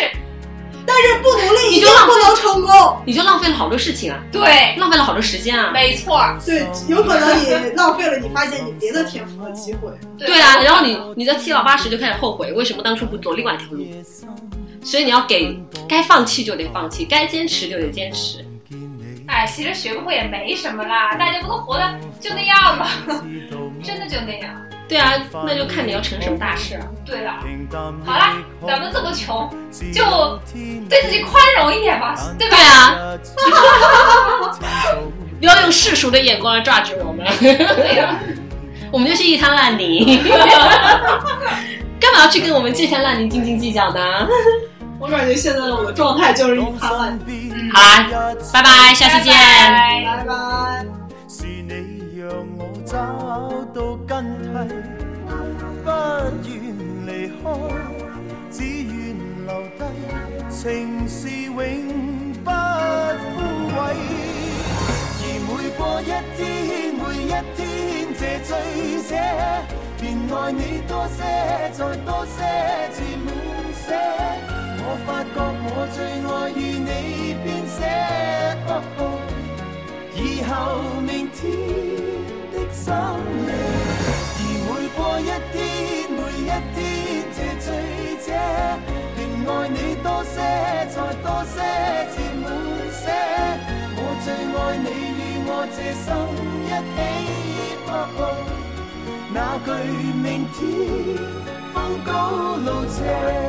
[SPEAKER 2] 但是不努力
[SPEAKER 1] 你
[SPEAKER 2] 一
[SPEAKER 1] 就
[SPEAKER 2] 定
[SPEAKER 1] 浪费
[SPEAKER 2] 不能成功。
[SPEAKER 1] 你就浪费了好多事情啊，
[SPEAKER 3] 对，
[SPEAKER 1] 浪费了好多时间啊。
[SPEAKER 3] 没错，
[SPEAKER 2] 对，有可能你浪费了你发现你别的天赋的机会。
[SPEAKER 1] 对啊，然后你你在七老八十就开始后悔，为什么当初不走另外一条路？所以你要给该放弃就得放弃，该坚持就得坚持。
[SPEAKER 3] 哎，其实学不会也没什么啦，大家不都活的就那样吗？ 真的就那样。
[SPEAKER 1] 对啊，那就看你要成什么大事啊。
[SPEAKER 3] 对了，好
[SPEAKER 4] 好
[SPEAKER 3] 啦
[SPEAKER 4] 啦，，
[SPEAKER 3] 咱
[SPEAKER 4] 咱
[SPEAKER 3] 们
[SPEAKER 4] 们
[SPEAKER 3] 这
[SPEAKER 4] 这
[SPEAKER 3] 么
[SPEAKER 4] 么
[SPEAKER 3] 穷，
[SPEAKER 4] 就
[SPEAKER 3] 对
[SPEAKER 4] 对
[SPEAKER 3] 自
[SPEAKER 4] 自
[SPEAKER 3] 己
[SPEAKER 4] 己
[SPEAKER 3] 宽 容一点吧，对吧？
[SPEAKER 1] 对啊，
[SPEAKER 4] 啊，
[SPEAKER 1] 不要用世俗的眼光来抓住我们，
[SPEAKER 3] 对啊，
[SPEAKER 1] 我们就是一滩烂泥， 干嘛要去跟我们这滩烂泥斤斤计较呢？
[SPEAKER 2] 我感觉现在的我的状态就是一滩烂泥。
[SPEAKER 1] 好啦，拜拜，下期见。
[SPEAKER 3] 拜拜
[SPEAKER 2] 拜拜。
[SPEAKER 4] 是你让我找到根蒂，不愿离开，只愿留低，情是永不枯萎。而每过一天，每一天这醉者，便愛你多些，再多些，至滿些。我發覺我最愛與你編寫。哦哦以後明天的心靈，而每過一天，每一天這醉者，便愛你多些，再多些，至滿些。我最愛你與我這生一起，哦哦，那句明天風高路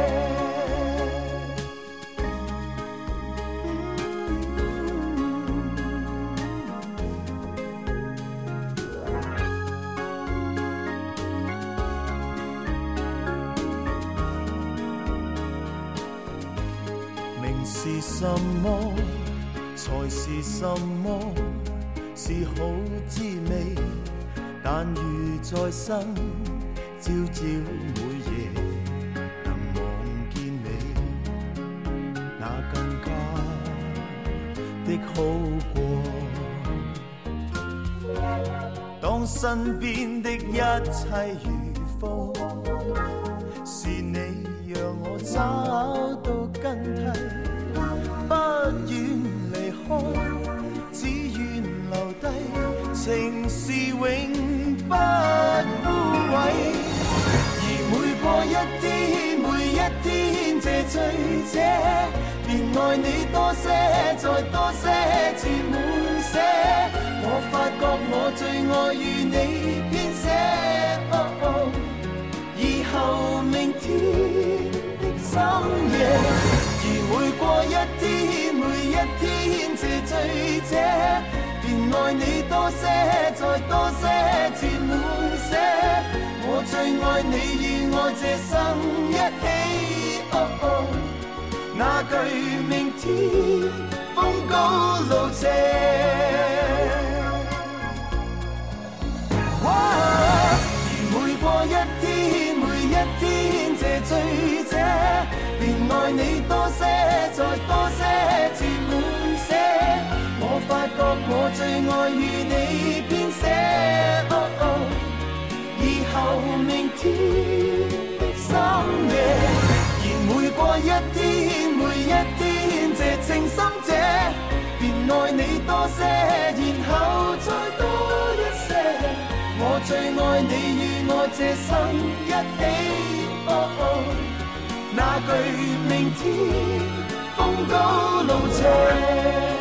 [SPEAKER 4] 斜。明是什么，才是什么，是好滋味。但如在生，朝朝每夜能望見你，那更加的好過。當身邊的一切如風。是你讓我找到根蒂，不願離開，只願留低，情是永不枯萎。而每過一天，每一天這醉者，便愛你多些，再多些，至滿些。我發覺我最愛與你編寫。哦哦以後明天的深夜，而每過一天，每一天這醉者，便愛你多些，再多些，至滿些。我最愛你與我這生一起，哦哦，那句明天风高路斜。哇！而每過一天，每一天，這醉者，便愛你多些，再多些，至滿些。我發覺我最愛與你編寫。哦哦以後明天的深夜，而每過一天，每一天，這情深者，便愛你多些，然後再多一些。我最愛你與我這生一起。哦哦，那句明天風高路斜。